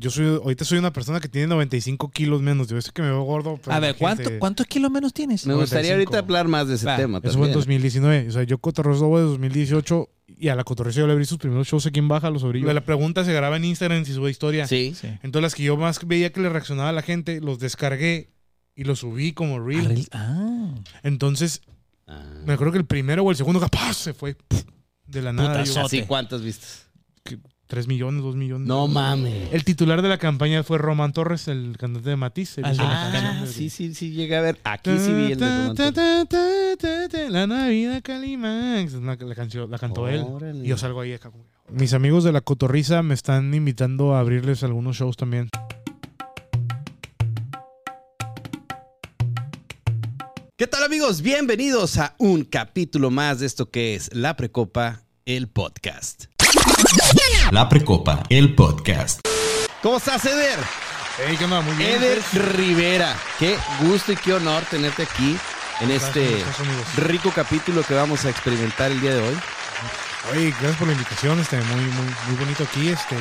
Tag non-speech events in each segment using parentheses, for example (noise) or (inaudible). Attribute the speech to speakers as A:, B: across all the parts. A: Yo soy, ahorita soy una persona que tiene 95 kilos menos. Yo sé que me veo gordo. pero
B: A ver,
A: imagínate,
B: ¿cuánto, ¿cuántos kilos menos tienes?
C: Me gustaría
A: 95.
C: ahorita hablar más de ese
B: Va,
C: tema
A: Eso fue en
C: también.
A: 2019. O sea, yo Cotorreo Lobo de 2018 y a la Cotorreo yo le abrí sus primeros shows aquí en Baja, los abrí. yo. La pregunta se graba en Instagram si sube historia.
C: Sí.
B: Sí.
A: Entonces las que yo más veía que le reaccionaba a la gente, los descargué y los subí como
B: Ah,
A: reel.
B: rel- Ah,
A: Entonces,
C: Ah.
A: me acuerdo que el primero o el segundo ¡pah! se fue ¡puf! de la nada.
B: Putazo.
A: Yo,
C: ¿Así cuántas vistas?
A: 3 millones, 2 millones.
C: No mames.
A: El titular de la campaña fue Román Torres, el cantante de Matiz. el
B: Ah,
A: hizo la
C: Ah,
A: canción de-
C: sí, sí, sí, llegué a ver. Aquí sí vi el de
A: Ta, ta,
C: Román
A: ta, ta, ta, ta, La Navidad Calimax. Es una- La, canción, la cantó él.
C: Órale.
A: Y yo salgo ahí acá como- Mis amigos de la Cotorriza me están invitando a abrirles algunos shows también.
C: ¿Qué tal amigos? Bienvenidos a un capítulo más de esto que es La Precopa, el podcast.
D: La Precopa, el podcast.
C: ¿Cómo estás, Eder?
A: Ey, ¿qué onda? Muy bien.
C: Eder
A: ¿Ustedes?
C: Rivera. Qué gusto y qué honor tenerte aquí en este
A: Gracias, amigos.
C: rico capítulo que vamos a experimentar el día de hoy.
A: Oye, gracias por la invitación. Este, muy, muy, muy bonito aquí. Este,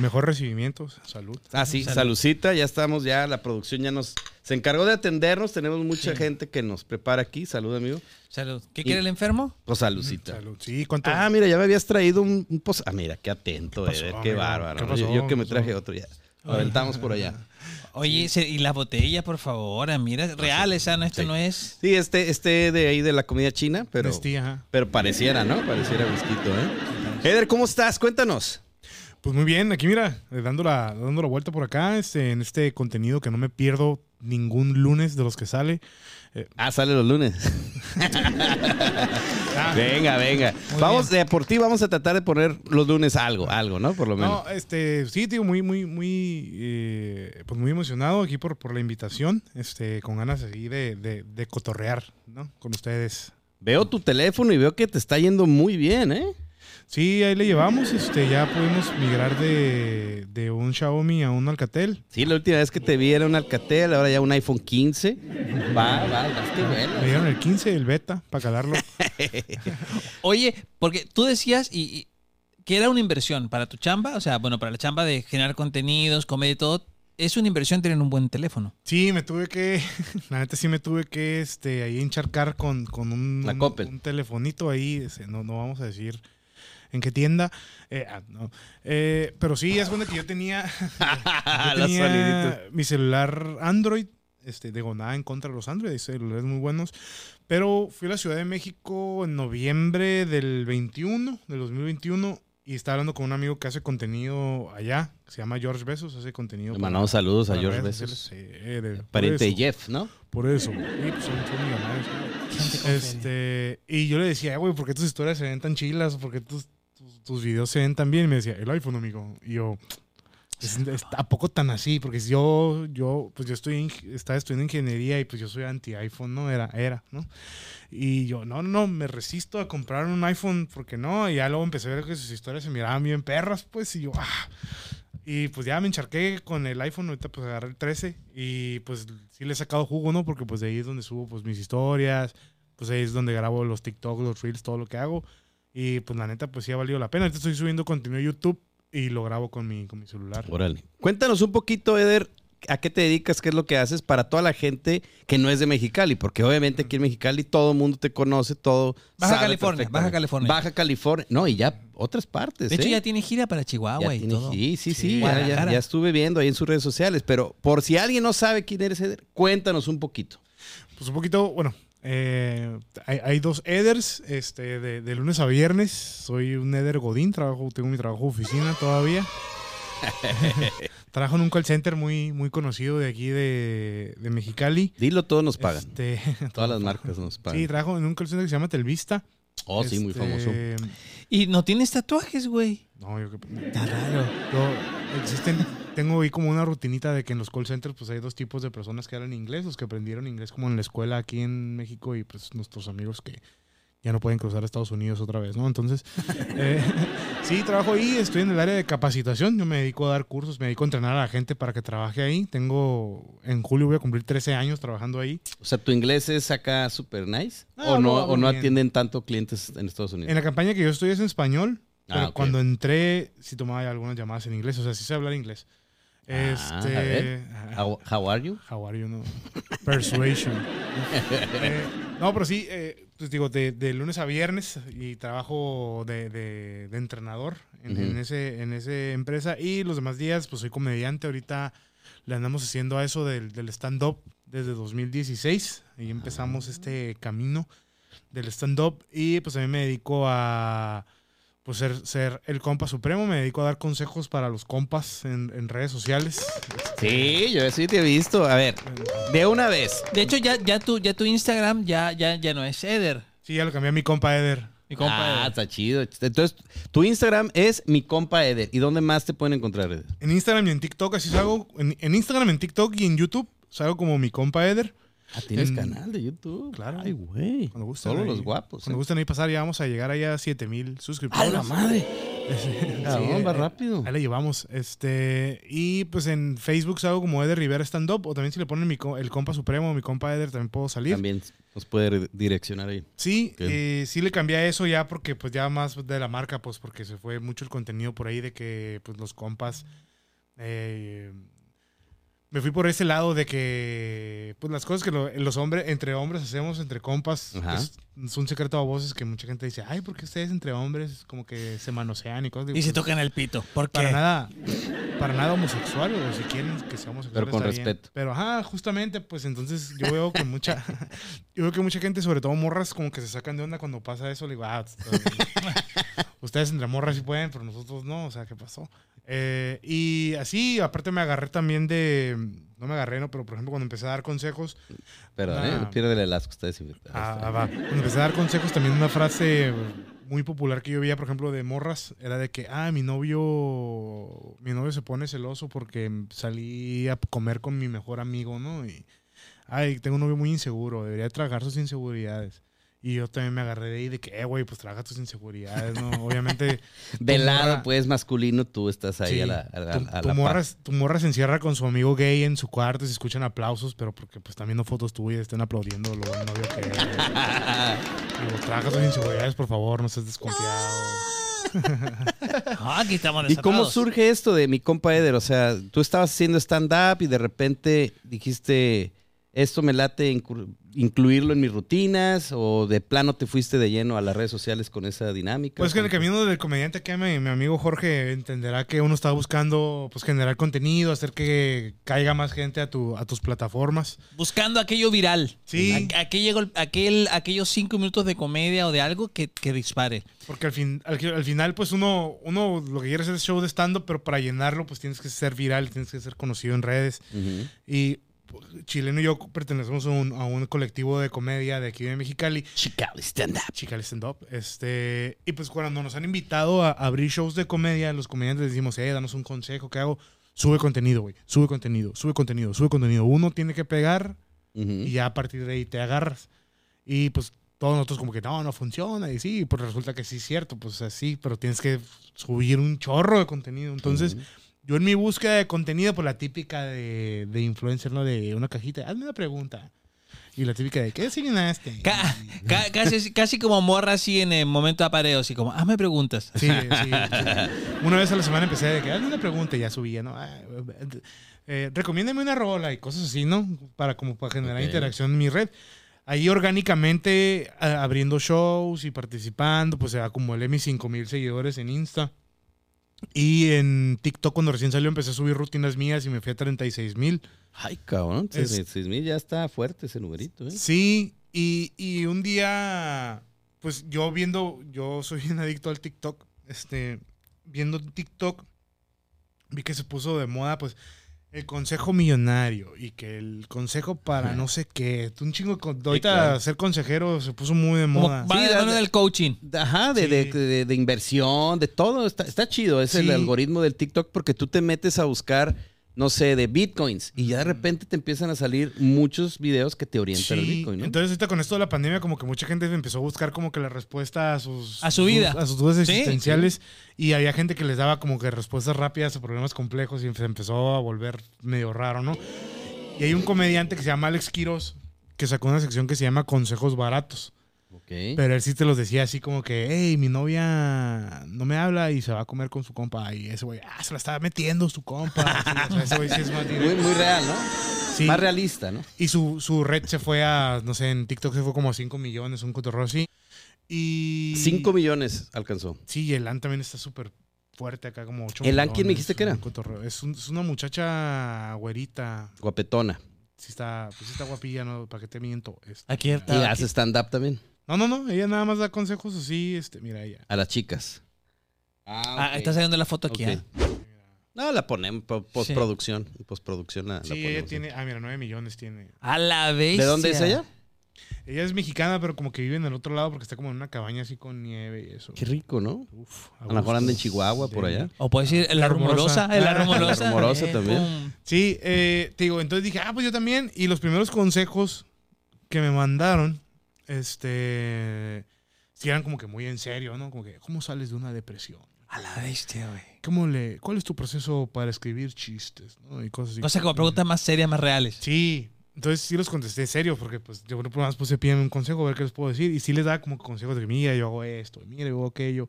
A: mejor recibimiento. Salud.
C: Ah, sí, saludcita, ya estamos, ya la producción ya nos se encargó de atendernos, tenemos mucha gente que nos prepara aquí, salud amigo,
B: salud. ¿Qué
C: Y-
B: quiere el enfermo?
C: pues saludcita.
A: Salud. Sí, ¿cuánto?
C: Ah, mira, ya me habías traído un, un pos- Ah, mira, qué atento,
A: ¿Qué pasó,
C: Eder, qué
A: amigo?
C: bárbaro.
A: ¿Qué
C: Yo-
A: pasó?
C: yo, que me
A: ¿Qué pasó?
C: traje otro ya. Lo aventamos por allá.
B: Oye, se- y las botellas, por favor, ah, mira, real, esa no, esto
C: Sí.
B: no es.
C: Sí, este, este de ahí de la comida china, pero,
A: Nestí, ajá.
C: pero pareciera, ¿no? Pareciera gustito, ¿eh? Eder, ¿cómo estás? Cuéntanos.
A: Pues muy bien, aquí mira, eh, dando la, dando la vuelta por acá, este, en este contenido que no me pierdo ningún lunes de los que sale.
C: Ah, sale los lunes. (laughs) venga, venga. Vamos, eh, por ti vamos a tratar de poner los lunes algo, algo, ¿no? Por lo menos.
A: No, este, sí, digo, muy, muy, muy, eh, pues muy emocionado aquí por, por la invitación, este, con ganas así de, de, de cotorrear, ¿no? Con ustedes.
C: Veo tu teléfono y veo que te está yendo muy bien, ¿eh?
A: Sí, ahí le llevamos, este, ya pudimos migrar de, de un Xiaomi a un Alcatel.
C: Sí, la última vez que te vi era un Alcatel, ahora ya un iPhone 15. Va, va, vas que
A: Me
C: vuelas.
A: dieron el 15, el beta, para calarlo.
B: Oye, porque tú decías y, y que era una inversión para tu chamba, o sea, bueno, para la chamba de generar contenidos, comedia y todo, es una inversión tener un buen teléfono.
A: Sí, me tuve que, (laughs) la neta sí me tuve que, este, ahí encharcar con, con un,
C: La
A: un-
C: Coppel.
A: un telefonito ahí, este, no, no vamos a decir en qué tienda, eh, ah, no. Eh, pero sí, es bueno que yo tenía, (laughs) yo
C: (laughs) Los
A: tenía
C: soniditos.
A: mi celular Android, este, digo, nada en contra de los Android, hay celulares muy buenos, pero fui a la Ciudad de México en noviembre del 21, del 2021, y estaba hablando con un amigo que hace contenido allá, que se llama George Besos, hace contenido.
C: Le
A: para-
C: mandamos saludos a
A: para
C: George
A: redes
C: Bezos.
A: sociales, sí, eh, de- por
C: Pariente de
A: eso.
C: Jeff, ¿no?
A: Por eso, güey. Sí, pues son, son millonarios. Este, y yo le decía, "Eh, güey, ¿por qué tus historias se ven tan chilas? ¿Por qué tus, tus, tus videos se ven tan bien? Y me decía, el iPhone, amigo. Y yo, "Es- es- ¿a poco tan así? Porque si yo, yo, pues yo estoy, en- estaba estudiando ingeniería y pues yo soy anti-iPhone, ¿no? Era, era, ¿no? Y yo, no, no, no, me resisto a comprar un iPhone porque no. Y ya luego empecé a ver que sus historias se miraban bien perras, pues, y yo, ah. Y pues ya me encharqué con el iPhone, ahorita pues agarré el 13 y pues sí le he sacado jugo, ¿no? Porque pues de ahí es donde subo pues mis historias, pues ahí es donde grabo los TikTok, los Reels, todo lo que hago. Y pues la neta pues sí ha valido la pena. Ahorita estoy subiendo contenido a YouTube y lo grabo con mi, con mi celular.
C: Órale. Cuéntanos un poquito, Eder, a qué te dedicas, qué es lo que haces para toda la gente que no es de Mexicali, porque obviamente aquí en Mexicali todo el mundo te conoce, todo.
B: Baja
C: sabe
B: California,
C: perfectamente.
B: Baja California.
C: Baja California. No, y ya otras partes.
B: De hecho,
C: ¿eh?
B: ya tiene gira para Chihuahua
C: Ya
B: y
C: tiene-
B: todo.
C: Sí, sí, sí.
B: Sí,
C: ya- ya,
B: Guadalajara.
C: ya estuve viendo ahí en sus redes sociales, pero por si alguien no sabe quién eres, Eder, cuéntanos un poquito.
A: Pues un poquito, bueno, eh, hay, hay dos Eders, este, de, de lunes a viernes. Soy un Eder Godín, trabajo, tengo mi trabajo de oficina todavía. (laughs) trabajo en un call center muy, muy conocido de aquí de, de Mexicali.
C: Dilo, todos nos pagan.
A: Este, (laughs)
C: Todas las marcas nos pagan.
A: sí, trabajo en un call center que se llama Telvista.
C: oh, sí, muy
A: Este,
C: famoso.
B: Y no tienes tatuajes, güey.
A: No, yo que-
B: Está raro.
A: yo- existen, tengo ahí como una rutinita de que en los call centers pues hay dos tipos de personas que hablan inglés, los que aprendieron inglés como en la escuela aquí en México y pues nuestros amigos que ya no pueden cruzar a Estados Unidos otra vez, ¿no?
B: (laughs)
A: Entonces, eh, sí, trabajo ahí, estoy en el área de capacitación, yo me dedico a dar cursos, me dedico a entrenar a la gente para que trabaje ahí, tengo, en julio voy a cumplir 13 años trabajando ahí.
C: O sea, ¿tu inglés es acá super nice?
A: No,
C: ¿O no,
A: no,
C: o no
A: bien.
C: atienden tanto clientes en Estados Unidos?
A: En la campaña que yo estoy es en español,
C: Ah,
A: pero
C: ok.
A: cuando entré sí tomaba algunas llamadas en inglés, o sea, sí sé hablar inglés.
C: Ah, a ver.
A: Este. ah,
C: How, how are you?
A: How are you, no? Persuasion. Eh, no, pero sí, eh, pues digo, de, de lunes a viernes y trabajo de, de- de entrenador en,
C: Ujú.
A: en ese en esa empresa. Y los demás días, pues soy comediante. Ahorita le andamos haciendo a eso del, del stand-up desde 2016. Y empezamos este camino del stand-up. Y pues a mí me dedico a pues ser, ser el compa supremo. Me dedico a dar consejos para los compas en, en redes sociales.
C: Sí, yo sí te he visto. A ver, de una vez.
B: De hecho, ya, ya, tu, ya tu Instagram ya, ya, ya no es Eder.
A: Sí, ya lo cambié a mi compa Eder.
B: Mi compa
C: ah,
B: Eder.
C: está chido. Entonces, tu Instagram es mi compa Eder. ¿Y dónde más te pueden encontrar, Eder?
A: En Instagram y en TikTok, así salgo. En, en Instagram, en TikTok y en YouTube salgo como mi compa Eder.
C: Ah, tienes
A: En-
C: canal de YouTube.
A: Claro.
C: Ay, güey.
A: Cuando gusten.
C: Solo
A: ahí-
C: los guapos.
A: Cuando
C: eh.
A: gusten ahí pasar, ya vamos a llegar allá a 7000
C: ¡A
A: suscriptores.
C: la madre! Cabrón,
A: Sí,
C: va
A: eh,
C: rápido.
A: Ahí la llevamos. Este, y pues en Facebook salgo como Eder Rivera Stand Up. O también si le ponen mi co- el compa supremo, mi compa Eder, también puedo salir.
C: También nos puede re- direccionar ahí.
A: Sí,
C: Ok.
A: eh, sí le cambié a eso ya porque pues ya más de la marca, pues porque se fue mucho el contenido por ahí de que pues los compas... eh, me fui por ese lado de que pues las cosas que lo- los hombres, entre hombres hacemos, entre compas,
C: Ajá.
A: es, es un secreto a voces que mucha gente dice, ay, porque ustedes entre hombres como que se manosean y cosas. Digo,
B: Y se
A: pues,
B: tocan el pito. ¿Por qué?
A: para nada, para nada homosexual, o si quieren que sea homosexual.
C: Pero con
A: está bien.
C: respeto.
A: Pero ajá, justamente, pues entonces yo veo que mucha, (laughs) yo veo que mucha gente, sobre todo morras, como que se sacan de onda cuando pasa eso. Le digo, ah, está bien. (laughs) ustedes entre morras sí pueden, pero nosotros no, o sea, ¿qué pasó? Eh, y así, aparte me agarré también de, no me agarré, no, pero por ejemplo cuando empecé a dar consejos,
C: Perdón,
A: Ah.
C: eh, piérdele el asco. Está desinfectado.
A: Ah,
C: Está.
A: ah, va. Cuando empecé a dar consejos, también una frase muy popular que yo veía, por ejemplo, de morras, era de que, ah, mi novio, mi novio se pone celoso porque salí a comer con mi mejor amigo, ¿no? Y, ay, tengo un novio muy inseguro, debería trabajar sus inseguridades. Y yo también me agarré de ahí de que, eh, güey, pues trabaja tus inseguridades, ¿no? Obviamente,
C: De
A: tu
C: lado,
A: morra-
C: pues, masculino, tú estás ahí
A: sí,
C: a la, a la-
A: tu,
C: a
A: tu
C: la par.
A: morra, tu morra se encierra con su amigo gay en su cuarto y se escuchan aplausos, pero porque pues también no fotos tuyas, estén aplaudiendo lo buen novio
C: (laughs)
A: que es. Digo, traga tus inseguridades, por favor, no seas desconfiado.
B: Ah, aquí estamos
C: ¿Y cómo
B: desatados.
C: surge esto de mi compa Eder? O sea, tú estabas haciendo stand-up y de repente dijiste, esto me late inclu- incluirlo en mis rutinas o de plano te fuiste de lleno a las redes sociales con esa dinámica.
A: Pues que en el camino del comediante acá, mi, mi amigo Jorge entenderá que uno está buscando pues generar contenido, hacer que caiga más gente a, tu, a tus plataformas.
B: Buscando aquello viral.
A: Sí.
B: A- aquel, llegó el- aquel- aquellos cinco minutos de comedia o de algo que, que dispare.
A: Porque al, fin, al, al final, pues uno, uno lo que quiere hacer es show de stand-up, pero para llenarlo, pues tienes que ser viral, tienes que ser conocido en redes.
C: Ujú.
A: Y pues, Chileno y yo pertenecemos a un, a un colectivo de comedia de aquí de Mexicali.
C: Chicago stand-up.
A: Chica el Stand Up. Este, y pues cuando nos han invitado a abrir shows de comedia, los comediantes les decimos, eh, danos un consejo, ¿qué hago? Sube contenido, güey. Sube contenido, sube contenido, sube contenido. Uno tiene que pegar
C: Ujú.
A: y ya a partir de ahí te agarras. Y pues todos nosotros como que no, no funciona. Y sí, pues resulta que sí es cierto, pues así, pero tienes que subir un chorro de contenido. Entonces,
C: Ujú.
A: yo en mi búsqueda de contenido, pues la típica de, de influencer, ¿no? De una cajita, hazme una pregunta. Y la típica de, ¿qué asignaste?
B: Ca- ca- casi, casi como morra así en el momento de apareo, así como, hazme preguntas.
A: Sí, sí, sí. Una vez a la semana empecé de que hazme una pregunta y ya subía, ¿no? Ah, eh, recomiéndame una rola y cosas así, ¿no? Para como para generar
C: Ok.
A: interacción en mi red. Ahí orgánicamente a- abriendo shows y participando, pues acumulé mis 5000 seguidores en Insta. Y en TikTok cuando recién salió empecé a subir rutinas mías y me fui a 36 mil.
C: Ay, cabrón,
A: Es-
C: 6 mil ya está fuerte ese numerito, ¿eh?
A: Sí, y, y un día, pues yo viendo, yo soy un adicto al TikTok, este, viendo TikTok, vi que se puso de moda, pues, el consejo millonario y que el consejo para no sé qué, un chingo, de con- ahorita
C: claro.
A: ser consejero se puso muy de
B: Como
A: moda.
B: va
C: Sí,
B: de la mano
C: dale.
B: del coaching.
C: Ajá, de,
A: Sí.
C: de- de- de inversión, de todo. Está, está chido, es el
A: Sí.
C: algoritmo del TikTok porque tú te metes a buscar, no sé, de bitcoins y ya de repente te empiezan a salir muchos videos que te orientan al
A: Sí,
C: bitcoin, ¿no?
A: Entonces ahorita con esto de la pandemia como que mucha gente empezó a buscar como que la respuesta a sus
B: A su vida.
A: a sus dudas
B: Sí.
A: existenciales y había gente que les daba como que respuestas rápidas a problemas complejos y se empezó a volver medio raro, ¿no? Y hay un comediante que se llama Alex Quiroz que sacó una sección que se llama Consejos baratos.
C: Ok.
A: Pero él sí te los decía así como que, hey, mi novia no me habla y se va a comer con su compa. Y ese güey, ah, se la estaba metiendo su compa. Sí, o sea, ese güey sí es más
C: Muy,
A: directo.
C: muy real, ¿no?
A: Sí.
C: Más realista, ¿no?
A: Y su, su red se fue a, no sé, en TikTok se fue como a 5 millones, un cotorreo así. Y...
C: 5 millones alcanzó.
A: Sí, y Elan también está súper fuerte acá, como 8
C: ¿Elan quién me dijiste que era?
A: Es, un- es una muchacha güerita.
C: Guapetona.
A: Sí está, pues sí está guapilla, ¿no? ¿Para qué te miento? Este,
B: Aquí
C: Y
B: está.
C: hace stand-up también.
A: No, no, no. Ella nada más da consejos así, este, mira ella.
C: A las chicas.
B: Ah, está saliendo la foto aquí.
C: Ok.
B: ah.
C: No, la ponemos po- postproducción. Postproducción la, la
A: Sí, ella
C: ponemos.
A: tiene, ah, mira, 9 millones tiene.
B: A la vez.
C: ¿De dónde es ella?
A: Ella es mexicana, pero como que vive en el otro lado porque está como en una cabaña así con nieve y eso.
C: Qué rico, ¿no?
A: Uf,
C: A lo mejor
A: gusto.
C: anda en Chihuahua, por
A: Sí.
C: allá.
B: O puedes decir la
A: La rumorosa.
B: rumorosa. eh, La
A: Ah,
B: rumorosa. Eh,
C: la rumorosa también.
B: pum.
A: Sí, eh, te digo, entonces dije, ah, pues yo también. Y los primeros consejos que me mandaron, este, sí eran como que muy en serio, ¿no? Como que, ¿cómo sales de una depresión?
B: A la bestia, güey.
A: ¿Cómo le, ¿Cuál es tu proceso para escribir chistes? ¿no? Y cosas así.
B: O sea, como preguntas más serias, más reales.
A: Sí, entonces sí los contesté en serio, porque pues yo por más puse pídeme un consejo, a ver qué les puedo decir. Y sí les daba como que consejos de que, mira, yo hago esto, mira, yo hago aquello.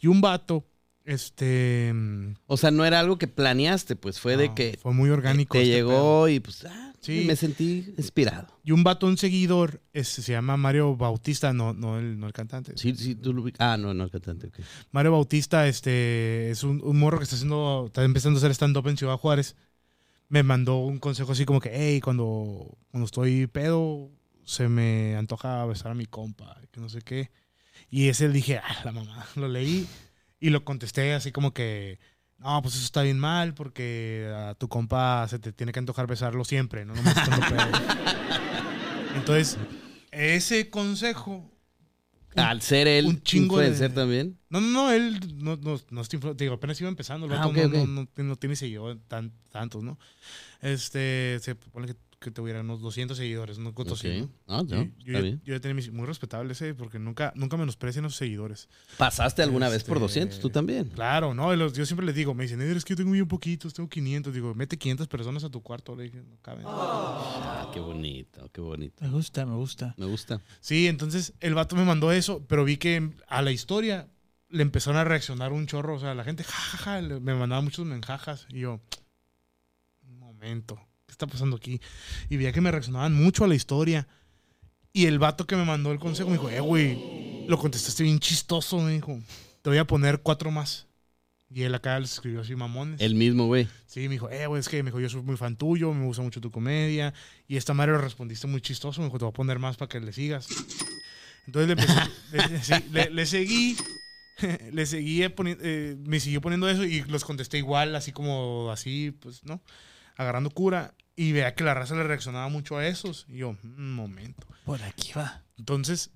A: Y un vato, este... mm,
C: O sea, no era algo que planeaste, pues fue de
A: no,
C: que
A: Fue muy orgánico.
C: te
A: este pedo.
C: llegó y pues ah,
A: Sí.
C: me sentí inspirado.
A: Y un vato, un seguidor, este, se llama Mario Bautista, no, no, el, no el cantante.
C: Sí, sí, tú lo ubicas. Ah, no, no, el cantante. ok.
A: Mario Bautista este, es un, un morro que está haciendo, está empezando a hacer stand-up en Ciudad Juárez. Me mandó un consejo así como que, hey, cuando, cuando estoy pedo, se me antoja besar a mi compa, que no sé qué. Y ese dije, ah, la mamá, (laughs) lo leí y lo contesté así como que, no, pues eso está bien mal porque a tu compa se te tiene que antojar besarlo siempre, ¿no? Nomás cuando pedo". Entonces, ese consejo
C: Al ser él
A: un chingo de-
C: influencer también.
A: no, no, no, él no, no, no está influ- te digo, apenas iba empezando, el
C: Ah,
A: vato
C: ok,
A: no,
C: ok.
A: no- no tiene- no tiene seguidores tan, tantos, ¿no? Este, se pone que, que tuviera unos 200 seguidores, no coto
C: Ok.
A: así, ¿no?
C: Ah, no,
A: Sí, yo,
C: está
A: ya-
C: bien.
A: yo ya tenía mis, muy respetable ese, porque nunca, nunca menosprecian a sus seguidores.
C: Pasaste alguna vez por
A: Este-
C: 200, tú también.
A: Claro, no, y los- yo siempre les digo, me dicen, "Eder, es que yo tengo bien poquitos, tengo 500, digo, mete 500 personas a tu cuarto, le dije, no caben.
C: Ah, qué bonito, qué bonito.
B: Me gusta, me gusta.
C: Me gusta.
A: Sí, entonces el vato me mandó eso, pero vi que a la historia le empezaron a reaccionar un chorro. O sea, la gente, jajaja, me mandaba muchos mensajes. Y yo, un momento, ¿qué está pasando aquí? Y veía que me reaccionaban mucho a la historia. Y el vato que me mandó el consejo me dijo, eh, güey, lo contestaste bien chistoso. Me dijo, te voy a poner cuatro más. Y él acá le escribió así, mamones.
C: El mismo, güey.
A: Sí, me dijo, eh, güey, es que me dijo, yo soy muy fan tuyo, me gusta mucho tu comedia. Y esta madre lo respondiste muy chistoso, me dijo, te voy a poner más para que le sigas. Entonces le, empecé- le- sí, le- le seguí, (laughs) le seguí poni- eh, me siguió poniendo eso y los contesté igual, así como así, pues, ¿no? Agarrando cura. Y vea que la raza le reaccionaba mucho a esos. Y yo, un momento.
B: Por aquí va.
A: Entonces,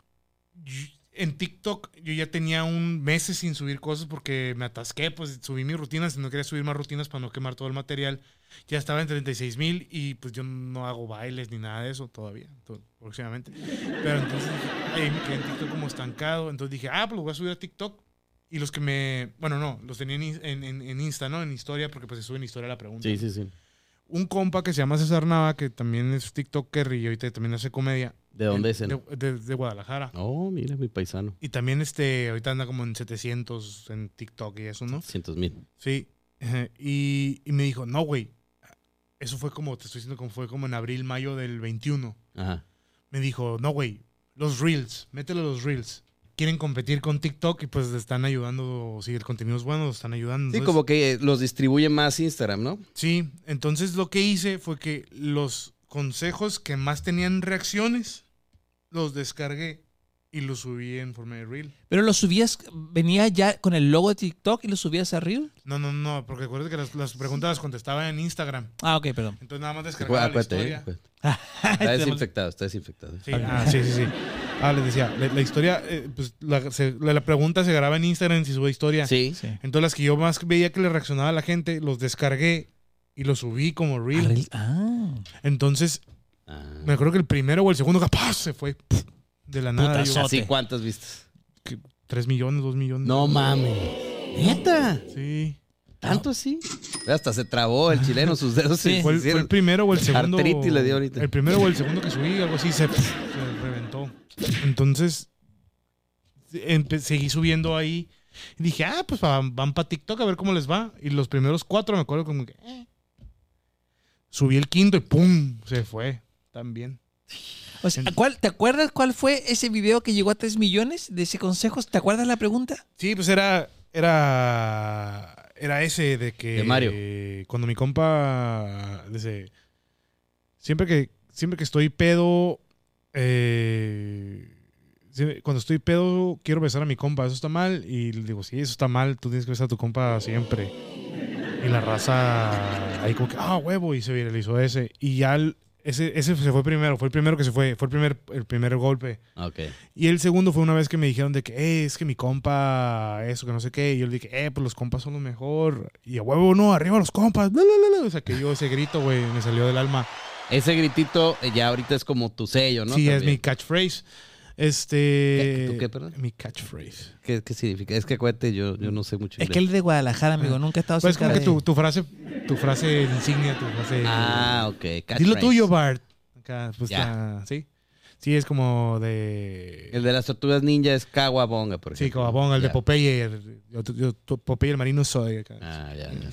A: yo- en TikTok yo ya tenía un meses sin subir cosas porque me atasqué, pues subí mis rutinas y no quería subir más rutinas para no quemar todo el material. Ya estaba en 36 mil y pues yo no hago bailes ni nada de eso todavía, to- próximamente. Pero entonces dije, ahí me quedé en TikTok como estancado. Entonces dije, ah, pues los voy a subir a TikTok. Y los que me... Bueno, no, los tenía en, in- en, en- en Insta, ¿no? En historia, porque pues se sube en historia la pregunta
C: Sí, sí, sí.
A: un compa que se llama César Nava, que también es TikToker y ahorita también hace comedia.
C: ¿De dónde es él?
A: De, de- de Guadalajara.
C: Oh, mira, mi paisano.
A: Y también este, ahorita anda como en 700 en TikTok y eso, ¿no?
C: 200 mil.
A: Sí. Ajá. Y, y me dijo, no, güey. Eso fue como, te estoy diciendo, como fue como en abril, mayo del 21.
C: Ajá.
A: Me dijo, no, güey, los Reels, métele los Reels. Quieren competir con TikTok y pues le están ayudando, si el contenido es bueno, lo están ayudando.
C: Sí,
A: Entonces,
C: como que eh, los distribuye más Instagram, ¿no?
A: Sí, entonces lo que hice fue que los consejos que más tenían reacciones, los descargué y los subí en forma de reel.
B: Pero lo subías, venía ya con el logo de TikTok y lo subías a Reel.
A: No, no, no, porque acuérdate que las, las preguntas las contestaba en Instagram.
B: Ah, ok, (laughs) perdón.
A: Entonces nada más descargaba la
C: Acuérdate, eh,
A: historia.
C: acuérdate. Está
B: Estamos-
C: desinfectado, está desinfectado.
A: Sí, ah, sí, sí, sí. Ah, les decía, la, la historia, eh, pues la, se- la- la pregunta se graba en Instagram si sube historia.
C: Sí.
B: Sí.
A: Entonces las que yo más veía que le reaccionaba a la gente, los descargué y los subí como
B: Ah,
A: reel.
B: Reel. Ah.
A: Entonces,
C: Ah.
A: me acuerdo que el primero o el segundo capaz se fue pf, de la nada. yo-
B: Putazo.
C: ¿Así Ah, cuántas vistas?
A: 3 millones, 2 millones.
C: No mames. ¿Neta?
A: Sí.
C: ¿Tanto así? Hasta se trabó el
A: (laughs)
C: chileno, sus dedos
B: Sí.
A: ¿Fue el,
C: se
A: fue el
C: hicieron.
A: primero o el segundo?
C: Artritis le dio ahorita.
A: El primero o el segundo que subí, algo así, se, se reventó. Entonces, empe- seguí subiendo ahí. Y dije, ah, pues va- van para TikTok a ver cómo les va. Y los primeros cuatro me acuerdo como que. eh. Subí el quinto y ¡pum! Se fue. También.
B: O sea, ¿cuál, ¿te acuerdas cuál fue ese video que llegó a 3 millones de ese consejos? ¿Te acuerdas la pregunta?
A: Sí, pues era. Era. Era ese de que.
C: De Mario.
A: eh, cuando mi compa. Dice. Siempre que. Siempre que estoy pedo. eh, siempre- cuando estoy pedo, quiero besar a mi compa. Eso está mal. Y le digo, sí, eso está mal. Tú tienes que besar a tu compa siempre. Y la raza. Ahí como que. Ah, huevo. Y se viralizó ese. Y ya. el- ese, ese se fue primero. Fue el primero que se fue. Fue el primer, el primer golpe.
C: Ok.
A: Y el segundo fue una vez que me dijeron de que, eh, es que mi compa, eso, que no sé qué. Y yo le dije, eh, pues los compas son lo mejor. Y a huevo, no, arriba los compas. Bla, bla, bla, bla. O sea, que yo ese grito, güey, me salió del alma.
C: Ese gritito eh, ya ahorita es como tu sello, ¿no?
A: sí, es mi
C: También.
A: catchphrase. Este.
C: ¿Qué- tú qué, perdón?
A: Mi catchphrase.
C: ¿Qué, qué significa? Es que acuérdate, yo, yo no sé mucho.
B: Es
C: inglés.
B: que él es de Guadalajara, amigo. Nunca he estado
A: Pues es
B: cerca
A: como que
B: de-
A: tu, tu frase, tu frase insignia, tu frase.
C: Ah, ok.
A: Dilo
C: catchphrase.
A: tuyo, Bart. Acá, pues
C: Ya.
A: ya, sí. Sí, es como de.
C: El de las tortugas ninja es Kawabonga, por ejemplo.
A: sí, como Bonga, el de
C: Ya.
A: Popeye. el- yo- yo- Popeye el marino soy. acá.
C: Ah, ya, ya.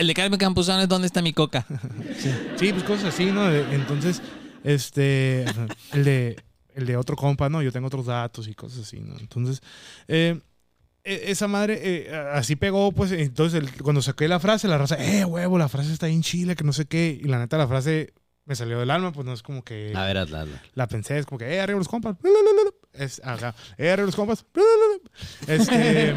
B: El de Carmen Campuzano es ¿Dónde está mi coca?
A: (laughs) Sí, pues cosas así, ¿no? De- Entonces, este, el de, el de otro compa, ¿no? Yo tengo otros datos y cosas así, ¿no? Entonces, eh, e- esa madre eh, a- así pegó, pues, entonces el- cuando saqué la frase, la raza, eh, huevo, la frase está ahí en Chile, que no sé qué, y la neta, la frase me salió del alma, pues no es como que
B: Ah.
C: A ver, hazla, hazla.
A: la pensé, es como que, eh, arriba los compas, bla, bla, bla, bla. es, ajá, eh, arriba los compas, bla, bla, bla, bla. este...
B: (laughs)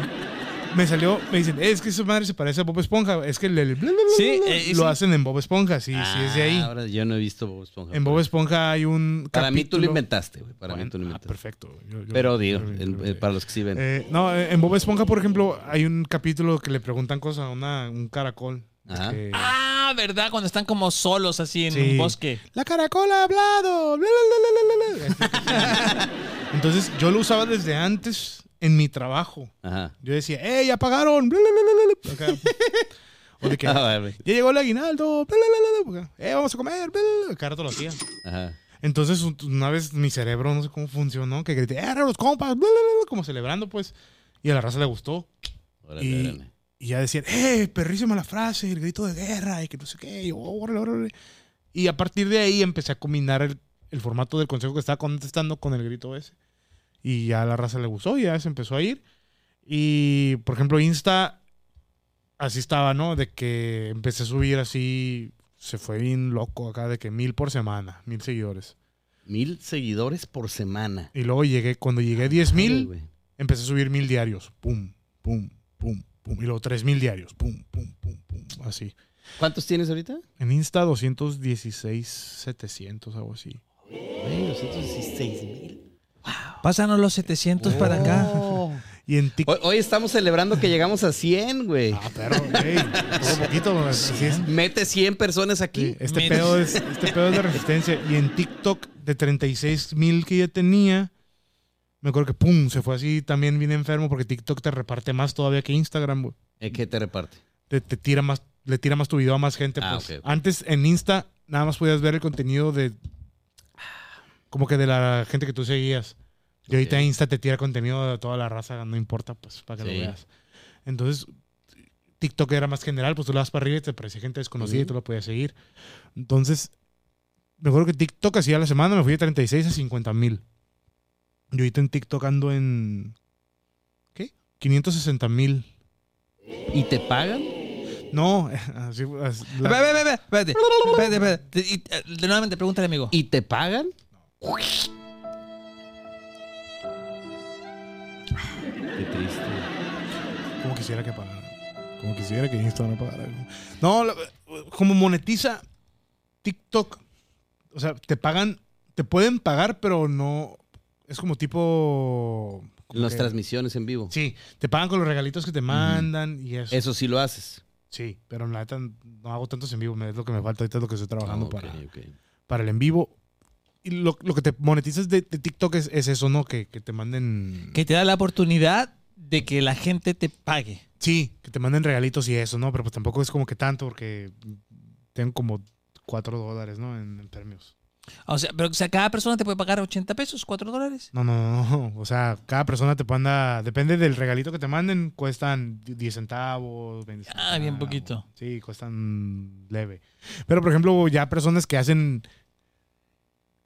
A: Me salió, me dicen, es que esa madre se parece a Bob Esponja. Es que el, el bla, bla, bla,
B: Sí,
A: bla, (laughs)
B: eh,
A: lo
B: sí.
A: hacen en Bob Esponja, sí, sí, es de ahí.
C: Ah, Ahora yo no he visto Bob Esponja.
A: En Bob Esponja hay un.
C: Para mí tú lo
A: capítulo-
C: inventaste, güey. Para mí
A: Bueno,
C: tú lo
A: ah,
C: inventaste.
A: perfecto. Yo- yo-
C: Pero digo,
A: yo- yo-
C: en-
A: yo-
C: eh, para los que sí ven.
A: Eh, no, eh, en Bob Esponja, por ejemplo, hay un capítulo que le preguntan cosas a una, un caracol. Eh, de
C: Ajá.
A: que,
B: Ah, ¿verdad? Cuando están como solos así en
A: Sí.
B: un bosque.
A: La caracola ha hablado. bla, bla, bla, bla, bla, bla". (laughs) Entonces, yo lo usaba desde antes en mi trabajo.
C: Ajá.
A: Yo decía, ¡eh, ya pagaron! bla, bla, bla, bla, bla, bla". Acá. O de que,
C: (laughs) Ah, vale.
A: ya llegó el aguinaldo. bla, bla, bla, bla, bla". ¡eh, vamos a comer! bla, bla, bla". Cada rato lo hacía.
C: Ajá.
A: Entonces, un- una vez mi cerebro, no sé cómo funcionó, que grité, ¡eh, los compas! bla, bla, bla", como celebrando, pues. Y a la raza le gustó.
C: Órale,
A: Y-
C: órale.
A: Y ya decían, ¡eh, perrísima la frase! El grito de guerra y que no sé qué. Y, yo, "Oh, órale, órale". Y a partir de ahí empecé a combinar el, el formato del consejo que estaba contestando con el grito ese. Y ya a la raza le gustó, ya se empezó a ir. Y, por ejemplo, Insta, así estaba, ¿no? De que empecé a subir así, se fue bien loco acá, de que mil por semana, mil seguidores.
C: Mil seguidores por semana.
A: Y luego llegué, cuando llegué a 10
C: Ay,
A: mil,
C: güey.
A: empecé a subir mil diarios. Pum, pum, pum, pum. Y luego 3 mil diarios. Pum, pum, pum, pum. Así.
C: ¿Cuántos tienes ahorita?
A: En Insta 216, 700, algo así.
C: Güey, 216 mil.
B: Pásanos los 700 para acá.
A: (laughs)
C: Oh.
A: Y en TikTok.
C: Hoy, hoy estamos celebrando que llegamos a 100, güey.
A: Ah, perro, güey. Poco a poquito. así es.
C: Mete 100 personas aquí.
A: Sí, este,
B: Menos.
A: pedo es, este pedo es de resistencia. Y en TikTok de 36 mil que ya tenía, me acuerdo que pum, se fue así también bien enfermo porque TikTok te reparte más todavía que Instagram, güey.
C: ¿Eh, ¿Qué te reparte?
A: te, te tira más, le tira más tu video a más gente.
C: Ah,
A: pues.
C: ok, ok.
A: Antes en Insta nada más podías ver el contenido de como que de la gente que tú seguías. Y ahorita
C: Ok.
A: Insta te tira contenido de toda la raza, no importa, pues, para que
C: Sí.
A: lo veas. Entonces, TikTok era más general, pues tú lo vas para arriba y te aparecía gente desconocida y
C: Ujú.
A: tú la podías seguir. Entonces, me acuerdo que TikTok hacía la semana, me fui de 36 a 50 mil. Yo ahorita en TikTok ando en. ¿Qué? 560 mil.
C: ¿Y te pagan?
A: No, (laughs) así, así- la-
B: Ve, ve, ve, ve, espérate. Espérate, espérate. Y, eh, nuevamente, pregúntale, amigo.
C: ¿Y te pagan? Qué triste.
A: como quisiera que pagara. Como quisiera que Instagram pagara. algo. No, la- como monetiza TikTok. O sea, te pagan, te pueden pagar, pero no. Es como tipo. como
C: Las
A: que-
C: transmisiones en vivo.
A: Sí, te pagan con los regalitos que te mandan y eso.
C: Eso sí lo haces.
A: Sí, pero la neta no hago tantos en vivo, me- es lo que me falta ahorita, es lo que estoy trabajando
C: Ah, ok,
A: para,
C: ok.
A: para el en vivo. Y lo, lo que te monetizas de, de TikTok es, es eso, ¿no? Que, que te manden.
B: Que te da la oportunidad de que la gente te pague.
A: Sí, que te manden regalitos y eso, ¿no? Pero pues tampoco es como que tanto porque tengo como 4 dólares, ¿no? En, en premios.
B: O sea, pero o sea, cada persona te puede pagar 80 pesos, 4 dólares.
A: No, no, no, (laughs) no. O sea, cada persona te manda. Depende del regalito que te manden, cuestan 10 centavos, 20
B: Ah, bien
A: centavos.
B: poquito.
A: Sí, cuestan leve. Pero, por ejemplo, ya personas que hacen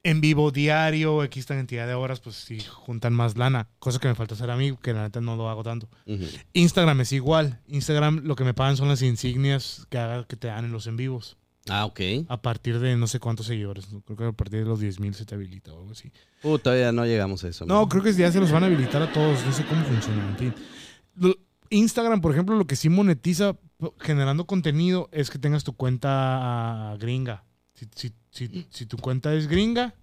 A: en vivo diario, X cantidad de horas, pues sí juntan más lana. Cosa que me falta hacer a mí, que la neta no lo hago tanto.
C: Ujú.
A: Instagram es igual. Instagram lo que me pagan son las insignias que, haga- que te dan en los en vivos.
C: Ah, ok.
A: A partir de no sé cuántos seguidores. Creo que a partir de los 10.000 se te habilita o algo así.
C: Uh, todavía no llegamos a eso.
A: No,
C: man.
A: creo que ya se los van a habilitar a todos. No sé cómo funciona. En fin. Lo- Instagram, por ejemplo, lo que sí monetiza po- generando contenido es que tengas tu cuenta ah, gringa. Si, si- si- si tu cuenta es gringa,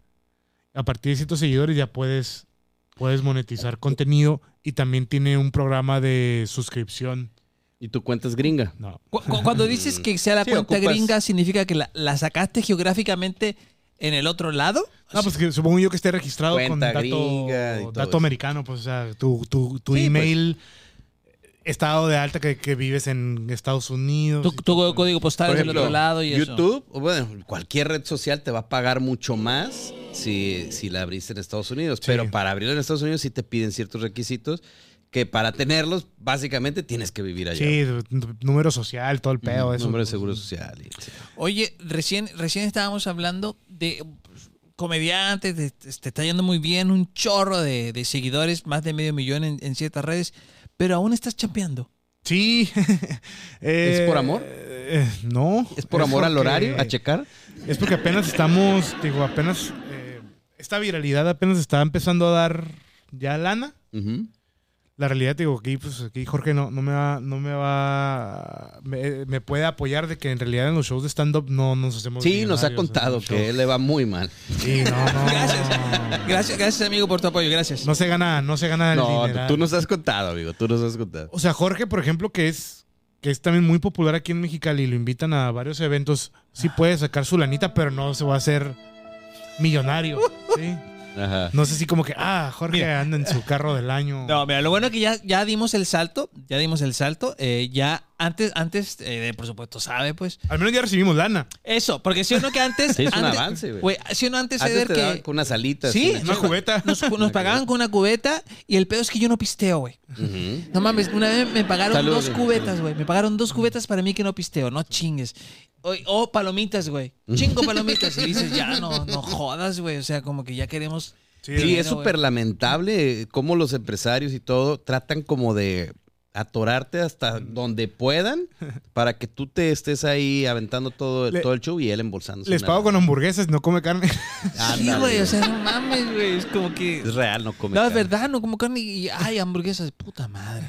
A: a partir de ciertos seguidores ya puedes, puedes monetizar contenido y también tiene un programa de suscripción.
C: Y tu cuenta es gringa.
A: No.
B: Cu- cu- Cuando dices que sea la
C: Sí,
B: cuenta
C: ocupas-
B: gringa, ¿significa que la, la sacaste geográficamente en el otro lado?
A: Ah, pues que supongo yo que esté registrado con
C: Cuenta
A: dato,
C: gringa y todo
A: dato
C: eso.
A: americano, pues, o sea, tu, tu, tu
C: Sí, pues.
A: email, estado de alta que, que vives en Estados Unidos.
B: Tu,
A: y
B: tu
A: todo.
B: código postal
C: Por
B: es del
C: ejemplo,
B: otro lado y eso.
C: YouTube, o bueno, cualquier red social te va a pagar mucho más si, si la abriste en Estados Unidos.
A: Sí.
C: Pero para abrirla en Estados Unidos sí te piden ciertos requisitos que para tenerlos, básicamente tienes que vivir allá.
A: Sí, tu- tu número social, todo el
C: Ujú,
A: pedo. eso. pues,
C: Nombre Mm, de seguro social. y- sí.
B: Oye, recién, recién estábamos hablando de comediantes, de- te te está yendo muy bien, un chorro de, de seguidores, más de medio millón en, en ciertas redes, pero aún estás champeando.
A: Sí. (laughs) Eh,
C: ¿Es por amor?
A: eh, no.
C: ¿Es por amor al
A: porque-
C: horario? Ah, ¿A checar?
A: Es porque apenas estamos, digo, apenas. eh, esta viralidad apenas está empezando a dar ya lana.
C: Ujú.
A: La realidad, digo, aquí, pues, aquí Jorge no, no me va, no me va, me, me puede apoyar de que en realidad en los shows de stand-up no nos hacemos
C: Sí, nos ha
A: millonarios,
C: contado
A: en los shows.
C: que le va muy mal.
A: Sí, no, no.
B: Gracias. Gracias, gracias amigo por tu apoyo, gracias.
A: No se gana, no se gana el
C: No,
A: dineral.
C: tú nos has contado, amigo. Tú nos has contado.
A: O sea, Jorge, por ejemplo, que es que es también muy popular aquí en Mexicali y lo invitan a varios eventos, sí puede sacar su lanita, pero no se va a hacer millonario, ¿sí?
C: Ajá.
A: No sé si como que, ah, Jorge anda en su carro del año.
B: No, mira, lo bueno es que ya, ya dimos el salto, ya dimos el salto, eh, ya antes, antes, eh, por supuesto, sabe pues.
A: Al menos ya recibimos lana.
B: Eso, porque si uno que antes...
C: (laughs) Sí, es un
B: antes-
C: avance, güey.
B: güey, Si uno antes,
C: Antes
B: era
C: te
B: que-
C: daban con unas alitas.
B: Sí,
C: una
A: Una
C: chica.
A: cubeta.
B: nos,
C: (laughs)
B: nos pagaban con una cubeta y el pedo es que yo no pisteo, güey.
C: Ujú.
B: No mames, una vez me pagaron
C: Saludos,
B: dos
C: güey.
B: cubetas, güey. Me pagaron dos cubetas para mí que no pisteo, no chingues. O, o palomitas, güey. Chingo palomitas. Y dices, ya no, no jodas, güey. O sea, como que ya queremos.
C: Sí,
B: Dinero,
C: es súper
B: güey.
C: lamentable eh, cómo los empresarios y todo tratan como de atorarte hasta donde puedan
B: (laughs)
C: para que tú te estés ahí aventando todo el,
A: Le-
C: todo el show y él embolsándose.
A: Les
C: una
A: pago con
C: lana.
A: hamburguesas, no come carne.
B: Sí,
C: Ándale.
B: güey. O sea, no mames, güey. Es como que.
C: Es real, no comer.
B: No, es
C: carne.
B: verdad, no como carne. Y, ay, hamburguesas, puta madre.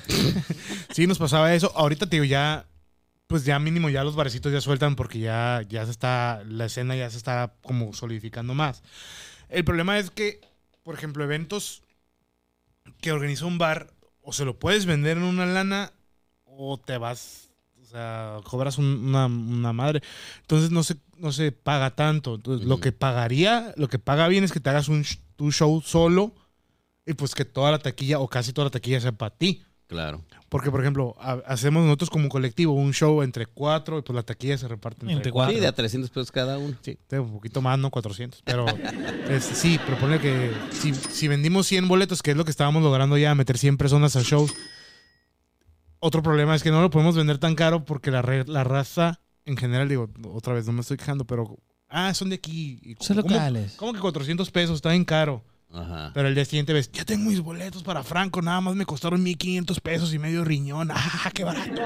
A: Sí, nos pasaba eso. Ahorita, tío, ya, pues ya mínimo, ya los barecitos ya sueltan porque ya, ya se está, la escena ya se está como solidificando más. El problema es que, por ejemplo, eventos que organiza un bar, o se lo puedes vender en una lana o te vas, o sea, cobras un- una, una madre. Entonces no se, no se paga tanto. Entonces, Lo
C: Ujú.
A: que pagaría, lo que paga bien es que te hagas un, sh- tu show solo y pues que toda la taquilla o casi toda la taquilla sea para ti.
C: Claro.
A: Porque, por ejemplo, ha- hacemos nosotros como colectivo un show entre cuatro y pues la taquilla se reparte entre,
B: Entre
A: cuatro.
B: cuatro.
C: Sí, de a 300 pesos cada uno.
A: Sí, tengo un poquito más, no 400. Pero (laughs) este, sí, pero ponle que si, si vendimos 100 boletos, que es lo que estábamos logrando ya, meter 100 personas a shows. Otro problema es que no lo podemos vender tan caro porque la, re- la raza, en general, digo, otra vez no me estoy quejando, pero. Ah, son de aquí. Y
B: Son
A: ¿cómo-
B: locales.
A: ¿Cómo que 400 pesos? Está bien caro.
C: Ajá.
A: Pero el día siguiente ves, ya tengo mis boletos para Franco, nada más me costaron 1500 pesos y medio riñón. ¡Ah, qué barato!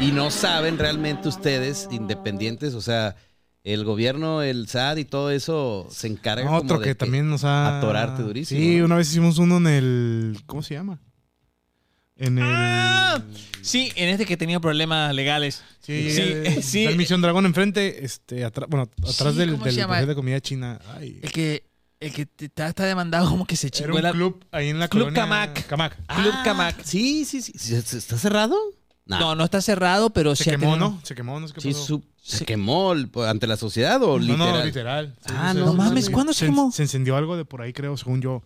C: Y no saben realmente ustedes, independientes, o sea, el gobierno, el SAD y todo eso se encarga como
A: Otro
C: de
A: que, también nos ha...
C: atorarte durísimo,
A: Sí,
C: ¿no?
A: una vez hicimos uno en el... ¿Cómo se llama? En el...
B: Ah, Sí, en este que tenía problemas legales.
A: sí,
B: sí, eh,
A: el-
B: sí.
A: está el Misión Dragón enfrente, este, atrás, bueno, atrás
B: Sí,
A: del,
B: ¿cómo
A: del
B: se llama?
A: buffet de comida china. Ay,
B: El que, el que te- está, está demandado como que se
A: era
B: chingó
A: un
B: la-
A: club ahí en la
B: Club
A: colonia...
B: Camac.
A: Camac.
B: Club
C: Ah,
B: Camac.
C: Sí, sí, sí. ¿Se- se- ¿Está cerrado? Nah.
B: No, no está cerrado, pero
A: Se
B: sí ha
A: quemó,
B: tenido-
A: ¿no? Se quemó, no sé qué
C: Sí,
A: pasó.
C: su- se quemó el- pues, ante la sociedad
A: No,
C: o literal.
A: no, literal.
C: Ah,
A: sí,
C: no
A: sí,
C: mames,
A: sí.
B: ¿cuándo se
A: en-
B: quemó?
A: Se encendió algo de por ahí, creo, según yo.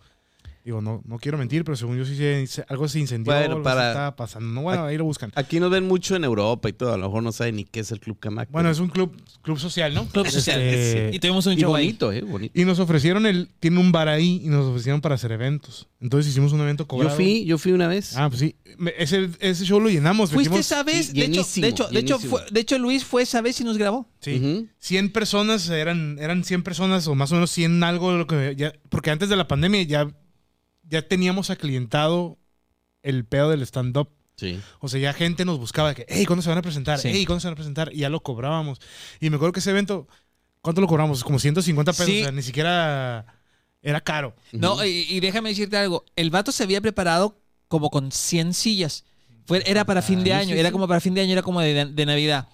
A: Digo, no, no quiero mentir, pero según yo sí se- se- algo se incendió,
C: Bueno,
A: algo
C: para-
A: se estaba pasando. No, bueno, ahí lo buscan.
C: Aquí nos ven mucho en Europa y todo. A lo mejor no saben ni qué es el Club Camac.
A: Bueno, es un club, club social, ¿no?
B: Club social.
A: Este-
B: Y tuvimos un
C: y
B: show ahí.
C: bonito, ¿eh? Bonito.
A: Y nos ofrecieron el, tiene un bar ahí y nos ofrecieron para hacer eventos. Entonces hicimos un evento
C: Yo
A: cobrado.
C: fui, yo fui una vez.
A: Ah, pues sí. Me- Ese, ese show lo llenamos.
B: Fuiste
A: metimos-
B: esa vez,
C: Sí,
B: de hecho,
C: llenísimo,
B: de hecho, de hecho,
C: llenísimo.
B: fue- de hecho Luis fue esa vez y nos grabó.
A: Sí.
C: Ujú.
A: 100 personas, eran, eran 100 personas o más o menos 100 algo, lo que ya- porque antes de la pandemia ya, ya teníamos aclientado el pedo del stand-up.
C: Sí.
A: O sea, ya gente nos buscaba de que, hey, ¿cuándo se van a presentar?
B: Sí.
A: Hey, ¿cuándo se van a presentar? Y ya lo cobrábamos. Y me acuerdo que ese evento, ¿cuánto lo cobramos? Como 150 pesos,
B: Sí.
A: o sea, ni siquiera era caro.
B: No, y, y déjame decirte algo. El vato se había preparado como con 100 sillas. Fue, era para fin de
C: Ah,
B: año,
C: sí,
B: era
C: sí.
B: como para fin de año, era como de, de Navidad.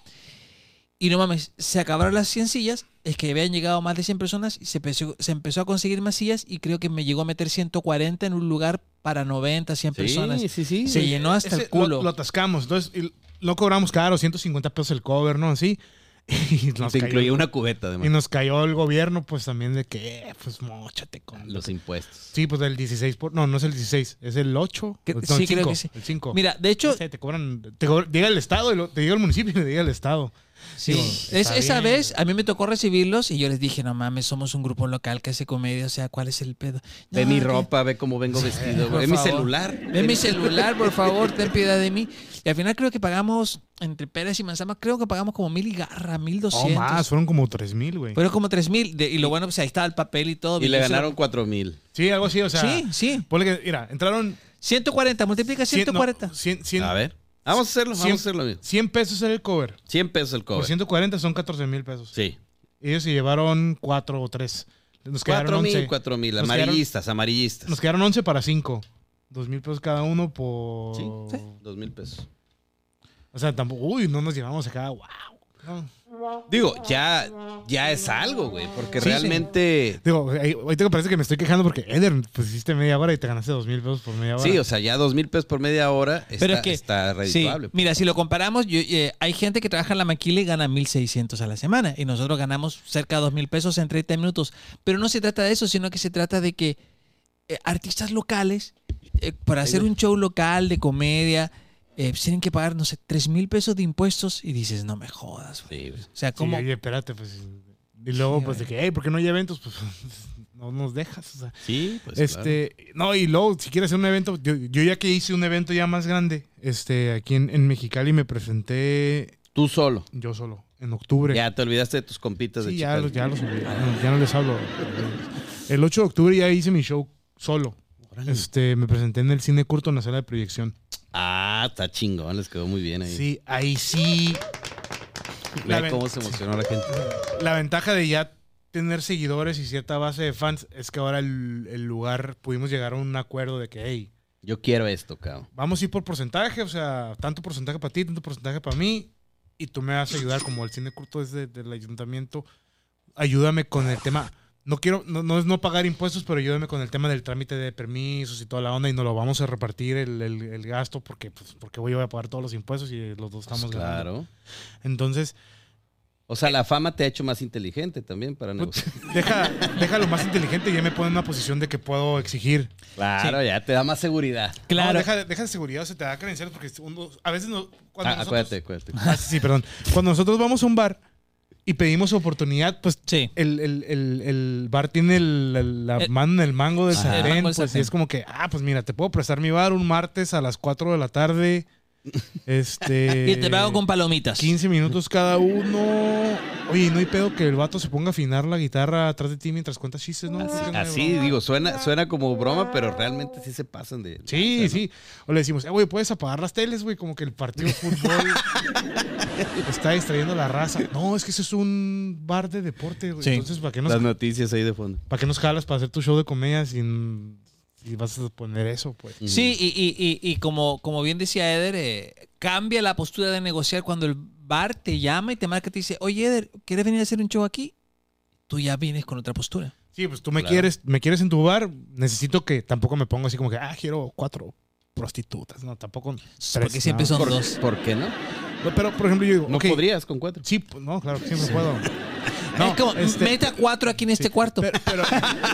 B: Y no mames, se acabaron las 100 sillas, es que habían llegado más de 100 personas y se empezó, se empezó a conseguir más sillas y creo que me llegó a meter 140 en un lugar para 90, 100 personas.
C: Sí, sí, sí.
B: Se llenó hasta
A: Ese
B: el culo.
A: Lo, lo atascamos. Entonces, y lo cobramos caro, 150 pesos el cover, ¿no? Así. (laughs) Y nos,
C: Te
A: cayó,
C: incluía una cubeta, además.
A: y nos cayó el gobierno, pues también de que, eh, pues, mochate con
C: Los impuestos.
A: Sí, pues del 16 por... No, no es el 16, es el 8.
B: Que-
A: no,
B: sí,
A: el
B: creo
A: 5,
B: que sí.
A: El 5.
B: Mira, de
A: No
B: hecho,
A: sé, te cobran... Te cobran- llega el Estado, y lo- te llega el municipio y le llega el Estado.
B: Sí,
A: Digo,
B: es,
A: está
B: esa
A: bien.
B: vez a mí me tocó recibirlos y yo les dije, no mames, somos un grupo local que hace comedia, o sea, ¿cuál es el pedo?
C: Ve
B: No,
C: mi
B: que-
C: ropa, ve cómo vengo vestido.
B: por
C: Ve mi
B: favor.
C: celular.
B: Ve mi celular, por favor, ten piedad de mí. Y al final creo que pagamos, entre Pérez y Manzama, creo que pagamos como mil y garra, mil
A: Oh, más,
B: doscientos.
A: fueron como 3 mil, güey.
B: Fueron como tres mil. de- Y lo bueno, pues ahí estaba el papel y todo.
C: Y le
B: yo se lo-
C: ganaron cuatro mil.
A: Sí, algo así, o sea...
B: Sí, sí.
A: ponle que- mira, entraron...
B: 140, multiplica
A: 100,
B: 140.
A: no, 100, 100,
C: A ver. Vamos a hacerlo, vamos a
A: Cien-
C: hacerlo. amigo.
A: 100 pesos era el cover.
C: 100 pesos el
A: Por
C: cobre.
A: 140 son 14 mil pesos.
C: Sí.
A: Ellos se llevaron 4 o 3. Nos quedaron
C: Cuatro
A: 11.
C: mil, cuatro mil.
A: Nos quedaron-
C: Amarillistas, amarillistas.
A: Nos quedaron 11 para 5. 2 mil pesos cada uno por...
C: Sí,
A: Oh.
C: Dos mil pesos.
A: O sea, tampoco... Uy, no nos llevamos acá. ¡Wow! No.
C: Digo, ya, ya es algo, güey. Porque
A: Sí, sí.
C: realmente.
A: Digo, ahí- ahorita que parece que me estoy quejando porque Eder, pues hiciste media hora y te ganaste dos mil pesos por media hora.
C: Sí, o sea, ya dos mil pesos por media hora está,
B: Pero es que-
C: está
B: Sí,
C: redituable.
A: pues,
B: mira, si lo comparamos, yo- eh, hay gente que trabaja en la maquila y gana 1.600 a la semana y nosotros ganamos cerca de 2.000 pesos en 30 minutos. Pero no se trata de eso, sino que se trata de que eh, artistas locales, eh, para hacer un show local de comedia, eh, pues tienen que pagar, no sé, 3.000 pesos de impuestos y dices, no me jodas. güey".
C: Sí, güey.
B: O sea,
A: Sí,
B: como...
A: oye, espérate, pues. Y luego,
B: Sí,
A: pues, de
B: güey.
A: que, hey, ¿por qué no hay eventos? (laughs) Pues, no nos dejas. O sea,
C: Sí, pues.
A: este, no, y luego, si quieres hacer un evento, yo, yo ya que hice un evento ya más grande, este, aquí en, en Mexicali me presenté
C: claro. Tú solo.
A: yo solo, en octubre.
C: Ya te olvidaste de tus compitas de
A: sí, ya
C: Chicago.
A: los, ya los olvidé, no, ya no les hablo. El 8 de octubre ya hice mi show solo.
C: Órale.
A: Este, me presenté en el cine curto en la sala de proyección.
C: Ah, está chingón, les quedó muy bien ahí.
A: Sí, ahí sí la
C: Ve
A: ven-
C: cómo se emocionó la gente.
A: la ventaja de ya tener seguidores y cierta base de fans es que ahora el, el lugar pudimos llegar a un acuerdo de que, hey,
C: Yo quiero esto, cabrón.
A: vamos a ir por porcentaje, o sea, tanto porcentaje para ti, tanto porcentaje para mí, y tú me vas a ayudar, como el cine curto es de- del ayuntamiento, ayúdame con el tema. No quiero, no, no es no pagar impuestos, pero ayúdame con el tema del trámite de permisos y toda la onda, y nos lo vamos a repartir el, el- el gasto, porque, pues, porque voy a pagar todos los impuestos y los dos estamos ganando.
C: Pues claro.
A: Entonces,
C: O sea, la fama te ha hecho más inteligente también para
A: (laughs)
C: negociar.
A: Deja, deja lo más inteligente y ya me pone en una posición de que puedo exigir.
C: Claro, ya te da más seguridad.
B: Claro.
A: No, deja, deja de seguridad, se te da credenciales porque uno- a veces no, cuando
C: Ah,
A: nosotros,
C: acuérdate, acuérdate.
A: Ah, sí, sí, perdón. Cuando nosotros vamos a un bar y pedimos oportunidad, pues
B: Sí.
A: el, el- el- el bar tiene el- el- la
B: El-
A: mano en el mango del
B: Eh, Ajá. El
A: sartén.
B: mango del
A: pues, y
B: sartén.
A: es como que, ah, pues mira, te puedo prestar mi bar un martes a las 4 de la tarde. Este.
B: (laughs) Y te pago con palomitas.
A: 15 minutos cada uno. Oye, no hay pedo que el vato se ponga a afinar la guitarra atrás de ti mientras cuentas chistes, ¿no? ¿Por qué no hay
C: Así
A: broma?
C: digo, suena, suena como broma, pero realmente sí se pasan de.
A: Sí,
C: o sea,
A: sí. O le decimos, eh, güey, puedes apagar las teles, güey, como que el partido de fútbol está distrayendo a la raza. No, es que ese es un bar de deporte, güey.
B: Sí.
A: Entonces, ¿para qué,
C: ¿no?
A: nos,
C: Las noticias ahí de fondo.
A: ¿para qué nos jalas para hacer tu show de comedia sin, si vas a poner eso, pues?
B: Sí, y, y- y- y como, como bien decía Eder, eh, cambia la postura de negociar cuando el bar te llama y te marca y te dice, oye Eder, ¿quieres venir a hacer un show aquí? Tú ya vienes con otra postura.
A: Sí, pues tú me
C: Claro.
A: quieres, me quieres en tu bar, necesito que tampoco me pongo así como que, ah, quiero cuatro prostitutas. No, tampoco. tres,
B: Porque siempre
A: no.
B: son
C: ¿Por,
B: dos.
C: por qué no?
A: No, pero, por ejemplo, yo digo,
C: No
A: ok, pues,
C: podrías con cuatro.
A: Sí, p- no, claro, siempre puedo. No,
B: es como,
A: este-
B: meta cuatro aquí en este cuarto.
A: Pero, pero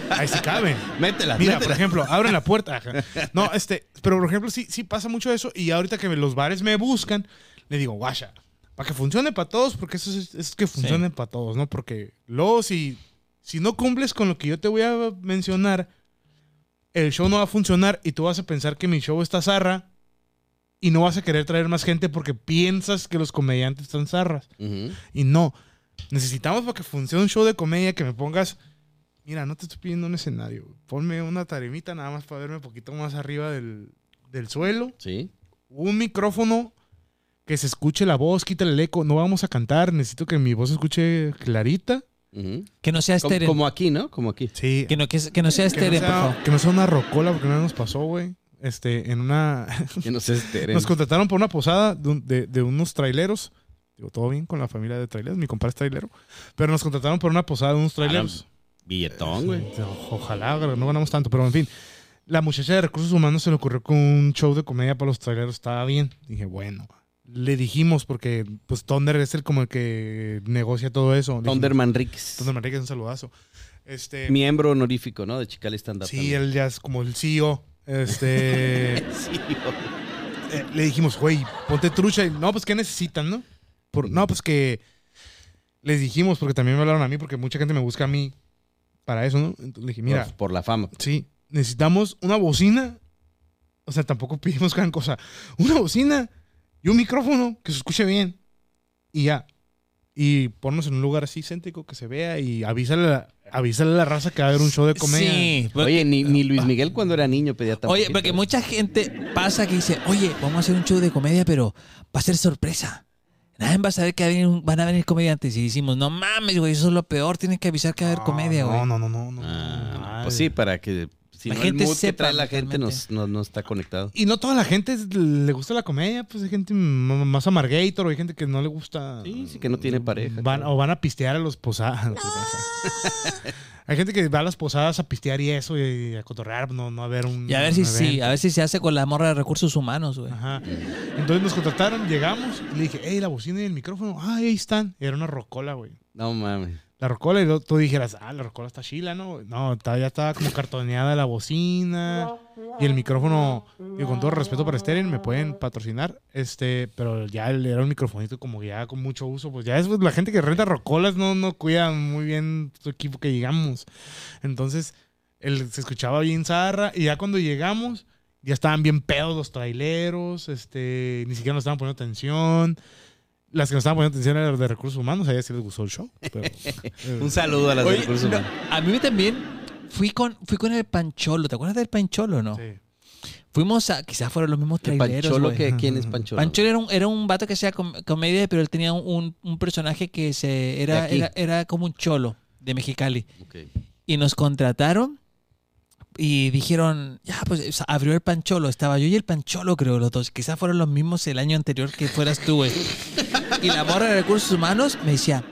A: ahí sí caben.
C: Métela,
A: Mira, por
C: métela.
A: ejemplo, abren la puerta. Ajá. No, este, pero por ejemplo, sí, sí pasa mucho eso. Y ahorita que me- los bares me buscan, le digo, guasha, para que funcione para todos, porque eso es, eso es que funcione para todos, ¿no? Porque luego, si, si no cumples con lo que yo te voy a mencionar, el show no va a funcionar y tú vas a pensar que mi show está zarra y no vas a querer traer más gente porque piensas que los comediantes están zarras.
C: Ujú.
A: Y no, necesitamos para que funcione un show de comedia que me pongas. Mira, no te estoy pidiendo un escenario. güey. Ponme una taremita nada más para verme un poquito más arriba del, del suelo.
C: Sí.
A: Un micrófono que se escuche la voz, quítale el eco. No vamos a cantar, necesito que mi voz se escuche clarita.
C: Ujú.
B: que no sea
C: Como,
B: estéreo.
C: como aquí, ¿no? Como aquí.
A: Sí,
B: Que no, que, que no sea
A: que no,
B: estéreo, por
A: sea,
B: favor.
A: que no sea una rocola porque no nos pasó, güey. Este, en una.
C: Que no se esteren.
A: Nos contrataron por una posada de, un- de- de unos traileros. Digo, todo bien con la familia de traileros. Mi compadre es trailero. Pero nos contrataron por una posada de unos traileros.
C: Billetón, güey.
A: O- Ojalá, pero no ganamos tanto. Pero en fin, la muchacha de recursos humanos se le ocurrió que un show de comedia para los traileros estaba bien. Dije, bueno. Le dijimos, porque pues Thunder es el como el que negocia todo eso. Le dijimos,
C: Thunder Manríquez.
A: Thunder Manrique es un saludazo. Este,
C: Miembro honorífico, ¿no? De Chicali Stand Up.
A: sí,
C: también.
A: él ya es como el CEO.
C: (laughs)
A: Este.
C: Sí, güey.
A: eh, le dijimos, güey, ponte trucha. Y, no, pues, ¿qué necesitan, no? Por, no, pues que les dijimos, porque también me hablaron a mí, porque mucha gente me busca a mí para eso, ¿no? Entonces, le dije, mira,
C: Por, por la fama.
A: sí, necesitamos una bocina. O sea, tampoco pedimos gran cosa. Una bocina y un micrófono que se escuche bien. Y ya. Y ponnos en un lugar así céntrico que se vea y avísale a la, avísale a la raza que va a haber un show de comedia.
B: Sí, pero-
C: Oye, ni, ni Luis Miguel cuando era niño pedía tan
B: Oye,
C: poquito.
B: porque mucha gente pasa que dice, oye, vamos a hacer un show de comedia, pero va a ser sorpresa. Nadie va a saber que va a venir un- van a venir comediantes. Y decimos, no mames, güey, eso es lo peor. Tienes que avisar que va a haber comedia, güey.
A: No, no, no, no. no,
C: Ah,
A: no.
C: pues sí, para que si
B: La
C: no
B: gente
C: el mood que
B: sepa,
C: trae la gente nos-
B: realmente.
C: no, no está conectado.
A: Y no toda la gente es- le gusta la comedia, pues hay gente m- más amargator o hay gente que no le gusta. mm,
C: Sí, sí, que no tiene pareja.
A: Van, o van a pistear a los posadas. (laughs) hay gente que va a las posadas a pistear y eso y a cotorrear, no, no a ver un.
B: Y Mm, a ver si
A: un
B: sí,
A: evento.
B: a ver si se hace con la morra de recursos humanos, güey.
A: Ajá. Entonces nos contrataron, llegamos y le dije, hey, la bocina y el micrófono, ah, ahí están. Era una rocola, güey.
C: No mames.
A: La rocola, y luego tú dijeras, ah, la rocola está chila, ¿no? No, ta- ya estaba como cartoneada la bocina y el micrófono. Y con todo respeto para Stereo, me pueden patrocinar, este, pero ya el- era un microfonito como ya con mucho uso. Pues ya es pues, la gente que renta rocolas no, no cuida muy bien su equipo que digamos. Entonces, el- se escuchaba bien zarra y ya cuando llegamos, ya estaban bien pedos los traileros, este, ni siquiera nos estaban poniendo atención. Las que nos estaban poniendo atención eran de recursos humanos, a ellas sí les gustó el show. pero- eh,
C: Un saludo a las
B: Oye,
C: del curso.
B: no,
C: man.
B: a mí también fui con, fui con el Pancholo. ¿Te acuerdas del Pancholo, no?
A: Sí.
B: Fuimos a, quizás fueron los mismos
C: El
B: traileros,
C: Pancholo,
B: güey.
C: que, ¿quién es Pancholo?
B: Pancho era un, era un vato que hacía com- comedia, pero él tenía un, un- un personaje que se
C: De
B: era,
C: aquí.
B: era, era como un cholo de Mexicali.
C: Ok.
B: Y nos contrataron y dijeron, ya, pues o sea, abrió el pancholo. Estaba yo y el pancholo, creo, los dos. Quizás fueron los mismos el año anterior que fueras tú, güey. Y la morra de recursos humanos me decía,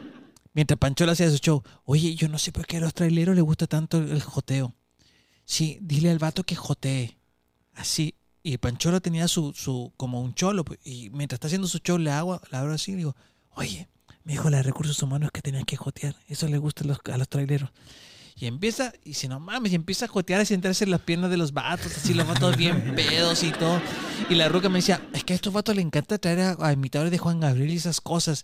B: mientras Pancholo hacía su show, oye, yo no sé por qué a los traileros les gusta tanto el joteo. Sí, dile al vato que jotee. Así. Y Pancholo tenía su, su como un cholo. pues, Y mientras está haciendo su show, le hago, le abro así y digo, oye, me dijo la de recursos humanos que tenías que jotear. Eso le gusta a los, a los traileros. Y empieza, y si no mames, y empieza a jotear, a sentarse en las piernas de los vatos, así los vatos
C: (laughs)
B: bien pedos y todo. Y la ruca me decía, es que a estos vatos le encanta traer a, a imitadores de Juan Gabriel y esas cosas.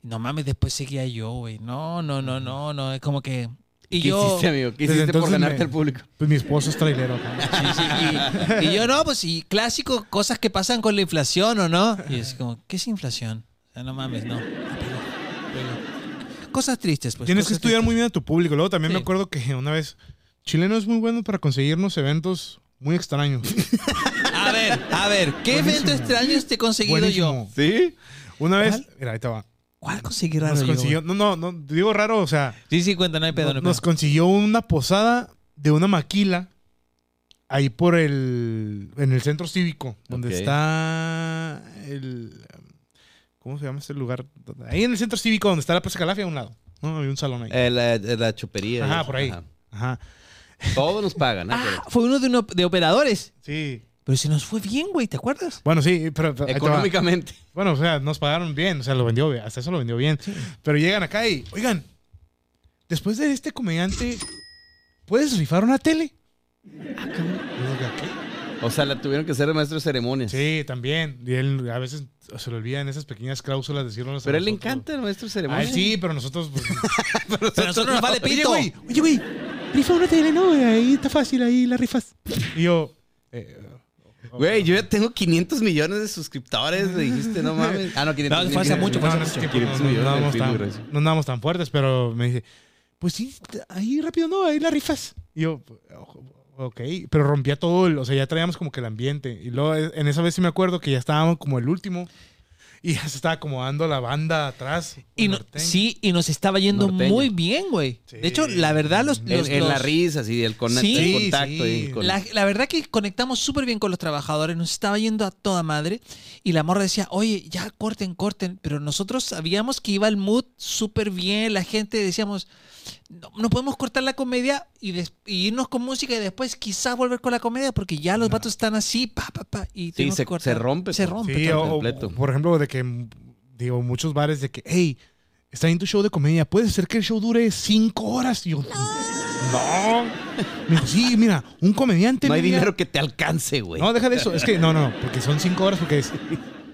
B: Y no mames, después seguía yo, güey. No, no, no, no, no, es como que... Y
C: ¿Qué
B: yo...
C: hiciste, amigo? ¿Qué
A: Desde
C: hiciste por
A: entonces
C: ganarte
A: me-
C: al público?
A: Pues mi esposo es trailero. acá.
B: Sí, sí, y, y yo no, pues y clásico, cosas que pasan con la inflación o no. Y es como, ¿qué es inflación? O sea, no mames, no. Cosas tristes, pues.
A: Tienes que
B: cosas
A: estudiar
B: tristes.
A: muy bien a tu público. Luego también
B: Sí.
A: me acuerdo que (laughs) una vez, Chileno es muy bueno para conseguirnos eventos muy
B: (laughs)
A: extraños.
B: A ver, a ver, ¿qué
A: Buenísimo.
B: evento extraño te he conseguido yo?
A: Buenísimo.
C: ¿Sí?
A: Una vez,
B: ¿Cuál?
A: mira, ahí te va.
B: ¿Cuál conseguí raro
A: Nos
B: yo,
A: consiguió, no, no, no, digo raro, o sea,
B: güey? Sí, sí, cuenta, no hay pedo, no hay pedo.
A: nos consiguió una posada de una maquila ahí por el, en el centro cívico, donde
C: Ok.
A: está el, ¿cómo se llama este lugar? Ahí en el centro cívico, donde está la Plaza Calafia, a un lado, ¿no? Había un salón ahí.
C: Eh, la, eh, la chupería.
A: Ajá,
C: eso.
A: por ahí. Ajá.
C: Todos nos pagan, ¿no?
B: Ah, fue uno de, uno de operadores.
A: Sí.
B: Pero se nos fue bien, güey, ¿te acuerdas?
A: Bueno, sí, pero... pero
C: Pero
A: ahí te va.
C: Económicamente.
A: Bueno, o sea, nos pagaron bien, o sea, lo vendió bien, hasta eso lo vendió bien. Pero llegan acá y, oigan, después de este comediante, ¿puedes rifar una tele?
C: Ah,
A: Y yo, ¿qué?
C: O sea, la tuvieron que hacer el maestro de ceremonias.
A: Sí, también. Y él a veces se le olvidan esas pequeñas cláusulas decirnos.
C: Pero a él le encanta el maestro de
A: Ah,
C: ceremonias.
A: sí, pero nosotros.
C: (laughs)
A: Pues,
B: Pero a nosotros nos vale
A: oye,
B: pito.
A: güey, oye, güey, rifa una tele, ¿no? Ahí está fácil, ahí la rifas. Y yo. eh,
C: Güey, yo ya tengo 500 millones de suscriptores, le dijiste, no mames. Ah, no, 500
B: No, falta mucho,
A: no,
B: falta
A: no, es que,
B: mucho.
A: pues, no, no, no andábamos tan- no andábamos tan fuertes, pero me dice, pues sí, t- ahí rápido no, ahí la rifas. Y yo, ok, pero rompía todo, el- o sea, ya traíamos como que el ambiente. Y luego eh, en esa vez sí me acuerdo que ya estábamos como el último y ya se estaba acomodando la banda atrás.
B: Y
A: el
B: no-
A: norteño.
B: sí, y nos estaba yendo
C: Norteño.
B: muy bien, güey.
A: Sí.
B: De hecho, la verdad, los.
C: En,
B: los-
C: en la
B: los-
C: risa, sí, el, con-
B: Sí,
C: el contacto.
A: sí.
C: y con-
B: La, la verdad que conectamos súper bien con los trabajadores, nos estaba yendo a toda madre y la morra decía, oye, ya corten, corten, pero nosotros sabíamos que iba el mood súper bien, la gente decíamos, no, no podemos cortar la comedia y, des- y irnos con música y después quizás volver con la comedia porque ya los vatos están así, pa, pa, pa, y tenemos
C: se-
B: que cortar.
C: se rompe,
B: Se
C: pues.
B: rompe.
A: Sí,
B: todo.
A: o- o,
C: completo.
A: por ejemplo, de que, mm, digo, muchos bares de que, hey, está en tu show de comedia, puedes hacer que el show dure cinco horas. Y yo, no. (laughs) Me dijo, sí, mira, un comediante.
C: no hay
A: media-
C: dinero que te alcance, güey.
A: No, deja de eso. Es que, no, no, porque son cinco horas, porque es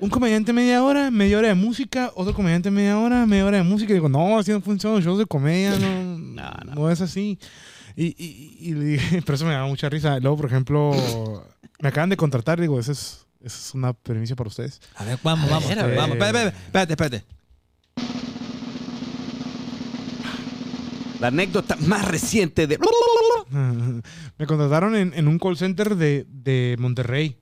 A: un comediante media hora, media hora de música, otro comediante media hora, media hora de música. Y digo, no, así no funcionan los shows de comedia, no, no,
C: no.
A: es así. Y, y, y le dije, (laughs) pero eso me da mucha risa. Luego, por ejemplo, me acaban de contratar, digo, esa es, esa es una premisa para ustedes. (laughs)
B: A ver, vamos, vamos,
A: a ver.
B: vamos. Espérate, espérate, espérate, espérate.
C: La anécdota más reciente de.
A: Me contrataron en, en un call center de, de Monterrey.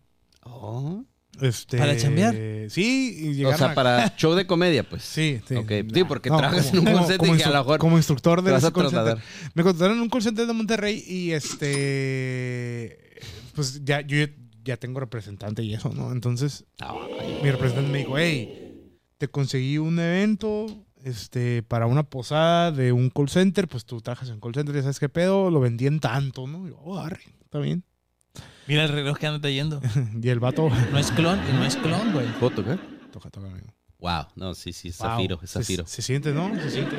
C: Oh.
A: Este,
B: ¿Para chambear?
A: Sí, y
C: O
A: llegaron
C: sea,
A: a-
C: para show de comedia, pues.
A: (laughs) Sí, sí.
C: Ok, sí, porque trabajas
A: como-
C: en un
A: como-
C: call center
A: como
C: y que a lo
A: instru-
C: mejor
A: Como instructor
C: te
A: de
C: vas
A: ese
C: a
A: call center.
C: trasladar.
A: Me contrataron en un call center de Monterrey y este... Pues ya, yo ya tengo representante y eso, ¿no? Entonces,
C: Ah,
A: mi representante me dijo, hey, te conseguí un evento este, para una posada de un call center, pues tú trabajas en call center, ya sabes qué pedo, lo vendí en tanto, ¿no? Y yo, oh, arre, está bien. (laughs)
B: Mira el reloj que anda (laughs) yendo.
A: Y el vato. (laughs)
B: No es clon, no es clon, güey.
C: ¿Foto, ¿eh? qué?
A: Toca, toca, amigo.
C: Wow, no, sí, sí, Zafiro,
A: Wow.
C: es Zafiro.
A: Se, se siente, ¿no? Se siente.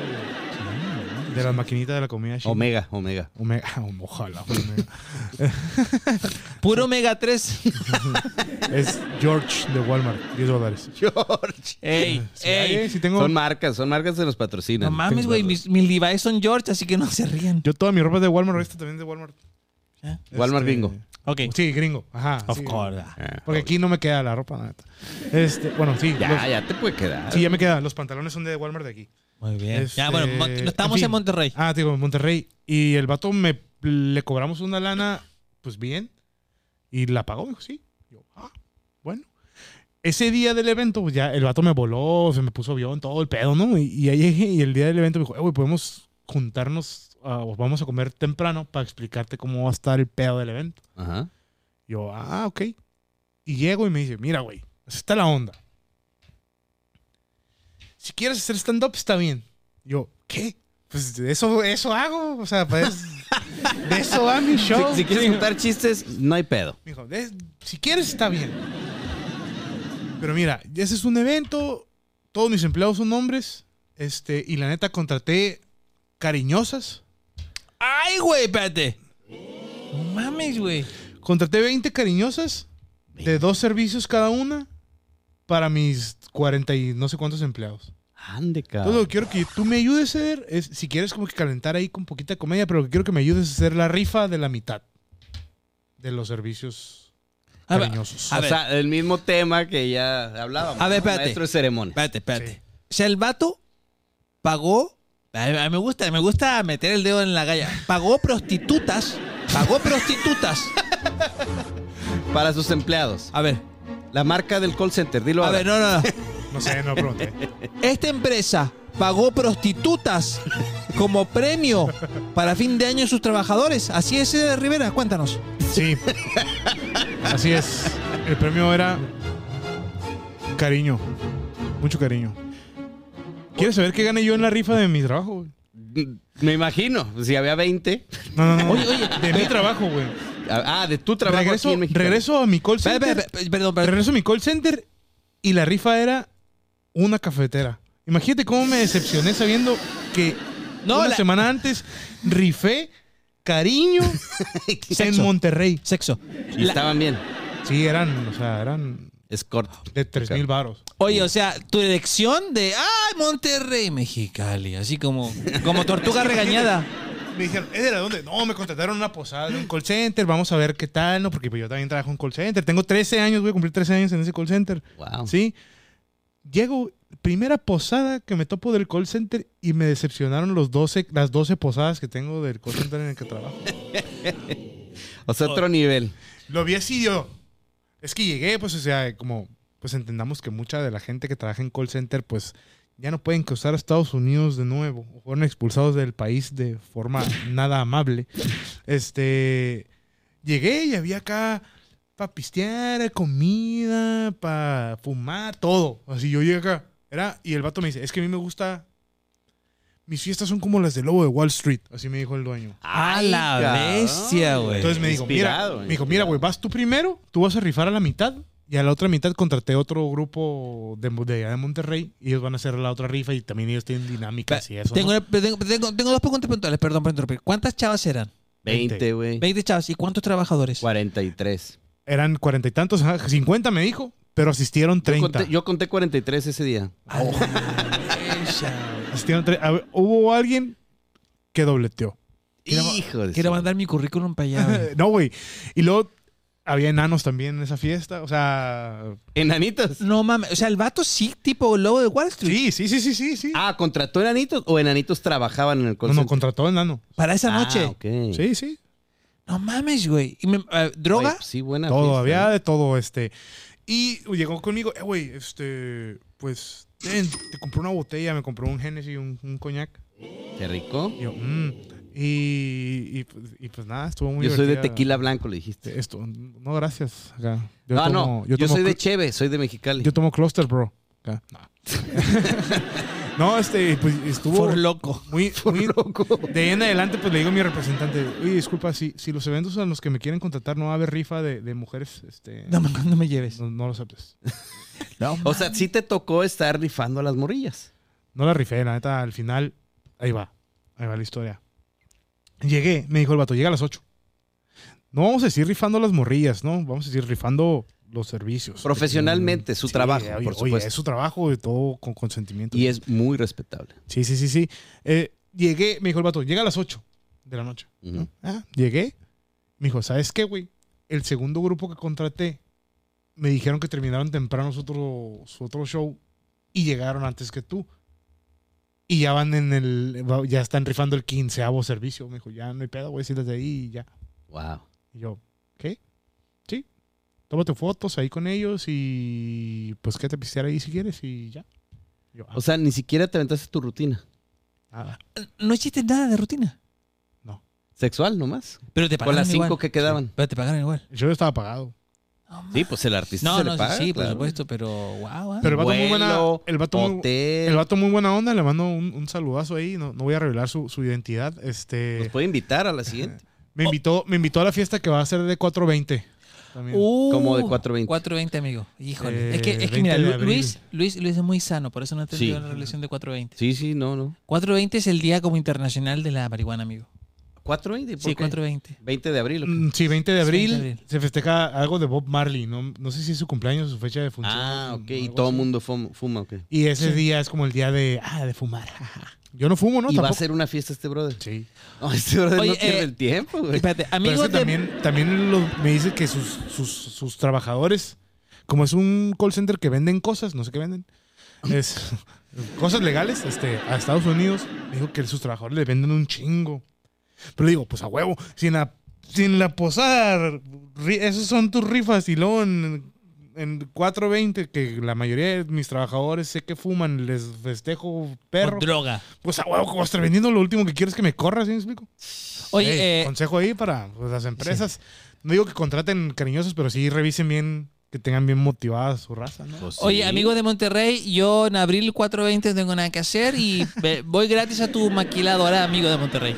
A: De las maquinitas de la comida china.
C: Omega,
B: (laughs)
C: Omega.
A: Omega. (laughs) Ojalá. Omega.
B: Puro Omega 3.
A: es George de Walmart. 10 dólares.
C: George.
B: Ey,
A: Sí,
B: ey.
A: ay, sí tengo.
C: Son marcas, son marcas que los patrocinan.
B: No mames, güey. Mis, mis Levi's son George, así que no se rían.
A: Yo toda mi ropa es de Walmart. Esta también es de Walmart. Este,
B: ¿Eh?
C: Walmart gringo.
B: Ok.
A: Sí, gringo. Ajá.
B: Of
A: sí.
B: course.
C: Ah,
A: Porque aquí no me queda la ropa, la neta. Este, bueno, sí.
C: Ya,
A: los-
C: ya te puede quedar.
A: Sí, ya me queda. Los pantalones son de Walmart de aquí.
B: Muy bien.
A: Este,
B: Ya, bueno, mo- no estamos
A: en fin.
B: en Monterrey.
A: Ah, digo, en Monterrey. Y el vato me le cobramos una lana, pues bien. Y la pagó, me dijo, sí. Yo, ah, bueno. Ese día del evento, pues ya el vato me voló, se me puso avión, todo el pedo, ¿no? Y, y ahí llegué y el día del evento me dijo, eh, güey, podemos juntarnos, ah, o vamos a comer temprano para explicarte cómo va a estar el pedo del evento.
C: Ajá.
A: Yo, ah, ok. Y llego y me dice, mira, güey, así está la onda. Si quieres hacer stand-up, está bien. Yo, ¿qué? Pues de eso, eso hago. O sea, pues, de eso va mi show.
C: Si, si quieres contar chistes, no hay pedo.
A: Me dijo, "De- si quieres, está bien. Pero mira, ese es un evento, todos mis empleados son hombres, este, y la neta contraté cariñosas.
B: ¡Ay, güey! Espérate. No mames, güey.
A: Contraté 20 cariñosas de dos servicios cada una para mis 40 y no sé cuántos empleados.
C: Ande,
A: Entonces lo
C: cabrón.
A: que quiero que tú me ayudes a hacer es, si quieres como que calentar ahí con poquita comedia, pero lo que quiero que me ayudes es hacer la rifa de la mitad de los servicios
B: A ver,
A: cariñosos.
B: a
C: O
B: ver.
C: sea, el mismo tema que ya hablábamos.
B: A ver,
C: ¿no?
B: espérate.
C: Maestro de ceremonia.
B: Espérate, espérate.
A: Sí.
B: O sea, el vato pagó. A mí- a mí me gusta, me gusta meter el dedo en la galla. Pagó prostitutas. Pagó prostitutas.
C: Para sus empleados.
B: A ver,
C: La marca del call center, dilo
B: a
C: ahora.
B: ver, no, no, no.
A: No sé, no pregunté.
B: Esta empresa pagó prostitutas como premio para fin de año a sus trabajadores. Así es, eh, Rivera, cuéntanos.
A: Sí. Así es. El premio era cariño. Mucho cariño. ¿Quieres saber qué gané yo en la rifa de mi trabajo? güey?
C: Mm, Me imagino, si había 20.
A: No, no, no.
B: Oye, oye,
A: de mi trabajo, güey.
C: Ah, de tu trabajo
A: regreso,
C: aquí en México.
A: regreso a mi call
B: Espera,
A: center.
B: espera, espera, Perdón, perdón.
A: Regreso a mi call center y la rifa era una cafetera. Imagínate cómo me decepcioné sabiendo que
B: No,
A: una
B: la-
A: semana antes, rifé
B: (laughs)
A: cariño en
B: Sexo.
A: Monterrey.
B: Sexo.
C: Y
B: La-
C: estaban bien.
A: Sí, eran, o sea, eran
C: Es corto.
A: de 3 mil varos.
B: Oye, o sea, tu elección de ¡Ay, Monterrey, Mexicali! Así como, como tortuga regañada.
C: (laughs)
A: Me dijeron, ¿es de la dónde? No, me contrataron en una posada, en un call center, vamos a ver qué tal, ¿no? Porque pues, yo también trabajo en call center. Tengo 13 años, voy a cumplir 13 años en ese call center.
C: Wow.
A: ¿Sí? Llego, primera posada que me topo del call center y me decepcionaron los 12, las 12 posadas que tengo del call center en el que trabajo.
C: O sea,
B: Oh.
C: otro nivel.
A: Lo vi así yo. Es que llegué, pues, o sea, como, pues entendamos que mucha de la gente que trabaja en call center, pues, ya no pueden cruzar a Estados Unidos de nuevo. O fueron expulsados del país de forma nada amable. Este, llegué y había acá para pistear, eh, comida, para fumar, todo. Así yo llegué acá. Era, y el vato me dice, es que a mí me gusta... Mis fiestas son como las del lobo de Wall Street, así me dijo el dueño.
B: ¡A
C: Ay,
B: la
C: cabrón.
B: bestia, güey!
A: Entonces me dijo, mira,
C: Inspirado,
A: me dijo, mira, güey, vas tú primero, tú vas a rifar a la mitad y a la otra mitad contraté otro grupo de, de allá de Monterrey y ellos van a hacer la otra rifa y también ellos tienen
B: Pa-
A: dinámicas y eso.
B: tengo,
A: ¿no?
B: tengo- tengo- tengo dos preguntas puntuales, perdón por interrumpir. ¿Cuántas chavas eran?
C: 20, güey.
B: 20 chavas. ¿Y cuántos trabajadores?
C: 43.
A: Eran cuarenta y tantos, ajá, 50 me dijo, pero asistieron
C: Yo
A: 30.
C: conté, yo conté 43 ese día.
B: A la bestia,
C: (laughs)
B: güey.
A: Asistieron tre- a ver, hubo alguien que dobleteó. Eh,
B: Quiero-
C: Hijo de
B: Quiero
C: su-
B: mandar mi currículum para allá. güey.
A: no, güey. Y luego había enanos también en esa fiesta, o sea... (laughs)
C: ¿Enanitos?
B: No mames, o sea, el vato sí, tipo lobo de Wall Street.
A: Sí, sí, sí, sí, sí. sí.
C: Ah, ¿contrató enanitos o enanitos trabajaban en el
A: no, no,
C: call
A: contrató enano.
B: Para esa noche.
C: Ah, ok.
A: Sí, sí.
B: No mames, güey. Y me- eh,
C: Oye,
B: ¿Droga?
C: pues sí, buena
A: Todo,
C: fiesta,
A: había
C: ¿eh?
A: de todo, este. Y llegó conmigo, eh, güey, este, pues, ten, te compré una botella, me compró un Genesis y un, un coñac.
C: Qué rico.
A: Y yo, mm. Y, y, pues- y pues nada, estuvo muy
C: Yo soy de
A: divertida.
C: tequila blanco, le dijiste.
A: Esto, no, gracias. Acá. Yo
C: no,
A: tomo-
C: no, yo,
A: tomo
C: soy de
A: cl-
C: Cheve, soy de Mexicali.
A: Yo tomo Cluster, bro. Acá. No. (laughs) no, este, pues estuvo
B: Por loco.
C: (laughs)
A: muy, muy,
C: loco.
A: De ahí en adelante, pues le digo a mi representante, oye, disculpa, si, si los eventos a los que me quieren contratar no va a haber rifa de, de mujeres, este,
B: No, me- no me lleves.
A: no, no lo aceptes.
C: O sea, sí te tocó estar rifando a las morrillas.
A: No la rifé, la neta, al final, ahí va, ahí va la historia. Llegué, me dijo el vato, llega a las 8. No vamos a decir rifando las morrillas, ¿no? Vamos a decir rifando los servicios.
C: Profesionalmente, su
A: Sí,
C: trabajo,
A: oye,
C: por
A: oye,
C: supuesto.
A: es su trabajo y todo con consentimiento.
C: Y es muy respetable.
A: Sí, sí, sí, sí. Eh, llegué, me dijo el vato, llega a las 8 de la noche.
C: Ujú.
A: Ah, llegué, me dijo, ¿sabes qué, güey? El segundo grupo que contraté, me dijeron que terminaron temprano su otro, su otro show y llegaron antes que tú. Y ya van en el, va- ya están rifando el quinceavo servicio. Me dijo, ya no hay pedo, güey, siéntate ahí y ya.
C: Wow.
A: Y yo, ¿qué? Sí, tómate fotos ahí con ellos y pues que te pistear ahí si quieres y ya. Y yo, ah,
C: O sea, ni siquiera te aventaste tu rutina.
A: nada.
B: No hiciste nada de rutina.
C: Sexual nomás.
B: Pero te
C: Con
B: pagaron
C: las cinco
B: igual.
C: que quedaban.
B: Pero te pagaron igual.
A: El show estaba pagado.
B: No,
C: Sí, pues el artista
B: no,
C: se le
B: no,
C: paga.
B: sí, sí, por
C: claro.
B: supuesto, pero wow.
A: Pero el vato muy buena-
C: Vuelo,
A: el vato muy-
C: hotel.
A: El vato muy buena onda, le mando un, un saludazo ahí, no, no voy a revelar su, su identidad. Este...
C: Nos Oh. puede invitar a la siguiente.
A: Me invitó, me invitó a la fiesta que va a ser de 4.20. también.
C: Como de 420.
B: 420, Uh, amigo. Híjole.
A: Eh,
B: es que, es que
A: 20
B: mira,
A: de
B: Lu-
A: abril.
B: Luis, Luis, Luis es muy sano, por eso no ha tenido
C: Sí.
B: una relación de 420.
C: (laughs) Sí, sí, no, no.
B: 420 es el día como internacional de la marihuana, amigo.
C: ¿420? ¿Por
B: Sí,
C: qué? (laughs)
B: 420.
C: 20 de abril. ¿o qué?
A: Mm, Sí, 20 de abril,
B: 20 de abril.
A: se festeja algo de Bob Marley. No, no sé si es su cumpleaños o su fecha de función.
C: Ah,
A: o
C: ok. Y
A: algo
C: todo el
A: así.
C: mundo fuma, fuma, ok.
A: Y ese
B: Sí.
A: día es como el día de, ah, de fumar. Yo no fumo, ¿no?
C: y va a
A: Tampoco.
C: ser una fiesta este brother. (laughs)
A: Sí.
C: No, este brother
B: Oye,
C: no pierde
B: eh,
C: el tiempo, güey.
B: Espérate,
A: Pero es
B: amigo
A: que
B: de...
A: también, también lo- me dice que sus, sus, sus trabajadores, como es un call center que venden cosas, no sé qué venden, es (laughs) cosas legales este, a Estados Unidos, me dijo que sus trabajadores le venden un chingo. Pero le digo, pues a huevo, si en la, si en la posada, ri- esos son tus rifas y luego en, en 420, que la mayoría de mis trabajadores sé que fuman, les festejo perro,
B: con droga.
A: pues a huevo, como estar vendiendo lo último que quieres que me corra, ¿sí me explico?
B: Oye,
A: Ey,
B: eh,
A: consejo ahí para pues, las empresas. No digo que contraten cariñosos, pero sí revisen bien, que tengan bien motivada su raza, ¿no?
C: Pues
B: Oye,
C: sí.
B: amigo de Monterrey, yo en abril 420 tengo nada que hacer y ve- voy gratis a tu maquiladora, amigo de Monterrey.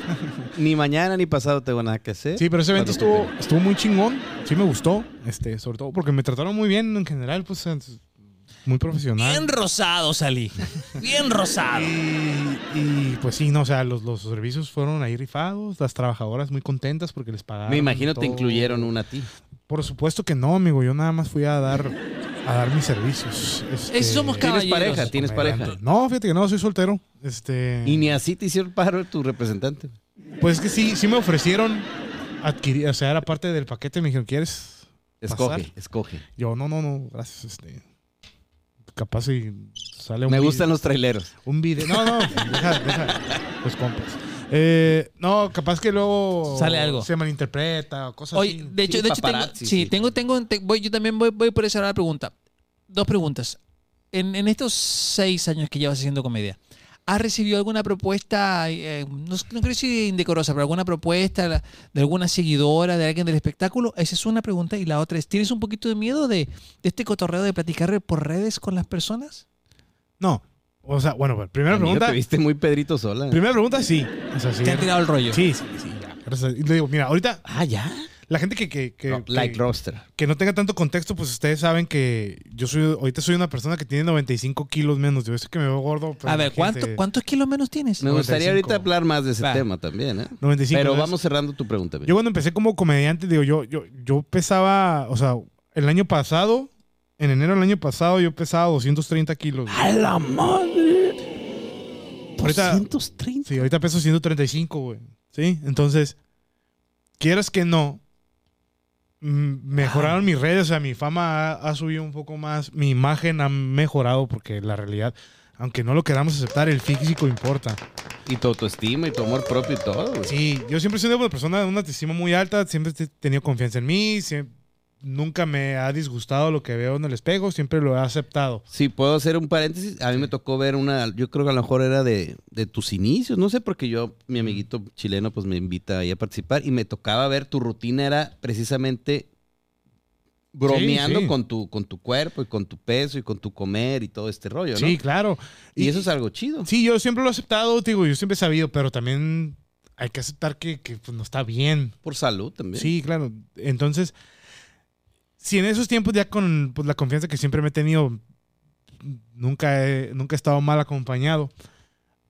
C: Ni mañana ni pasado tengo nada que hacer.
A: Sí, pero ese evento
C: Cuando ocupe.
A: estuvo, estuvo muy chingón. Sí me gustó, este, sobre todo porque me trataron muy bien en general, pues en- muy profesional.
B: Bien rosado salí. Bien rosado.
A: Y, y, pues sí, no, o sea, los, los servicios fueron ahí rifados, las trabajadoras muy contentas porque les pagaron.
C: Me imagino te
A: todo.
C: incluyeron una a ti.
A: Por supuesto que no, amigo, yo nada más fui a dar a dar mis servicios. Este,
B: Eh, somos
A: comediante.
B: caballeros.
C: pareja, ¿Tienes pareja?
A: No, fíjate que no, soy soltero. Este
C: Y ni así te hicieron paro tu representante.
A: pues es que sí, sí me ofrecieron adquirir, o sea, era parte del paquete, me dijeron, "¿Quieres?"
C: Escoge,
A: Pasar.
C: escoge.
A: Yo, "No, no, no, gracias, este capaz si sale un
C: Me
A: vi-
C: gustan los traileros.
A: un video. No, no, deja, deja los compas. Eh, no, capaz que luego
B: Sale algo.
A: se malinterpreta o cosas
B: Oye,
A: así.
B: de hecho,
C: sí,
B: de hecho tengo, sí,
C: paparazzi, sí.
B: tengo, tengo, te- voy, yo también voy, voy por esa hora la pregunta. Dos preguntas. En, en estos seis años que llevas haciendo comedia, ¿has recibido alguna propuesta, eh, no, no creo decir indecorosa, pero alguna propuesta la- de alguna seguidora, de alguien del espectáculo? Esa es una pregunta. Y la otra es, ¿tienes un poquito de miedo de, de este cotorreo de platicar por redes con las personas?
A: No, o sea, bueno, bueno, primera
C: Amigo,
A: pregunta.
C: Te viste muy Pedrito sola.
A: Primera pregunta, sí. O sea, sí.
B: ¿Te han tirado el rollo?
A: Sí, sí, sí, ya. Gracias a- y Le digo, mira, ahorita
C: Ah, ya.
A: la gente que, que, que,
C: No,
A: que-
C: like roster.
A: que no tenga tanto contexto, pues ustedes saben que yo soy, ahorita soy una persona que tiene 95 kilos menos. Yo sé que me veo gordo. pero
B: A ver,
A: imagínate,
B: ¿cuánto, ¿cuántos kilos menos tienes?
C: Me gustaría
A: 95.
C: ahorita hablar más de ese
B: Va.
C: tema también, ¿eh?
A: 95
C: Pero
A: entonces-
C: vamos cerrando tu pregunta. amigo.
A: Yo cuando empecé como comediante, digo, yo, yo, yo pesaba, o sea, el año pasado, en enero del año pasado, yo pesaba 230 kilos. güey.
C: ¡A la madre!
A: Ahorita-
C: 230.
A: Sí, ahorita peso 135, güey. Sí, entonces, quieras que no, mm, mejoraron mis redes, o sea, mi fama ha, ha subido un poco más, mi imagen ha mejorado porque la realidad, aunque no lo queramos aceptar, el físico importa.
C: Y tu autoestima y tu amor propio y todo. güey.
A: Sí, yo siempre he sido una persona de una autoestima muy alta, siempre he tenido confianza en mí, siem- nunca me ha disgustado lo que veo en el espejo, siempre lo he aceptado.
C: Sí, puedo hacer un paréntesis. A mí me tocó ver una, yo creo que a lo mejor era de, de tus inicios, no sé, porque yo, mi amiguito chileno, pues me invita ahí a participar y me tocaba ver tu rutina, era precisamente bromeando
A: sí.
C: Con, tu, con tu cuerpo y con tu peso y con tu comer y todo este rollo, ¿no?
A: Sí, claro.
C: y, eso es algo chido.
A: Sí, yo siempre lo he aceptado, te digo, yo siempre he sabido, pero también hay que aceptar que, que, pues, no está bien.
C: Por salud también.
A: Sí, claro. Entonces, si en esos tiempos ya con pues, la confianza que siempre me he tenido, nunca he, nunca he estado mal acompañado.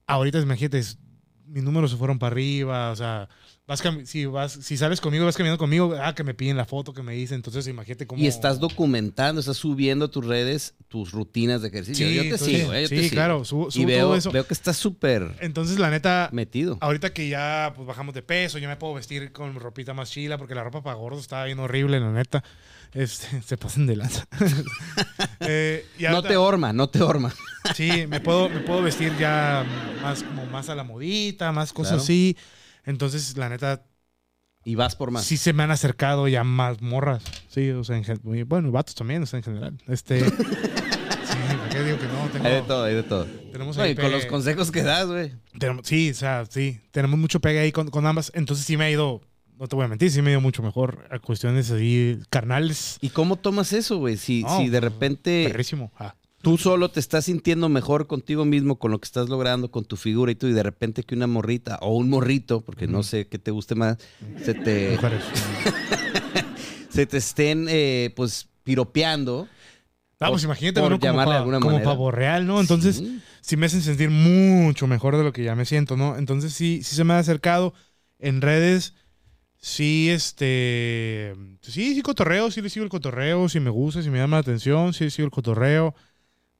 A: Ahorita, imagínate, es- mis números se fueron para arriba, o sea, vas cami- si, vas, si sales conmigo, vas caminando conmigo, ah, que me piden la foto, que me dicen, entonces imagínate cómo...
C: Y estás documentando, estás subiendo a tus redes tus rutinas de ejercicio. yo te
A: entonces-
C: sigo, ¿eh? Yo
A: sí,
C: te sigo.
A: claro, subo,
C: Y
A: subo todo
C: veo,
A: eso.
C: veo que estás súper
A: Entonces, la neta,
C: metido.
A: Ahorita que ya pues, bajamos de peso, yo me puedo vestir con ropita más chila porque la ropa para gordos está bien horrible, la neta. Este, (laughs) se pasan de lanza. Eh, y
C: No
A: ahorita-
C: te horma, no te horma.
A: Sí, me puedo, me puedo vestir ya más, como más a la modita, más cosas
C: Claro.
A: así. Entonces, la neta,
C: Y vas por más.
A: sí se me han acercado ya más morras. Sí, o sea, en gen- y bueno, y vatos también, o sea, en general. Este. (laughs) sí, ¿por qué digo que no? Tengo-
C: Hay de todo, hay de todo.
A: tenemos
C: No,
A: ahí
C: y con los
A: pe-
C: consejos que das, güey.
A: Tenemos- sí, o sea, sí. Tenemos mucho pegue ahí con, con ambas. Entonces sí me ha ido, no te voy a mentir, sí me ha ido mucho mejor a cuestiones así carnales.
C: ¿Y cómo tomas eso, güey? Si,
A: No,
C: si de repente
A: Perrísimo. Ah.
C: tú solo te estás sintiendo mejor contigo mismo, con lo que estás logrando, con tu figura y tú, y de repente que una morrita o un morrito, porque no
A: Ujú.
C: sé qué te guste más, se te, (laughs)
A: Mujeres.
C: se te estén, eh, pues, piropeando.
A: Ah, pues
C: Por-
A: imagínate,
C: por
A: bueno, como,
C: llamarle de
A: pa-
C: alguna
A: como
C: manera.
A: pavo real, ¿no? Entonces, sí.
C: Sí.
A: me hacen sentir mucho mejor de lo que ya me siento, ¿no? Entonces sí, sí se me ha acercado en redes. Sí, este. Sí, sí, cotorreo, sí le sigo el cotorreo, si me gusta, si me llama la atención, sí le sigo el cotorreo.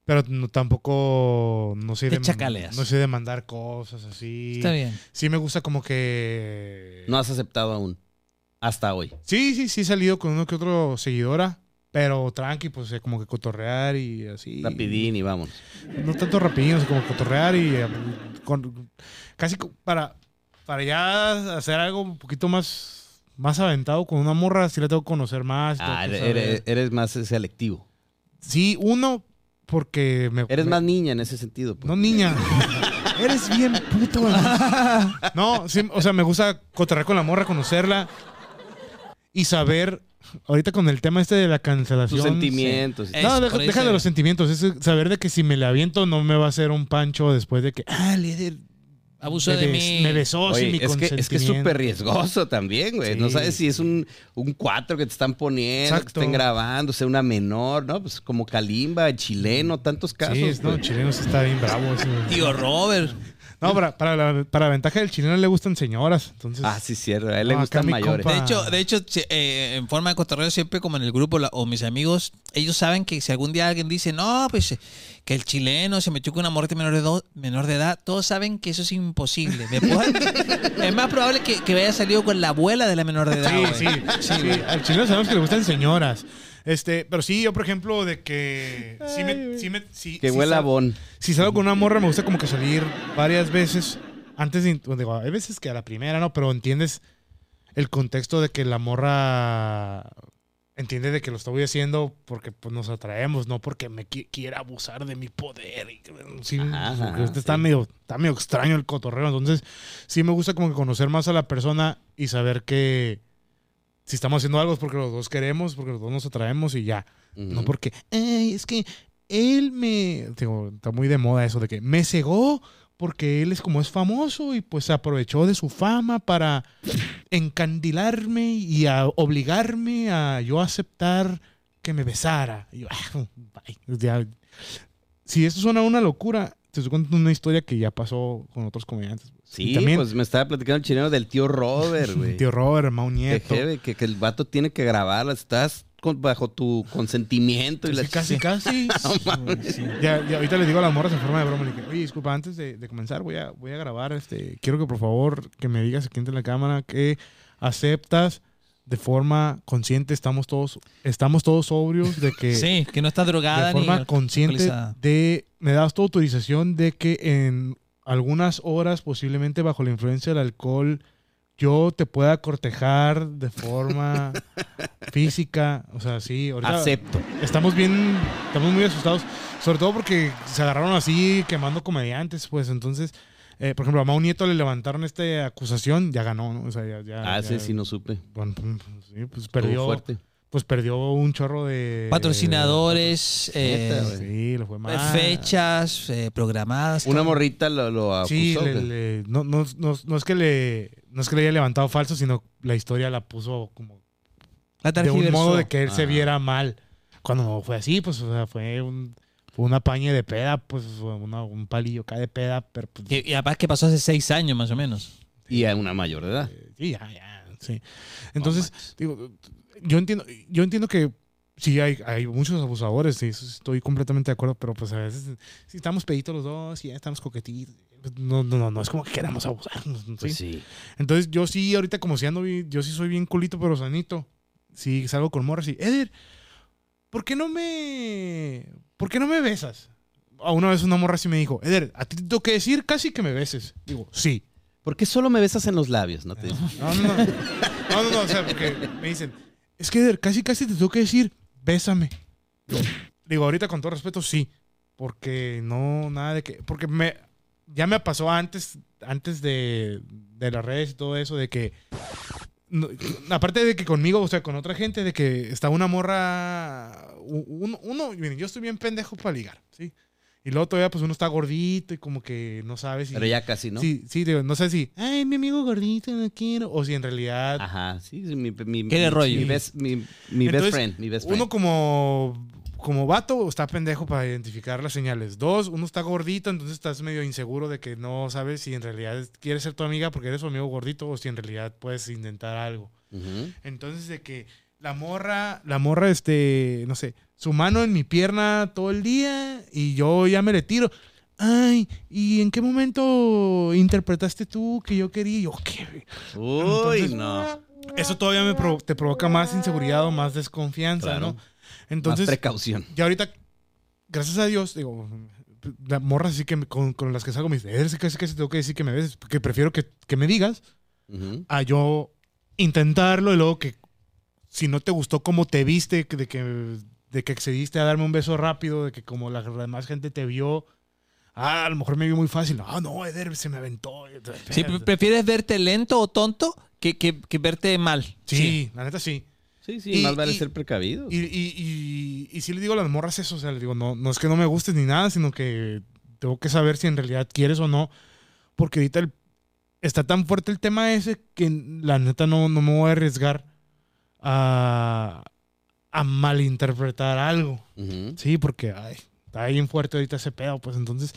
A: Pero no- tampoco. No sé
B: Te
A: de-
B: chacaleas.
A: No sé de mandar cosas así.
B: Está bien.
A: Sí, me gusta como que.
C: no has aceptado aún. Hasta hoy.
A: Sí, sí, sí, he salido con uno que otro seguidora. Pero tranqui, pues eh, como que cotorrear y así.
C: Rapidín y vámonos.
A: No tanto rapidín, o sea, como cotorrear y. eh, con- casi co- para, para ya hacer algo un poquito más, más aventado con una morra, sí la tengo que conocer más. tengo
C: Ah,
A: que
C: eres,
A: saber.
C: eres- eres más selectivo.
A: Sí, uno, porque me.
C: Eres
A: me-
C: más niña en ese sentido. pues.
A: No,
C: (laughs)
A: niña. Eres bien puta, güey.
B: (laughs)
A: No, sí, o sea, me gusta cotorrear con la morra, conocerla y saber, ahorita con el tema este de la cancelación.
C: Tus sentimientos. y
B: Eh,
A: No,
B: Eso,
A: deja,
B: por ahí
A: deja de
B: se-
A: los sentimientos. Es saber de que si me la aviento no me va a hacer un pancho después de que, ah, líder,
B: Abusó
A: me
B: de
A: bes-
B: mí.
A: Me besó sin
C: Oye,
A: mi
C: es, que, es que es
A: consentimiento.
C: súper riesgoso también, güey. No
A: Sí.
C: sabes si es un, un cuatro que te están poniendo, que te
A: Exacto.
C: estén grabando, o sea, una menor, ¿no? Pues como Kalimba, el chileno, tantos casos.
A: Mm. Sí, es- no, el
C: güey.
A: chileno sí está bien bravo. ese, güey.
B: Tío Robert.
A: No, para, para, la, para la ventaja del chileno le gustan señoras. Entonces,
C: Ah, sí, cierto. A él le
A: No, acá
C: gustan
A: mi
C: mayores.
A: compa-
B: De hecho, de hecho si- eh, en forma de cotorreo, siempre como en el grupo la- o mis amigos, ellos saben que si algún día alguien dice, no, pues eh, que el chileno se metió con una muerte menor de, do- menor de edad, todos saben que eso es imposible. Me puedo-
A: (laughs)
B: es más probable que, que haya salido con la abuela de la menor de edad.
A: Sí,
B: güey.
A: sí, sí,
B: güey.
A: Al chileno sabemos que le gustan señoras. Este, pero sí, yo por ejemplo, de que sí me, sí me- sí-
C: Que
A: sí
C: huela a
A: sal-
C: Bon.
A: Si salgo con una morra, me gusta como que salir varias veces antes de. bueno, Digo, hay veces que a la primera, ¿no? Pero entiendes el contexto de que la morra entiende de que lo estoy haciendo porque pues, nos atraemos, no porque me qui- quiera abusar de mi poder. y que- sí,
C: Ajá,
A: porque este está,
C: sí.
A: medio, está medio extraño el cotorreo. Entonces, sí me gusta como que conocer más a la persona y saber que si estamos haciendo algo es porque los dos queremos, porque los dos nos atraemos y ya. No
C: Ujú.
A: porque, "Ay, es que él me. Digo, está muy de moda eso de que me cegó porque él es como es famoso y pues se aprovechó de su fama para encandilarme y a obligarme a yo aceptar que me besara. Y yo, "Ah, bye". Ya. Si eso suena una locura, te estoy contando una historia que ya pasó con otros comediantes.
C: Sí,
A: Y también-
C: pues me estaba platicando el chileno del
A: (laughs)
C: tío Robert, güey.
A: Tío Robert, Mau
C: Que,
A: Nieto.
C: jeve, que, que el vato tiene que grabarla. Estás con- bajo tu consentimiento. y
A: Sí,
C: la
A: casi, casi.
B: Sí.
A: Ya, ya, ahorita les digo a las morras en forma de broma. le dije, Oye, disculpa, antes de, de comenzar voy a, voy a grabar. este Quiero que por favor que me digas aquí entre la cámara que aceptas de forma consciente, estamos todos, estamos todos sobrios de que
B: (laughs) Sí, que no está drogada
A: de
B: ni
A: forma
B: alco-
A: consciente
B: alcoholizada.
A: de me das tu autorización de que en algunas horas, posiblemente bajo la influencia del alcohol, yo te pueda cortejar de forma física. O sea, sí, ahorita
C: Acepto.
A: estamos bien, estamos muy asustados, sobre todo porque se agarraron así quemando comediantes, pues entonces, eh, por ejemplo, a Mau Nieto le levantaron esta acusación, ya ganó, ¿no? O sea, ya, ya-
C: Ah, sí,
A: ya-
C: sí, no supe. Estuvo
A: bueno, pues, sí, pues perdió,
C: fuerte.
A: pues perdió un chorro de
B: Patrocinadores,
C: Neta,
B: eh,
C: güey.
A: Sí, le fue mal.
B: fechas eh, programadas.
C: Una
B: todo.
C: morrita lo, lo acusó.
A: Sí, le-
C: güey.
A: le- no, no, no, no es que le no es que le haya levantado falso, sino la historia la puso como
B: La
A: de un
B: tergiversó.
A: modo de que él se
C: Ajá.
A: viera mal. Cuando no fue así, pues, o sea, fue un, fue un apañe de peda, pues, fue una- un palillo acá de peda, pero pues,
B: Y, y además que pasó hace seis años más o menos.
C: Y a una mayor de edad.
A: sí, ya, ya, sí. Entonces,
C: No manches.
A: digo, yo entiendo, yo entiendo que sí hay, hay muchos abusadores, sí, eso estoy completamente de acuerdo, pero pues a veces, si estamos peditos los dos, y ya estamos coquetitos, pues, no, no, no, no es como que queramos abusarnos, ¿sí?
C: pues sí.
A: Entonces, yo sí, ahorita como si ando bien, yo sí soy bien culito, pero sanito. Sí, salgo con morras y, Eder, ¿por qué no me. ¿Por qué no me besas? A una vez una morra sí me dijo, Eder, a ti te tengo que decir casi que me beses. Digo, sí.
C: ¿Por qué solo me besas en los labios? No te digo.
A: No, no, no. No, no, no, o sea, porque me dicen, es que Eder, casi casi te tengo que decir, bésame. Digo, Digo, ahorita con todo respeto, sí. Porque no, nada de que. Porque me. Ya me pasó antes, antes de, de las redes y todo eso, de que. no, aparte de que conmigo, o sea, con otra gente, de que está una morra. u- Uno, uno miren, yo estoy bien pendejo para ligar, ¿sí? Y luego todavía, pues uno está gordito y como que no sabe si.
C: Pero ya casi, ¿no?
A: Sí, sí, digo, no sé si, ay, mi amigo gordito, no quiero. O si en realidad
C: Ajá, sí, sí, mi, mi,
B: ¿Qué de
C: mi-
B: rollo?
C: Mi best, mi, mi best
A: Entonces,
C: friend, mi best friend.
A: uno como, como vato está pendejo para identificar las señales. Dos, uno está gordito, entonces estás medio inseguro de que no sabes si en realidad es- quieres ser tu amiga porque eres su amigo gordito o si en realidad puedes intentar algo.
C: Ujú.
A: Entonces de que la morra, la morra, este, no sé, su mano en mi pierna todo el día y yo ya me le tiro. Ay, ¿y en qué momento interpretaste tú que yo quería? Y Yo, ¿qué?
C: Uy,
A: Entonces,
C: no.
A: Eso todavía me provo- te provoca más inseguridad o más desconfianza,
C: Claro.
A: ¿no? Entonces,
C: Más precaución.
A: ya ahorita, gracias a Dios, digo, la morra sí que me- con, con las que salgo me dice, "Eres casi casi tengo que decir que me ves, que prefiero que, que me digas
C: Ujú.
A: a yo intentarlo y luego que si no te gustó cómo te viste, que- de que, de que accediste a darme un beso rápido, de que como la demás gente te vio, ah, a lo mejor me vio muy fácil. Ah, no, Eder se me aventó.
B: Sí, pre- ¿Prefieres verte lento o tonto que, que- que verte mal?
A: Sí, la neta sí.
C: Sí, sí,
A: Y-
C: más vale
A: y-
C: ser precavido.
A: Y, y, y, y sí le digo a las morras eso, o sea, le digo, no, no es que no me gustes ni nada, sino que tengo que saber si en realidad quieres o no. porque ahorita el- está tan fuerte el tema ese que la neta no, no me voy a arriesgar a, a malinterpretar algo.
C: Ujú.
A: Sí, porque ay, está bien fuerte ahorita ese pedo, pues entonces,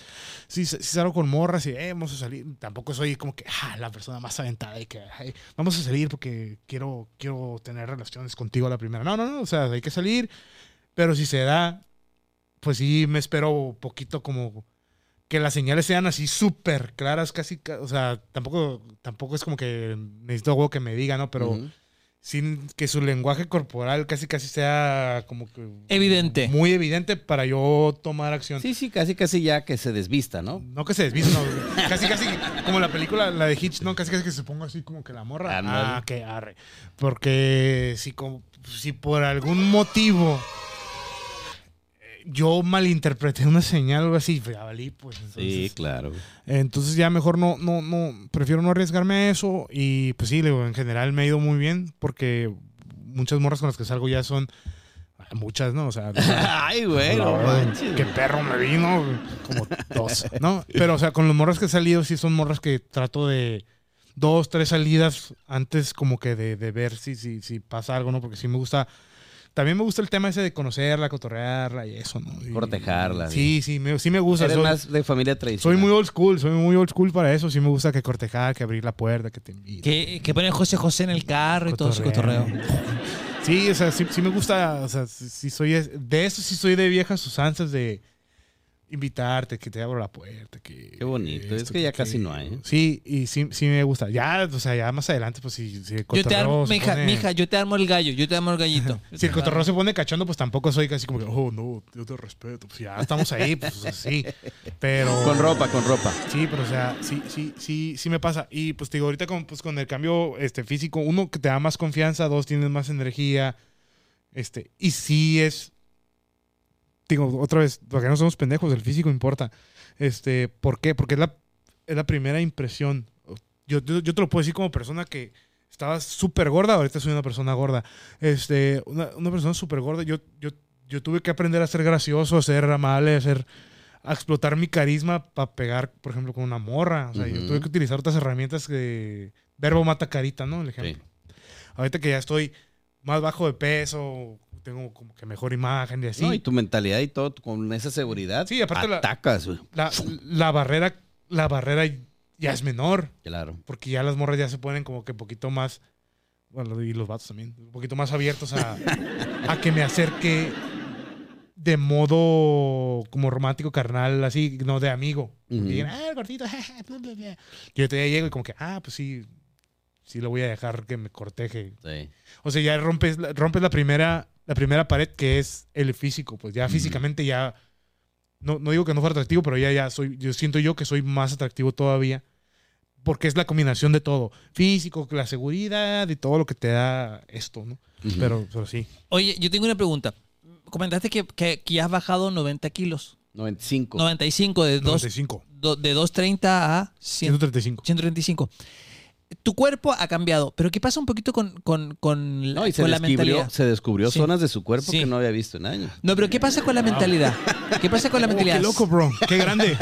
A: si, si salgo con morras y eh, vamos a salir, tampoco soy como que ah, la persona más aventada y que ay, vamos a salir porque quiero, quiero tener relaciones contigo a la primera. No, no, no, o sea, hay que salir, pero si se da, pues sí, me espero poquito como que las señales sean así súper claras, casi, ca- o sea, tampoco, tampoco es como que necesito algo que me diga, ¿no? Pero
C: Ujú.
A: sin que su lenguaje corporal casi casi sea como que
B: Evidente.
A: muy evidente para yo tomar acción
C: Sí, sí, casi casi ya que se desvista, ¿no?
A: no que se desviste no, casi casi como la película la de Hitch no casi casi que se ponga así como que la morra
C: Ándale.
A: ah que arre porque si como- si por algún motivo eh, yo malinterpreté una señal o algo así pues, ya valí pues entonces
C: Sí, claro.
A: entonces ya mejor no, no, no, prefiero no arriesgarme a eso y pues sí, le digo, en general me ha ido muy bien porque muchas morras con las que salgo ya son ah, muchas, ¿no? O
C: (laughs)
A: sea,
C: Ay, güey, no manches.
A: qué perro me vino, como dos, ¿no? Pero o sea, con los morras que he salido sí son morras que trato de dos, tres salidas antes como que de, de ver si, si, si pasa algo, ¿no? Porque sí me gusta... También me gusta el tema ese de conocerla, cotorrearla y eso, ¿no? Y-
C: Cortejarla,
A: Sí, sí, me, sí me gusta.
C: Eres
A: soy-
C: más de familia tradicional.
A: soy muy old school, soy muy old school para eso. Sí me gusta que cortejar, que abrir la puerta, que te invite.
B: Que, que ponen José José en el carro y todo su cotorreo.
A: (laughs) Sí, o sea, sí, sí me gusta, o sea, sí, sí soy es- de eso sí soy de viejas usanzas de invitarte, que te abro la puerta, que
C: Qué bonito, es que ya casi no hay, ¿eh?
A: Sí, y sí, sí me gusta. Ya, o sea, ya más adelante, pues si, si el
B: Yo te armo,
A: se
B: mija,
A: pone-
B: mija, yo te armo el gallo, yo te armo
A: (laughs)
B: el gallito.
A: Si el cotorreo se pone cachondo, pues tampoco soy casi como que, oh, no, yo te respeto. Pues ya estamos ahí, pues
C: (laughs)
A: sí. Pero.
C: Con ropa, con ropa.
A: Sí, pero o sea, sí, sí, sí, sí me pasa. Y pues te digo, ahorita con, pues, con el cambio este, físico, uno que te da más confianza, dos, tienes más energía. Este, y sí es. Digo, otra vez, porque no somos pendejos, el físico importa. Este, ¿por qué? Porque es la, es la primera impresión. Yo, yo, yo te lo puedo decir como persona que estaba súper gorda, ahorita soy una persona gorda. Este, una, una persona súper gorda. Yo, yo, yo tuve que aprender a ser gracioso, a ser amable, a ser a explotar mi carisma para pegar, por ejemplo, con una morra. O sea, yo
C: Ujú.
A: tuve que utilizar otras herramientas que verbo mata carita, ¿no? El ejemplo. Ahorita que ya estoy más bajo de peso, tengo como que mejor imagen y así.
C: No, y tu mentalidad y todo, con esa seguridad.
A: Sí, aparte la-
C: Atacas, güey.
A: la, la barrera, la barrera ya es menor,
C: Claro.
A: porque ya las morras ya se ponen como que un poquito más, bueno, y los vatos también, un poquito más abiertos a, a que me acerque de modo como romántico, carnal, así, no de amigo.
C: Ujú.
A: Que digan, ah, el gordito, (laughs) jaja, bla, bla, bla". Yo te llego y como que, ah, pues sí, sí lo voy a dejar que me corteje.
C: Sí.
A: O sea, ya rompes, la- rompes la, primera, la primera pared que es el físico. Pues ya físicamente ya. No, no digo que no fuera atractivo, pero ya, ya soy. Yo siento yo que soy más atractivo todavía. Porque es la combinación de todo. Físico, la seguridad y todo lo que te da esto, ¿no?
C: Ujú.
A: pero, pero sí.
B: Oye, yo tengo una pregunta. Comentaste que, que, que has bajado 90 kilos.
C: 95.
B: 95 de, dos,
A: 95.
B: do- de 230 a 100
A: 135.
B: 135. Tu cuerpo ha cambiado, pero ¿qué pasa un poquito con, con, con, la-
C: No, y se
B: con la
C: descubrió,
B: mentalidad?
C: se descubrió
B: Sí.
C: zonas de su cuerpo
B: Sí.
C: que no había visto en años.
B: No, pero ¿qué pasa con la mentalidad? ¿Qué pasa con la
A: Oh,
B: mentalidad?
A: qué Ah. loco, bro. Qué grande.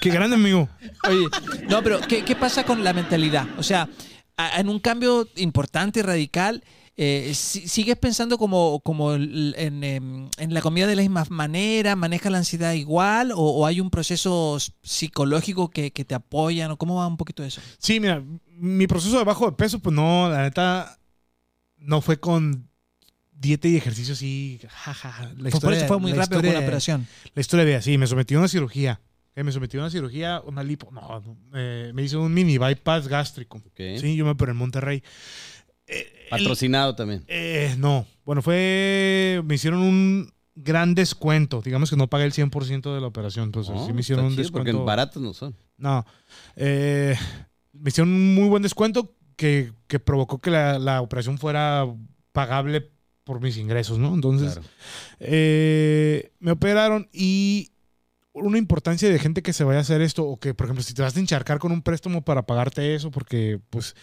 A: qué grande, amigo.
B: Oye, no, pero ¿qué, qué pasa con la mentalidad? O sea, a- en un cambio importante y radical, eh, si- ¿sigues pensando como, como el- en, em, en la comida de la misma manera? ¿Manejas la ansiedad igual? ¿O, o hay un proceso s- psicológico que, que te apoyan? ¿O cómo va un poquito eso?
A: Sí, mira, mi proceso de bajo de peso, pues no, la neta, no fue con dieta y ejercicio así, jaja. La
B: Fue- por
A: historia-
B: eso fue muy
A: la
B: rápido con
A: historia-
B: la operación.
A: La historia de así, me sometí a una cirugía. Eh, me sometí a una cirugía, una lipo, no, no, eh, me hice un mini bypass gástrico.
C: Ok.
A: Sí, yo me operé en Monterrey. Eh, el-
C: Patrocinado también.
A: eh, no. Bueno, fue. Me hicieron un gran descuento. Digamos que no pagué el 100% de la operación. Entonces,
B: Oh,
C: No,
A: sí me hicieron
C: está
A: un
C: chido,
A: descuento.
C: Porque baratos no son.
A: No. Eh, me hicieron un muy buen descuento que, que provocó que la, la operación fuera pagable por mis ingresos, ¿no? Entonces,
C: Claro.
A: eh, me operaron y una importancia de gente que se vaya a hacer esto o que, por ejemplo, si te vas a encharcar con un préstamo para pagarte eso, porque pues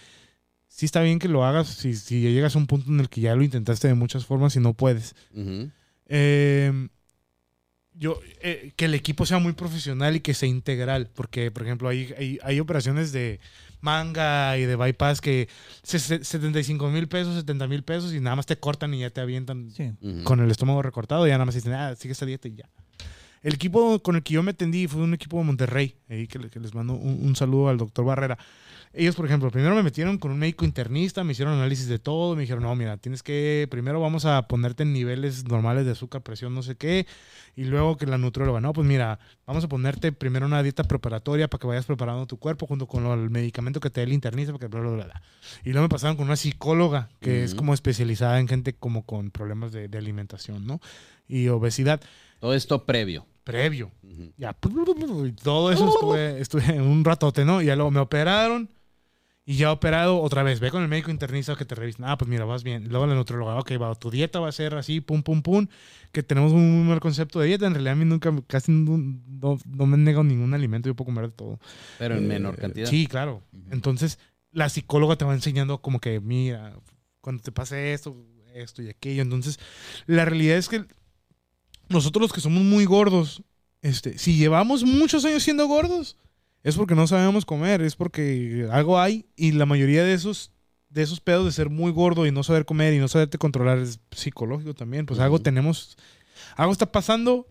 A: sí está bien que lo hagas si, si llegas a un punto en el que ya lo intentaste de muchas formas y no puedes.
C: Ujú.
A: Eh, Em, yo, eh, que el equipo sea muy profesional y que sea integral, porque, por ejemplo, hay, hay, hay operaciones de manga y de bypass que se- se- 75 mil pesos, 70 mil pesos y nada más te cortan y ya te avientan
B: Sí.
C: Ujú.
A: con el estómago recortado, ya nada más dicen, ah, sigue esta dieta y ya. El equipo con el que yo me atendí fue un equipo de Monterrey, ahí que, le- que les mando un, un saludo al doctor Barrera. Ellos, por ejemplo, primero me metieron con un médico internista, me hicieron análisis de todo, me dijeron, no, mira, tienes que, primero vamos a ponerte en niveles normales de azúcar, presión, no sé qué, y luego que la nutrióloga, no, pues mira, vamos a ponerte primero una dieta preparatoria para que vayas preparando tu cuerpo junto con lo- el medicamento que te dé el internista, para que bla, bla, bla, bla". Y luego me pasaron con una psicóloga que es
C: Ujú.
A: como especializada en gente como con problemas de, de alimentación, ¿no? Y obesidad
C: Todo esto previo.
A: previo.
C: Ujú.
A: Ya, pues, y todo eso estuve, estuve un ratote, ¿no? Y ya luego me operaron y ya operado otra vez. Ve con el médico internista que te revisen. Ah, pues mira, vas bien. Luego la nutróloga, ok, va, tu dieta va a ser así, pum, pum, pum. Que tenemos un muy mal concepto de dieta. En realidad a mí nunca, casi no, no- no me nego ningún alimento, yo puedo comer de todo.
C: Pero en
A: Eh,
C: menor cantidad.
A: Sí, claro. Entonces, la psicóloga te va enseñando como que, mira, cuando te pase esto, esto y aquello. Entonces, la realidad es que nosotros los que somos muy gordos, este, si llevamos muchos años siendo gordos, es porque no sabemos comer, es porque algo hay y la mayoría de esos de esos pedos de ser muy gordo y no saber comer y no saberte controlar es psicológico también, pues algo
C: Ujú.
A: tenemos algo está pasando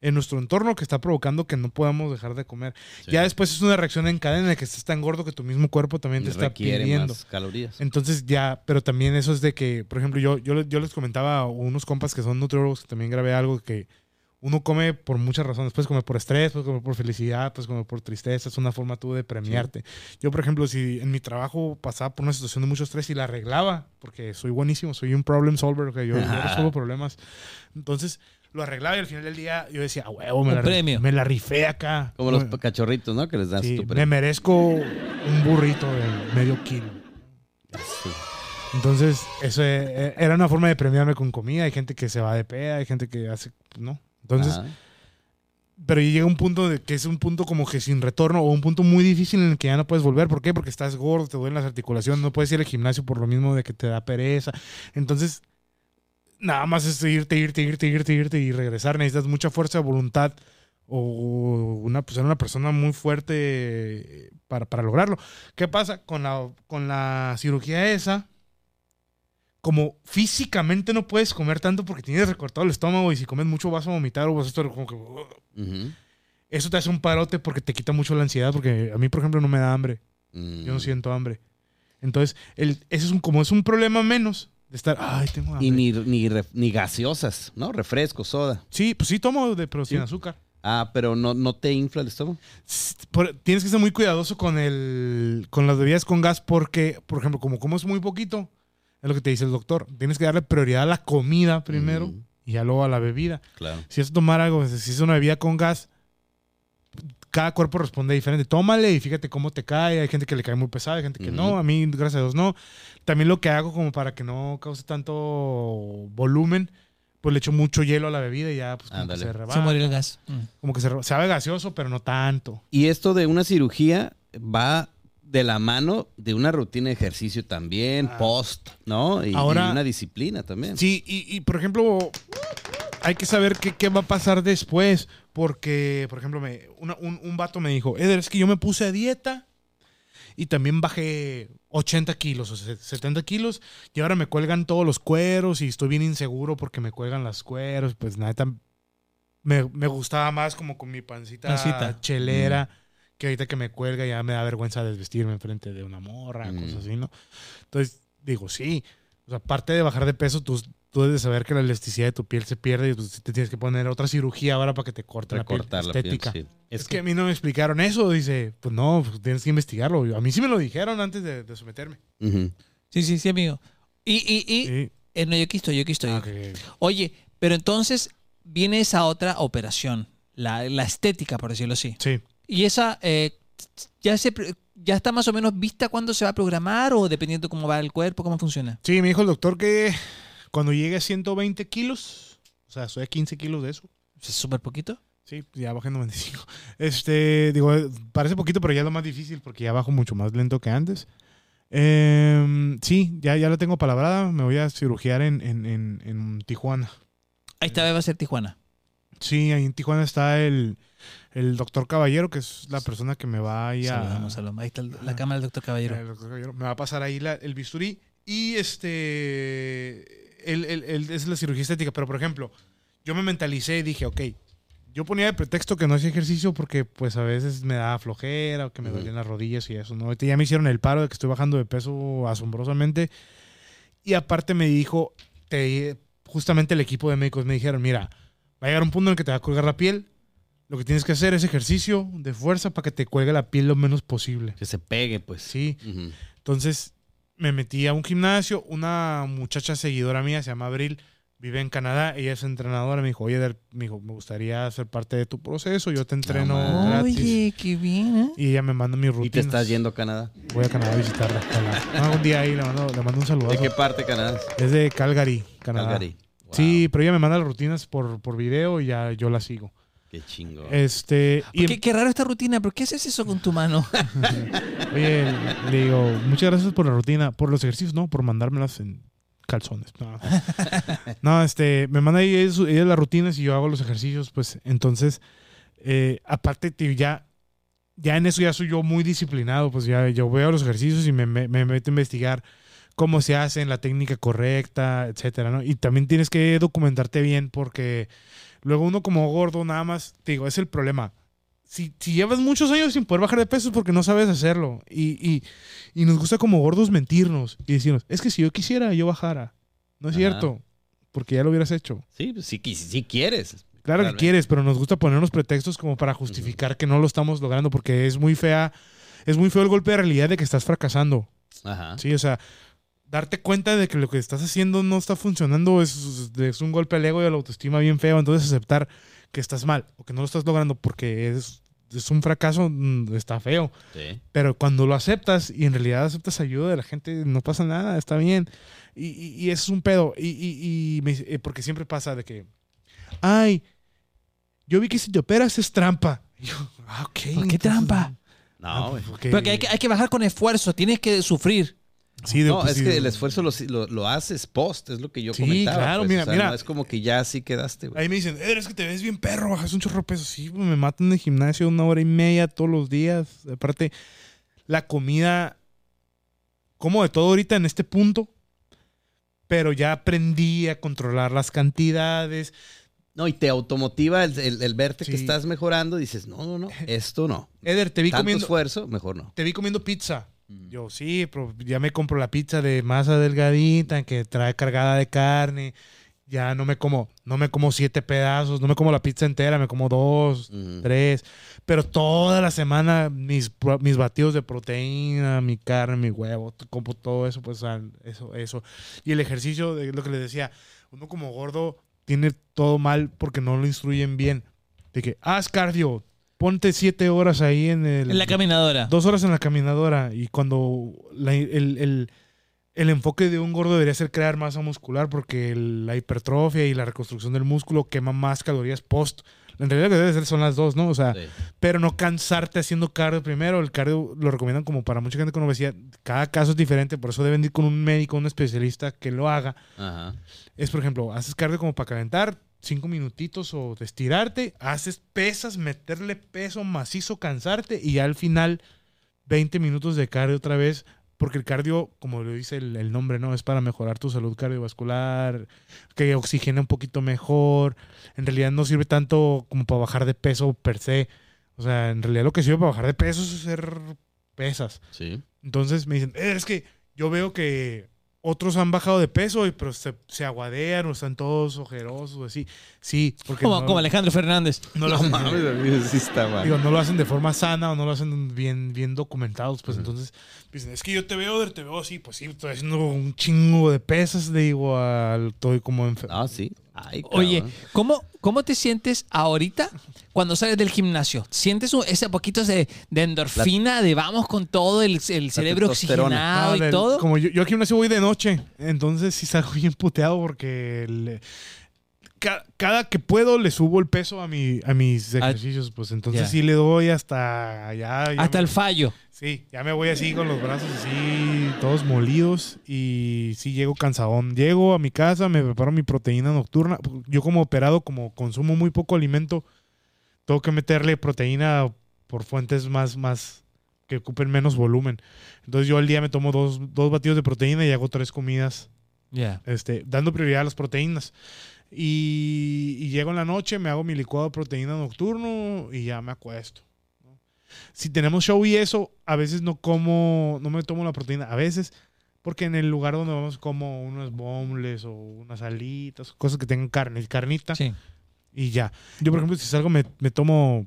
A: en nuestro entorno que está provocando que no podamos dejar de comer.
C: Sí.
A: Ya después es una reacción en cadena de que estás tan gordo que tu mismo cuerpo también te está
C: Requiere
A: pidiendo.
C: más calorías.
A: Entonces ya, pero también eso es de que, por ejemplo, yo, yo, yo les comentaba a unos compas que son nutriólogos que también grabé algo que uno come por muchas razones. Puedes comer por estrés, puedes comer por felicidad, puedes comer por tristeza. Es una forma tú de premiarte. Yo, por ejemplo, si en mi trabajo pasaba por una situación de mucho estrés y la arreglaba, porque soy buenísimo, soy un problem solver, que yo, yo resuelvo problemas. Entonces lo arreglaba y al final del día yo decía, "A huevo, me
B: Un
A: la,
B: premio.
A: me la rifé acá.
C: Como los
A: Me-
C: cachorritos, ¿no? Que les das
A: sí,
C: tu
A: me
C: premio.
A: merezco un burrito de medio kilo.
C: Sí.
A: Entonces, eso eh, era una forma de premiarme con comida. Hay gente que se va de peda, hay gente que hace, ¿no? Entonces,
C: Ajá.
A: pero llega un punto de, que es un punto como que sin retorno o un punto muy difícil en el que ya no puedes volver. ¿Por qué? Porque estás gordo, te duelen las articulaciones, no puedes ir al gimnasio por lo mismo de que te da pereza. Entonces, nada más es irte, irte, irte, irte, irte y regresar. Necesitas mucha fuerza de voluntad o una, pues, ser una persona muy fuerte eh, para, para lograrlo. ¿Qué pasa con la, con la cirugía esa? Como físicamente no puedes comer tanto porque tienes recortado el estómago y si comes mucho vas a vomitar o vas a estar como que...
C: Ujú.
A: Eso te hace un parote porque te quita mucho la ansiedad, porque a mí, por ejemplo, no me da hambre.
C: Mm.
A: Yo no siento hambre. Entonces, el, eso es un, como es un problema menos de estar, ay, tengo hambre.
C: Y ni, ni, ref- ni gaseosas, ¿no? Refresco, soda.
A: Sí, pues sí tomo, de, pero sin
C: Sí.
A: azúcar.
C: Ah, pero no, no te infla el estómago.
A: S- por- tienes que ser muy cuidadoso con, el, con las bebidas con gas porque, por ejemplo, como comes muy poquito, es lo que te dice el doctor. Tienes que darle prioridad a la comida primero
C: Mm.
A: y ya luego a la bebida.
C: Claro.
A: si es tomar algo, si es una bebida con gas, cada cuerpo responde diferente. Tómale y fíjate cómo te cae. Hay gente que le cae muy pesada, hay gente que
C: Ujú.
A: no. A mí, gracias a Dios, no. También lo que hago como para que no cause tanto volumen, pues le echo mucho hielo a la bebida y ya pues, como que
C: Ándale.
A: se
B: Se
A: rebaja.
B: murió el gas. Mm.
A: Como que se, reba- sabe gaseoso, pero no tanto.
C: Y esto de una cirugía va de la mano de una rutina de ejercicio también,
A: Ah.
C: post, ¿no? Y, y
A: Ahora-
C: una disciplina también.
A: Sí, y, y, por ejemplo, hay que saber qué, qué va a pasar después. Porque, por ejemplo, me, una- un, un vato me dijo, Eder, es que yo me puse a dieta y también bajé 80 kilos o se- 70 kilos y ahora me cuelgan todos los cueros y estoy bien inseguro porque me cuelgan las cueros. Pues nada, tan- me, me gustaba más como con mi pancita
B: Pancita.
A: chelera
C: Mm.
A: que ahorita que me cuelga ya me da vergüenza desvestirme enfrente de una morra,
C: Mm.
A: cosas así, ¿no? Entonces, digo, sí. O sea, aparte de bajar de peso, tú, tú debes de saber que la elasticidad de tu piel se pierde y pues, te tienes que poner otra cirugía ahora para que te corte la piel
C: Recortar la piel.
A: estética.
C: sí.
A: Es, que a mí no me explicaron eso. Dice, pues no, pues, tienes que investigarlo. A mí sí me lo dijeron antes de, de someterme.
C: Ujú.
B: Sí, sí, sí, amigo. Y, y, y.
A: Sí.
B: eh, no, yo aquí estoy, yo aquí estoy.
A: Ah, que-
B: Oye, pero entonces viene esa otra operación, la, la estética, por decirlo así.
A: sí.
B: Y esa eh, ya se pre- ya está más o menos vista cuándo se va a programar o dependiendo cómo va el cuerpo, cómo funciona.
A: Sí, me dijo el doctor que cuando llegue a 120 kilos, o sea, soy a 15 kilos de eso.
B: ¿Es súper poquito?
A: Sí, ya bajé en 95. Este, digo, eh, parece poquito, pero ya es lo más difícil porque ya bajo mucho más lento que antes. Em, sí, ya, ya la tengo palabrada. Me voy a cirugiar en, en, en- en Tijuana.
B: Esta vez va a ser Tijuana.
A: Sí, ahí en Tijuana está el, el doctor Caballero, que es la persona que me va ahí a...
B: Saludamos, saludamos. Ahí está el- la
A: Ajá.
B: cámara del doctor Caballero.
A: el doctor Caballero. Me va a pasar ahí la- el bisturí. Y este. Él, él- él es la cirugía estética. Pero, por ejemplo, yo me mentalicé y dije, ok. Yo ponía de pretexto que no hacía ejercicio porque, pues, a veces me daba flojera o que me
C: Ujú.
A: dolían las rodillas y eso, ¿no? Ahorita ya me hicieron el paro de que estoy bajando de peso asombrosamente. Y aparte me dijo, te, justamente el equipo de médicos me dijeron, mira, va a llegar un punto en el que te va a colgar la piel. Lo que tienes que hacer es ejercicio de fuerza para que te cuelgue la piel lo menos posible.
C: Que se pegue, pues.
A: Sí.
C: Ujú.
A: Entonces me metí a un gimnasio. Una muchacha seguidora mía se llama Abril, vive en Canadá. Ella es entrenadora. Me dijo, oye, Dar- me, dijo, me gustaría ser parte de tu proceso. Yo te entreno
C: No,
A: gratis.
B: Ah, Oye, qué bien, ¿eh?
A: Y ella me manda mi rutina.
C: Y te estás yendo a Canadá.
A: Voy a Canadá a visitarla. ojalá. Ah, un día ahí le mando, le mando un
C: ¿De
A: saludazo.
C: qué parte de Canadá? es?
A: Es de Calgary, Canadá.
C: Calgary. Wow,
A: Sí, pero ella me manda las rutinas por, por video y ya yo las sigo.
C: Qué chingo.
A: Este, y
B: Qué, qué raro esta rutina, pero ¿qué haces eso con tu mano?
A: Oye, le digo, muchas gracias por la rutina, por los ejercicios, no, por mandármelas en calzones. No, No, este, me manda ella, su- ella las rutinas y yo hago los ejercicios, pues entonces, eh, aparte, tío, ya, ya en eso ya soy yo muy disciplinado, pues ya yo veo los ejercicios y me, me- me meto a investigar cómo se hacen, la técnica correcta, etcétera, ¿no? Y también tienes que documentarte bien porque luego uno como gordo nada más, te digo, es el problema si, si llevas muchos años sin poder bajar de peso es porque no sabes hacerlo. Y, y- y nos gusta como gordos mentirnos y decirnos, es que si yo quisiera, yo bajara. No es
C: Ajá.
A: cierto, porque ya lo hubieras hecho.
C: Sí, pues, sí, qui- sí quieres.
A: Claro que
C: Claro.
A: quieres, pero nos gusta ponernos pretextos como para justificar que no lo estamos logrando, porque es muy fea, es muy feo el golpe de realidad de que estás fracasando.
C: Ajá.
A: Sí, o sea, darte cuenta de que lo que estás haciendo no está funcionando es, es un golpe al ego y a la autoestima bien feo. Entonces aceptar que estás mal o que no lo estás logrando porque es, es un fracaso mm, está feo.
C: Sí.
A: Pero cuando lo aceptas y en realidad aceptas ayuda de la gente, no pasa nada, está bien. Y, y, y eso es un pedo. Y, y- y me- eh, porque siempre pasa de que, ay, yo vi que si te operas es trampa. Y yo, ah, ok.
B: ¿Por qué trampa?
A: Ah,
C: No, güey.
A: porque-
B: Porque hay que, hay que bajar con esfuerzo, tienes que sufrir.
A: Sí, de-
C: No,
A: pues,
C: es
A: sí,
C: que
A: de-
C: el esfuerzo lo, lo- lo haces post, es lo que yo
A: Sí,
C: comentaba.
A: claro,
C: pues,
A: mira,
C: o sea,
A: mira.
C: no es como que ya así quedaste, güey.
A: Ahí me dicen, "Eh, es que te ves bien perro, bajas un chorro de peso. Sí, güey, me matan en el gimnasio una hora y media todos los días. Aparte, la comida, como de todo ahorita en este punto, pero ya aprendí a controlar las cantidades.
C: No, y te automotiva el, el- el verte que
A: Sí.
C: estás mejorando. Dices, no,
A: (laughs)
C: no, no, esto no.
A: Eder, te vi
C: Tanto
A: comiendo,
C: esfuerzo, mejor no.
A: te vi comiendo pizza. Yo, sí, pero ya me compro la pizza de masa delgadita que trae cargada de carne. Ya no me como, no me como siete pedazos, no me como la pizza entera, me como dos.
C: Ujú.
A: tres. Pero toda la semana mis, pro- mis batidos de proteína, mi carne, mi huevo, t- como todo eso, pues al- eso, eso. Y el ejercicio, de lo que les decía, uno como gordo tiene todo mal porque no lo instruyen bien. De que haz cardio, ponte siete horas ahí en el...
B: En la caminadora.
A: dos horas en la caminadora y cuando la- el, el- el enfoque de un gordo debería ser crear masa muscular porque el- la hipertrofia y la reconstrucción del músculo quema más calorías post. En realidad lo que debe ser son las dos, ¿no? O sea,
C: Sí.
A: pero no cansarte haciendo cardio primero. El cardio lo recomiendan como para mucha gente con obesidad. Cada caso es diferente, por eso deben ir con un médico, un especialista que lo haga.
C: Ajá.
A: Es, por ejemplo, haces cardio como para calentar, cinco minutitos o de estirarte, haces pesas, meterle peso macizo, cansarte y ya al final 20 minutos de cardio otra vez. Porque el cardio, como lo dice el, el nombre, ¿no? Es para mejorar tu salud cardiovascular, que oxigena un poquito mejor. En realidad no sirve tanto como para bajar de peso per se. O sea, en realidad lo que sirve para bajar de peso es hacer pesas.
C: Sí.
A: Entonces me dicen, "Eh, es que yo veo que otros han bajado de peso, y- pero se, se aguadean o están todos ojerosos, así. Sí, porque
B: Como,
A: no,
B: como Alejandro Fernández.
A: no
C: (laughs) No,
A: lo hacen,
C: mames, sí está mal.
A: digo, no lo hacen de forma sana o no lo hacen bien, bien documentados. Pues entonces dicen, es que yo te veo, te veo así. Pues sí, estoy haciendo un chingo de pesas, le digo, al, estoy como enfermo.
C: No, Ah, sí. Ay,
B: Oye,
C: cabrón.
B: ¿cómo, ¿cómo te sientes ahorita cuando sales del gimnasio? ¿Sientes un- ese poquito de, de endorfina, de vamos con todo, el, el cerebro oxigenado
C: testosterona.
A: No,
B: Ah, y
A: del- (laughs)
B: todo?
A: Como yo, yo al gimnasio voy de noche, entonces sí salgo bien puteado porque el- ca- cada que puedo le subo el peso a, mi, a mis
B: Ah,
A: ejercicios, pues entonces
B: ya.
A: sí le doy hasta ya, ya
B: Hasta
A: me-
B: el fallo.
A: Sí, ya me voy así con los brazos así, todos molidos y sí llego cansadón. Llego a mi casa, me preparo mi proteína nocturna. Yo como operado, como consumo muy poco alimento, tengo que meterle proteína por fuentes más, más que ocupen menos volumen. Entonces yo al día me tomo dos, dos batidos de proteína y hago tres comidas
B: Ya.
A: este, dando prioridad a las proteínas. Y, y llego en la noche, me hago mi licuado de proteína nocturno y ya me acuesto. ¿no? Si tenemos show y eso, a veces no como, no me tomo la proteína, a veces, porque en el lugar donde vamos como unos bombles o unas alitas, cosas que tengan carne, carnita
B: Sí.
A: y ya. Yo, por ejemplo, si salgo me, me tomo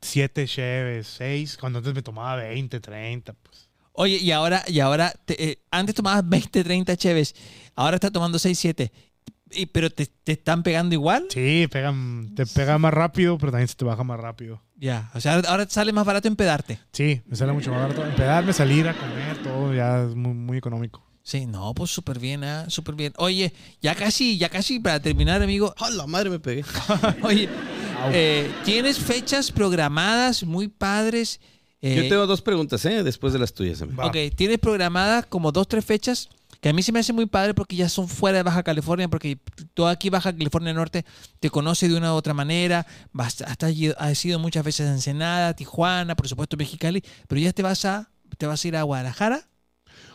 A: siete cheves, seis, cuando antes me tomaba 20, 30, pues.
B: Oye, y ahora, y ahora te- eh, antes tomabas 20, 30 cheves, ahora estás tomando 6, 7. Y, pero te, te están pegando igual.
A: Sí, pegan, te pega más rápido, pero también se te baja más rápido.
B: Ya. O sea, ahora- ahora te sale más barato empedarte.
A: Sí, me sale mucho más barato. Empedarme, salir a comer, todo ya es muy, muy económico.
B: Sí, no, pues súper bien, ah, súper bien. Oye, ya casi, ya casi para terminar, amigo.
C: ¡A la madre me
B: (laughs)
C: pegué!
B: Oye, eh, tienes fechas programadas muy padres. eh,
C: Yo tengo dos preguntas, ¿eh? Después de las tuyas, amigo.
A: Va.
B: Ok, tienes programadas como dos, tres fechas que a mí se me hace muy padre porque ya son fuera de Baja California, porque todo aquí Baja California Norte te conoce de una u otra manera, vas, has, talli- has ido muchas veces a Ensenada, Tijuana, por supuesto Mexicali, pero ya te vas a, te vas a ir a Guadalajara.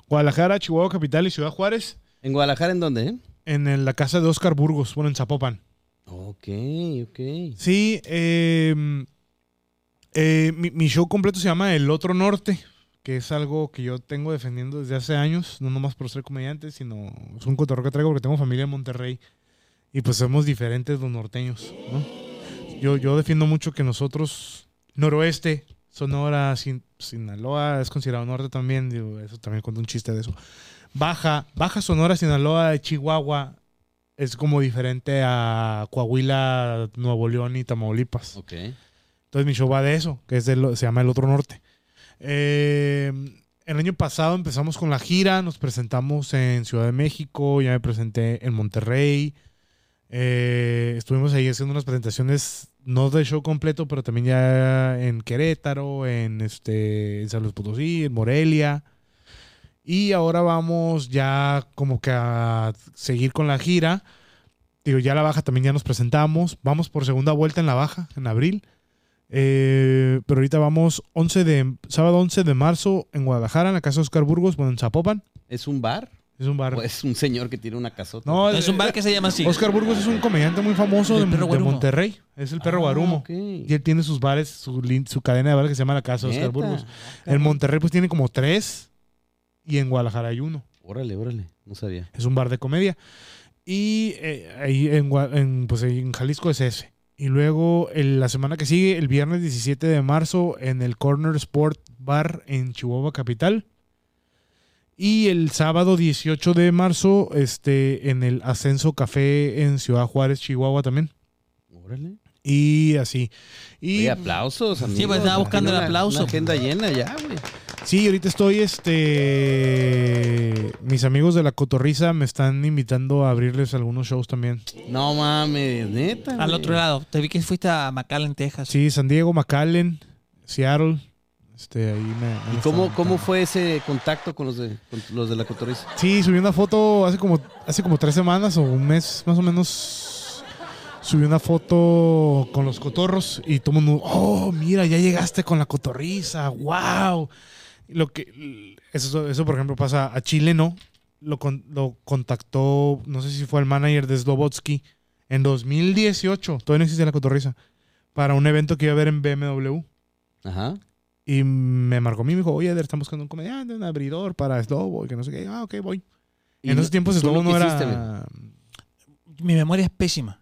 A: Guadalajara, Chihuahua, capital y Ciudad Juárez,
C: ¿En Guadalajara en dónde, eh?
A: en el- la casa de Oscar Burgos, bueno, en Zapopan.
C: Ok, ok.
A: Sí, eh, eh, mi, mi show completo se llama El Otro Norte, que es algo que yo tengo defendiendo desde hace años, no nomás por ser comediante, sino es un cotorreo que traigo porque tengo familia en Monterrey y pues somos diferentes los norteños, ¿no? Yo, yo defiendo mucho que nosotros, noroeste, Sonora, Sin- Sinaloa, es considerado norte también, digo, eso también cuento un chiste de eso. Baja, Baja Sonora, Sinaloa, Chihuahua, es como diferente a Coahuila, Nuevo León y Tamaulipas.
C: Ok.
A: Entonces mi show va de eso, que es de lo- se llama El Otro Norte. Eh, el año pasado empezamos con la gira, nos presentamos en Ciudad de México, ya me presenté en Monterrey. Eh, estuvimos ahí haciendo unas presentaciones, no de show completo, pero también ya en Querétaro, en, este, en San Luis Potosí, en Morelia. Y ahora vamos ya como que a seguir con la gira. Digo, ya la baja también ya nos presentamos. Vamos por segunda vuelta en la baja, en abril. Eh, pero ahorita vamos 11 de, sábado 11 de marzo en Guadalajara, en la casa de Oscar Burgos, bueno, en Zapopan.
C: ¿Es un bar?
A: Es un bar.
C: ¿O es un señor que tiene una casota?
A: no,
B: Pues,
A: eh,
B: Es un bar que se llama así.
A: Oscar Burgos es un comediante muy famoso
B: ¿El
A: de,
B: perro
A: de
B: Guarumo?
A: Monterrey. Es el perro
C: Ah,
A: Guarumo.
C: ok.
A: Y él tiene sus bares, su, lin- su cadena de bares que se llama La Casa de Oscar
C: Neta.
A: Burgos.
C: Ah,
A: En Monterrey pues tiene como tres y en Guadalajara hay uno.
C: Órale, órale. No sabía.
A: Es un bar de comedia. Y eh, ahí en, Gua- en, pues, ahí en Jalisco es ese. Y luego el- la semana que sigue, el viernes 17 de marzo, en el Corner Sport Bar en Chihuahua Capital. Y el sábado 18 de marzo, este, en el Ascenso Café en Ciudad Juárez, Chihuahua también.
C: Órale.
A: Y así. Y
C: Y aplausos, amigo.
B: pues, estaba buscando el
C: Tiene una-
B: aplauso.
C: Una agenda llena ya, güey.
A: Sí, ahorita estoy, este, mis amigos de la Cotorriza me están invitando a abrirles algunos shows también.
C: No mames, neta.
B: Al
C: güey.
B: otro lado, te vi que fuiste a McAllen, Texas.
A: Sí, San Diego, McAllen, Seattle, este, ahí me. me
C: ¿Y
A: lo
C: cómo,
A: están
C: cómo
A: invitando.
C: fue ese contacto con los de, con los de la cotorriza?
A: Sí, subí una foto hace como, hace como tres semanas o un mes, más o menos. Subí una foto con los cotorros y todo el mundo, oh, mira, ya llegaste con la cotorriza, wow. Lo que, eso, eso por ejemplo, pasa a Chile, ¿no? Lo, con- lo contactó, no sé si fue el manager de Slobotsky, en 2018, todavía no existía la cotorriza, para un evento que iba a haber en BMW.
C: Ajá.
A: Y me marcó a mí y me dijo, oye, Eder, están buscando un comediante, un abridor para Slobo, y que no sé qué. Ah, ok, voy.
C: Y
A: en esos tiempos
C: tú
A: Slobo
C: lo
A: no
C: quisiste, güey.
A: era...
B: Mi memoria es pésima.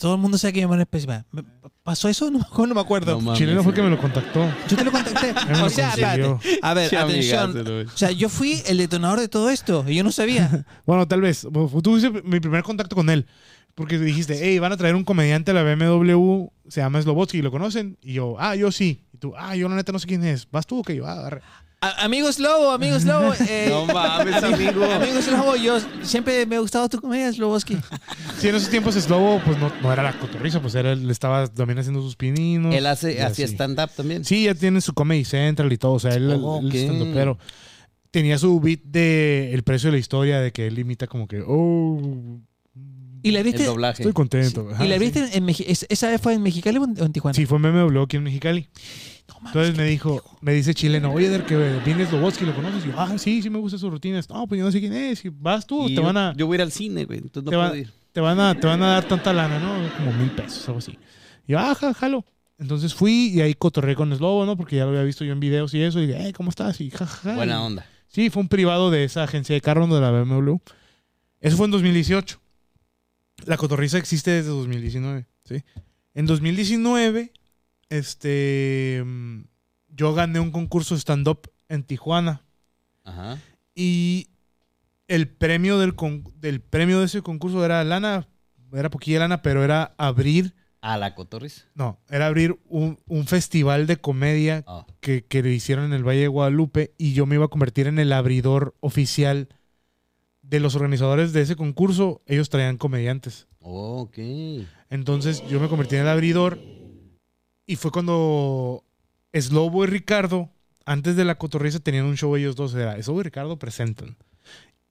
B: Todo el mundo sabe que mi memoria es pésima. ¿Me- ¿Pasó eso? (laughs) No, me acuerdo, no me acuerdo.
C: No mames.
A: Chileno fue el que me lo contactó.
B: Yo te
A: (laughs)
B: lo contacté.
A: Él me
B: o
A: lo
B: sea,
A: consiguió.
B: espérate. A ver,
C: Sí,
B: atención.
C: amigazo, güey.
B: O sea, yo fui el detonador de todo esto y yo no sabía.
A: Bueno, tal vez. Bueno, Tú fuiste mi primer contacto con él. Porque dijiste, hey, van a traer un comediante a la BMW, se llama Slobotsky, ¿lo conocen? Y yo, ah, yo sí. Y tú, ah, yo la neta no sé quién es. ¿Vas tú o qué? Yo, ah, arre".
B: A- amigos Lobo, amigos Lobo. eh,
C: No mames, amigo.
B: amigos Lobo, yo siempre me ha gustado tu comedia, Sloboski.
A: Sí, en esos tiempos Slobo, pues no, no era la cotorriza, pues era, él estaba también haciendo sus pininos.
C: Él hace,
A: y
C: hacía
A: así.
C: stand-up también.
A: Sí, ya tiene su Comedy Central y todo. O sea, él,
C: Oh, ok.
A: pero tenía su beat de El precio de la historia, de que él imita como que, oh,
B: ¿Y la
C: El
B: viste,
C: doblaje.
A: estoy contento. Ajá,
B: ¿y la
A: sí.
B: viste en Meji- es- ¿Esa fue en Mexicali o en o en Tijuana?
A: Sí, fue MMW aquí en Mexicali.
B: No mames,
A: Entonces
B: qué
A: me dijo,
B: pendejo.
A: me dice chileno, oye, Der, que vienes Loboski, ¿lo conoces? Y yo, ah, sí, sí me gustan sus rutinas. No, pues yo no sé quién es. Y vas tú,
C: Y
A: te
C: yo-
A: van a...
C: Yo voy a ir al cine, güey. Entonces no
A: te, va-
C: puedo ir.
A: te van a, te van a dar tanta lana, ¿no? Como mil pesos, algo así. Y yo, ajá, jalo. Entonces fui y ahí cotorré con Slobo, ¿no? Porque ya lo había visto yo en videos y eso. Y dije, eh, ¿cómo estás? Y jajaja.
C: Buena onda.
A: Sí, fue un privado de esa agencia de carros de la BMW. Eso fue en 2018. La cotorriza existe desde 2019, ¿sí? En 2019, este. mm, Yo gané un concurso de stand-up en Tijuana.
C: Ajá.
A: Y el premio del, con- del premio de ese concurso era lana, era poquilla lana, pero era abrir,
C: A la cotorriza.
A: no, era abrir un, un festival de comedia
C: Ah.
A: que, que le hicieron en el Valle de Guadalupe y yo me iba a convertir en el abridor oficial de los organizadores de ese concurso. Ellos traían comediantes.
C: Oh, ok.
A: Entonces yo me convertí en el abridor y fue cuando Slobo y Ricardo, antes de la cotorriza, tenían un show ellos dos. Era Slobo y Ricardo presentan.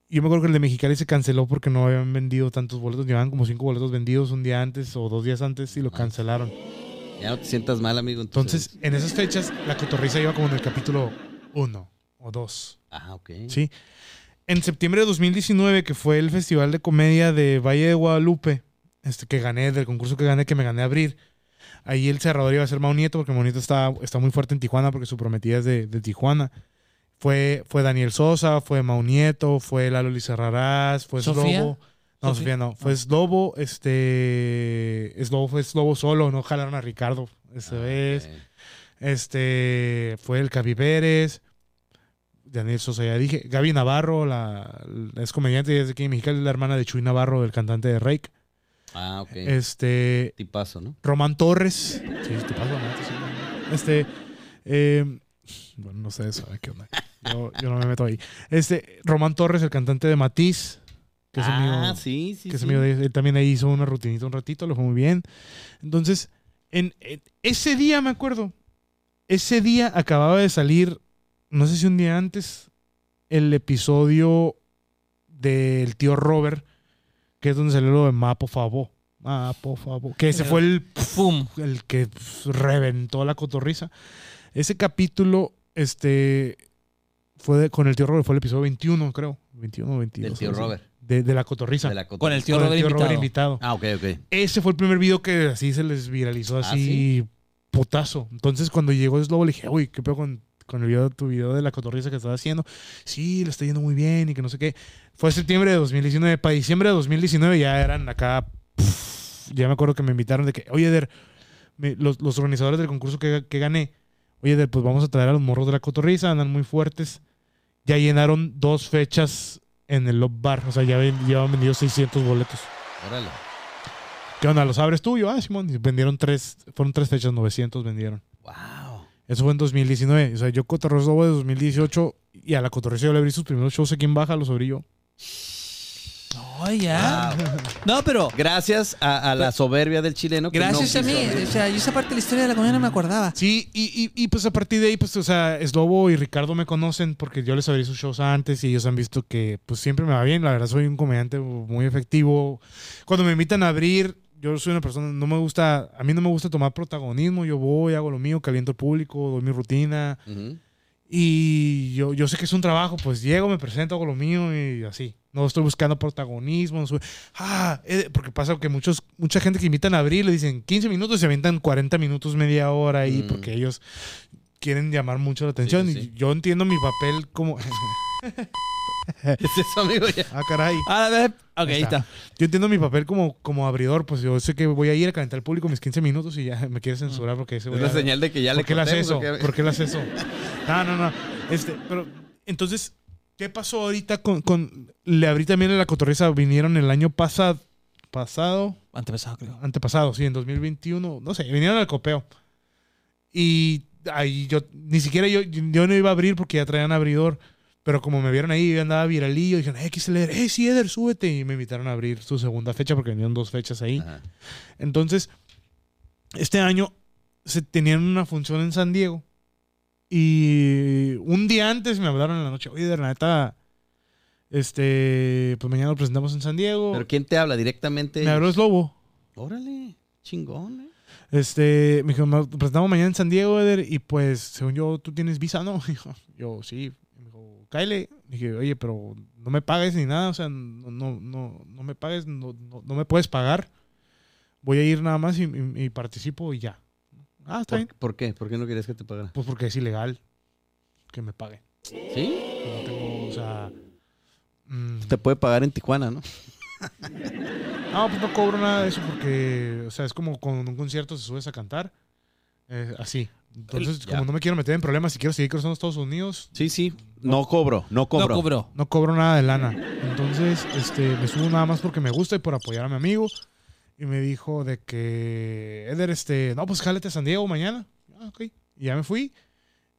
A: Yo me acuerdo que el de Mexicali se canceló porque no habían vendido tantos boletos. Llevaban como cinco boletos vendidos un día antes o dos días antes y lo
C: Ah.
A: cancelaron.
C: Ya no te sientas mal, amigo. Entonces.
A: Entonces, en esas fechas, la cotorriza iba como en el capítulo uno o dos.
C: Ah, ok.
A: Sí. En septiembre de 2019, que fue el Festival de Comedia de Valle de Guadalupe, este, que gané, del concurso que gané, que me gané a abrir, ahí el cerrador iba a ser Mau Nieto, porque Mau Nieto está, está muy fuerte en Tijuana, porque su prometida es de, de Tijuana. Fue, fue Daniel Sosa, fue Mau Nieto, fue Lalo Lizarrarás, fue
B: ¿Sofía?
A: Slobo. No,
B: ¿Sofía?
A: Sofía no. Fue Slobo, este... Slobo fue Slobo solo, no jalaron a Ricardo esa
C: Ah,
A: vez.
C: ok.
A: Este fue el Cavi Pérez, Daniel Sosa, ya dije. Gaby Navarro, la, la- es comediante y es de aquí en Mexicali, es la hermana de Chuy Navarro, del cantante de Rake.
C: Ah, ok.
A: Este,
C: Tipazo, ¿no?
A: Román Torres. Sí, te paso, Román, te sigo. Este, eh, bueno, no sé, sabe qué onda. Yo, yo no me meto ahí. Este, Román Torres, el cantante de Matiz, que es
C: ah,
A: amigo-
C: sí, sí.
A: que es
C: sí.
A: amigo de ellos. Él también ahí hizo una rutinita un ratito, lo fue muy bien. Entonces, en, en- ese día, me acuerdo, ese día acababa de salir, no sé si un día antes, el episodio del tío Robert, que es donde salió lo de Mapo Favo. Mapo Favo. Que ese fue el
B: Fum.
A: el que pf, reventó la cotorriza. Ese capítulo, este, fue de- con el tío Robert, fue el episodio 21, creo. 21 o 22.
C: Del tío
A: algo así.
C: Robert.
A: De, de la cotorriza.
C: De la cotorriza.
B: Con el tío
A: Con el
B: Robert, invitado.
A: invitado.
C: Ah, ok, ok.
A: Ese fue el primer video que así se les viralizó,
C: Ah,
A: así putazo. Entonces, cuando llegó Slobo, le dije, uy, ¿qué pedo con, con el video, tu video de la cotorriza que estás haciendo? Sí, le está yendo muy bien y que no sé qué. Fue septiembre de 2019. Para diciembre de 2019 ya eran acá. pff, ya me acuerdo que me invitaron de que, oye, Der, me- los, los organizadores del concurso que, que gané, oye, Der, pues vamos a traer a los morros de la cotorriza, andan muy fuertes. Ya llenaron dos fechas en el Love Bar, o sea, ya, ven- ya han vendido 600 boletos.
C: Órale.
A: ¿Qué onda? ¿Los abres tú? Y yo, ah, Simón. Y vendieron tres, fueron tres fechas, 900 vendieron.
C: Wow.
A: Eso fue en 2019. O sea, yo cotorreo Slobo de 2018 y a la cotorreo yo le abrí sus primeros shows aquí en Baja, los abrí yo.
B: No,
A: Ah,
B: ya.
C: Wow.
B: No, pero
C: Gracias a, a la soberbia del chileno. que
B: gracias
C: no
B: a mí.
C: quiso abrir.
B: O sea, yo esa parte de la historia de la comedia no me acordaba.
A: Sí, y, y, y pues a partir de ahí, pues, o sea, Slobo y Ricardo me conocen porque yo les abrí sus shows antes y ellos han visto que, pues, siempre me va bien. La verdad, soy un comediante muy efectivo. Cuando me invitan a abrir, yo soy una persona, no me gusta, a mí no me gusta tomar protagonismo. Yo voy, hago lo mío, caliento el público, doy mi rutina. (laughs)
C: Ujú.
A: Y yo, yo sé que es un trabajo, pues llego, me presento, hago lo mío y así. No estoy buscando protagonismo. no soy- ah, eh, porque pasa que muchos, mucha gente que invitan a abrir le dicen 15 minutos y se aventan 40 minutos, media hora ahí,
C: Mm.
A: porque ellos quieren llamar mucho la atención.
C: sí, sí.
A: Y yo entiendo mi papel como. (laughs)
C: ¿Qué es eso, amigo? Ya.
A: ah, caray.
B: A ver, ok, ahí
A: Ahí
B: está.
A: está. Yo entiendo mi papel como, como abridor, pues yo sé que voy a ir a calentar al público mis 15 minutos y ya me quiere censurar porque ese
C: Mm. Es
A: güey
C: la
A: habla.
C: señal de que ya le
A: ¿Por qué le hace
C: cortemos,
A: eso?
C: ¿o qué?
A: ¿Por qué le hace eso? No, no, no. Este, pero, entonces, ¿qué pasó ahorita con, con- Le abrí también a la cotorriza, vinieron el año pasado. Pasado,
B: Antepasado, creo.
A: antepasado, sí, en 2021, no sé, vinieron al copeo. Y ahí yo, ni siquiera yo, yo no iba a abrir porque ya traían abridor. Pero como me vieron ahí, yo andaba viralillo, dijeron, hey, quise leer, hey, eh, sí, Eder, súbete. Y me invitaron a abrir su segunda fecha porque venían dos fechas ahí.
C: Ajá.
A: Entonces, este año se tenían una función en San Diego. Y un día antes me hablaron en la noche, oye, de la neta, este, pues mañana lo presentamos en San Diego.
C: Pero ¿quién te habla directamente?
A: Me habló Slobo.
C: Órale, chingón, eh.
A: Este, me dijo, "Ma- nos presentamos mañana en San Diego, Eder, y pues, según yo, tú tienes visa, ¿no? (laughs) Dijo, yo, sí. Me dijo, cáele. Dije, oye, pero no me pagues ni nada, o sea, no, no, no, no me pagues, no, no, no me puedes pagar. Voy a ir nada más y, y- y participo y ya. Ah, está bien.
C: ¿Por, por qué? ¿Por qué no querías que te pagara?
A: Pues porque es ilegal que me paguen.
C: ¿Sí?
A: No tengo, o sea... mm,
C: Te puede pagar en Tijuana, ¿no?
A: No, pues no cobro nada de eso porque, o sea, es como cuando en un concierto se subes a cantar. eh, así. Entonces,
C: Ya.
A: como no me quiero meter en problemas, si quiero seguir cruzando Estados Unidos,
C: Sí, sí. No cobro, no
B: No
C: cobro.
B: cobró.
A: no cobro nada de lana. Entonces, este, me subo nada más porque me gusta y por apoyar a mi amigo. Y me dijo de que, Eder, este, no, pues jálate a San Diego mañana. Ah, ok. Y ya me fui.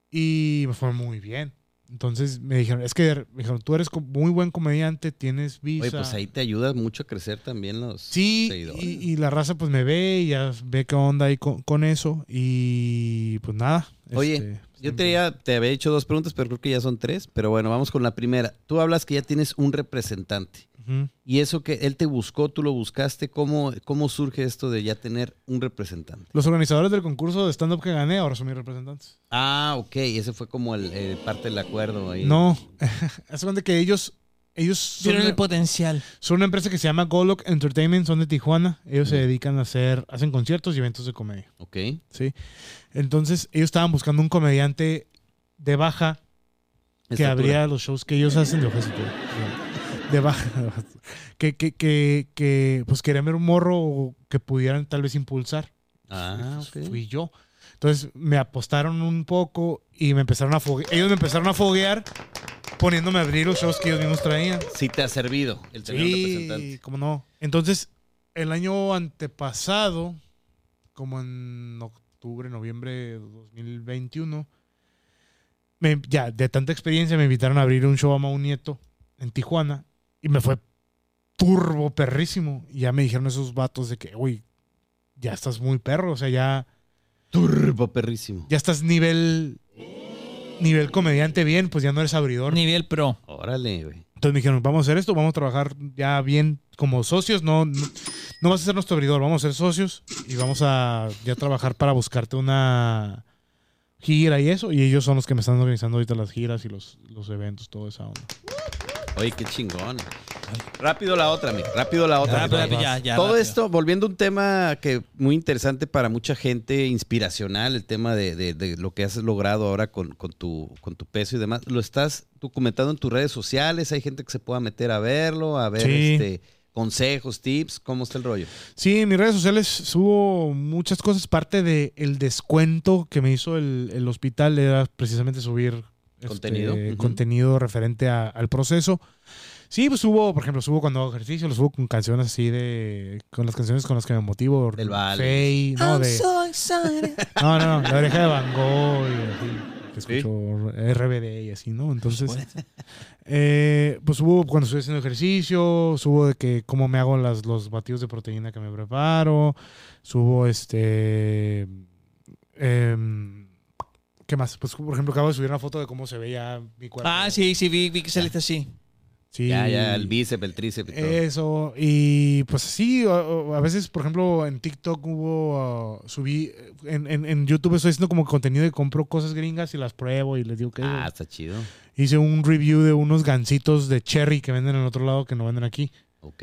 A: Y me fue muy bien. Entonces me dijeron, es que Eder, me dijeron, tú eres co- muy buen comediante, tienes visa.
C: Oye, pues ahí te ayuda mucho a crecer también los
A: Sí,
C: seguidores.
A: y, y la raza pues me ve y ya ve qué onda ahí con, con eso. Y pues nada.
C: Oye,
A: este,
C: Yo te, había- te había hecho dos preguntas, pero creo que ya son tres. Pero bueno, vamos con la primera. Tú hablas que ya tienes un representante.
A: Ujú.
C: Y eso que él te buscó, tú lo buscaste. ¿Cómo, cómo surge esto de ya tener un representante?
A: Los organizadores del concurso de stand-up que gané ahora son mis representantes.
C: Ah, ok. Ese fue como el, eh, parte del acuerdo. Ahí.
A: No, (laughs) es cuenta que ellos, ellos son,
B: Vieron el
A: una-
B: potencial.
A: son una empresa que se llama Golok Entertainment, son de Tijuana. Ellos se dedican a hacer, hacen conciertos y eventos de comedia.
C: Ok.
A: ¿sí? Entonces ellos estaban buscando un comediante de baja que
C: Estatura.
A: abría los shows que ellos hacen de hojas y todo. De baja. Que, que, que, que, pues quería ver un morro que pudieran tal vez impulsar.
C: Ah,
A: Pues,
C: ok.
A: Fui yo. Entonces me apostaron un poco y me empezaron a foguear. Ellos me empezaron a foguear poniéndome a abrir los shows que ellos mismos traían.
C: Sí te ha servido el tener un
A: Sí,
C: representante.
A: cómo no. Entonces, el año antepasado, como en octubre, noviembre de 2021, me- ya de tanta experiencia me invitaron a abrir un show a Mau Nieto en Tijuana y me fue turbo perrísimo. Y ya me dijeron esos vatos de que, uy, ya estás muy perro, o sea, ya,
C: Turbo perrísimo.
A: ya estás nivel, nivel comediante bien, pues ya no eres abridor.
B: Nivel pro.
C: Órale, güey.
A: Entonces me dijeron, vamos a hacer esto, vamos a trabajar ya bien como socios, no, no, no vas a ser nuestro abridor, vamos a ser socios y vamos a ya trabajar para buscarte una gira y eso. Y ellos son los que me están organizando ahorita las giras y los, los eventos, todo esa onda.
C: Oye, qué chingón. Rápido la otra, mi. Rápido la otra.
B: Rápido,
C: mi.
B: rápido, Ah, ya, ya,
C: Todo
B: rápido.
C: esto, volviendo a un tema que muy interesante para mucha gente, inspiracional, el tema de, de- de lo que has logrado ahora con, con tu, con tu peso y demás. Lo estás documentando en tus redes sociales, hay gente que se pueda meter a verlo, a ver
A: Sí.
C: este, consejos, tips, ¿cómo está el rollo?
A: Sí, en mis redes sociales subo muchas cosas. Parte del el descuento que me hizo el, el hospital era precisamente subir este,
C: Contenido. Ujú.
A: contenido referente a- al proceso. Sí, pues subo, por ejemplo, subo cuando hago ejercicio, lo subo con canciones así de. con las canciones con las que me motivo.
C: Del Vals.
A: Fey, no, de- no, no, la oreja de Van Gogh y así. Que
C: Sí.
A: escucho RBD y así, ¿no? Entonces. Eh, pues subo cuando estoy haciendo ejercicio, subo de que cómo me hago las, los batidos de proteína que me preparo, subo este... em, ¿Qué más? Pues por ejemplo acabo de subir una foto de cómo se veía mi cuerpo.
B: Ah, sí, sí, vi, vi que saliste así.
A: Sí. Eh,
C: Ya, ya, el bíceps, el tríceps y todo.
A: Eso, y pues sí, o- o a, veces, por ejemplo, en TikTok hubo, uh, subí, en, en, en YouTube estoy haciendo como contenido y compro cosas gringas y las pruebo y les digo que...
C: ah, está chido.
A: Hice un review de unos gansitos de cherry que venden en el otro lado que no venden aquí.
C: Ok.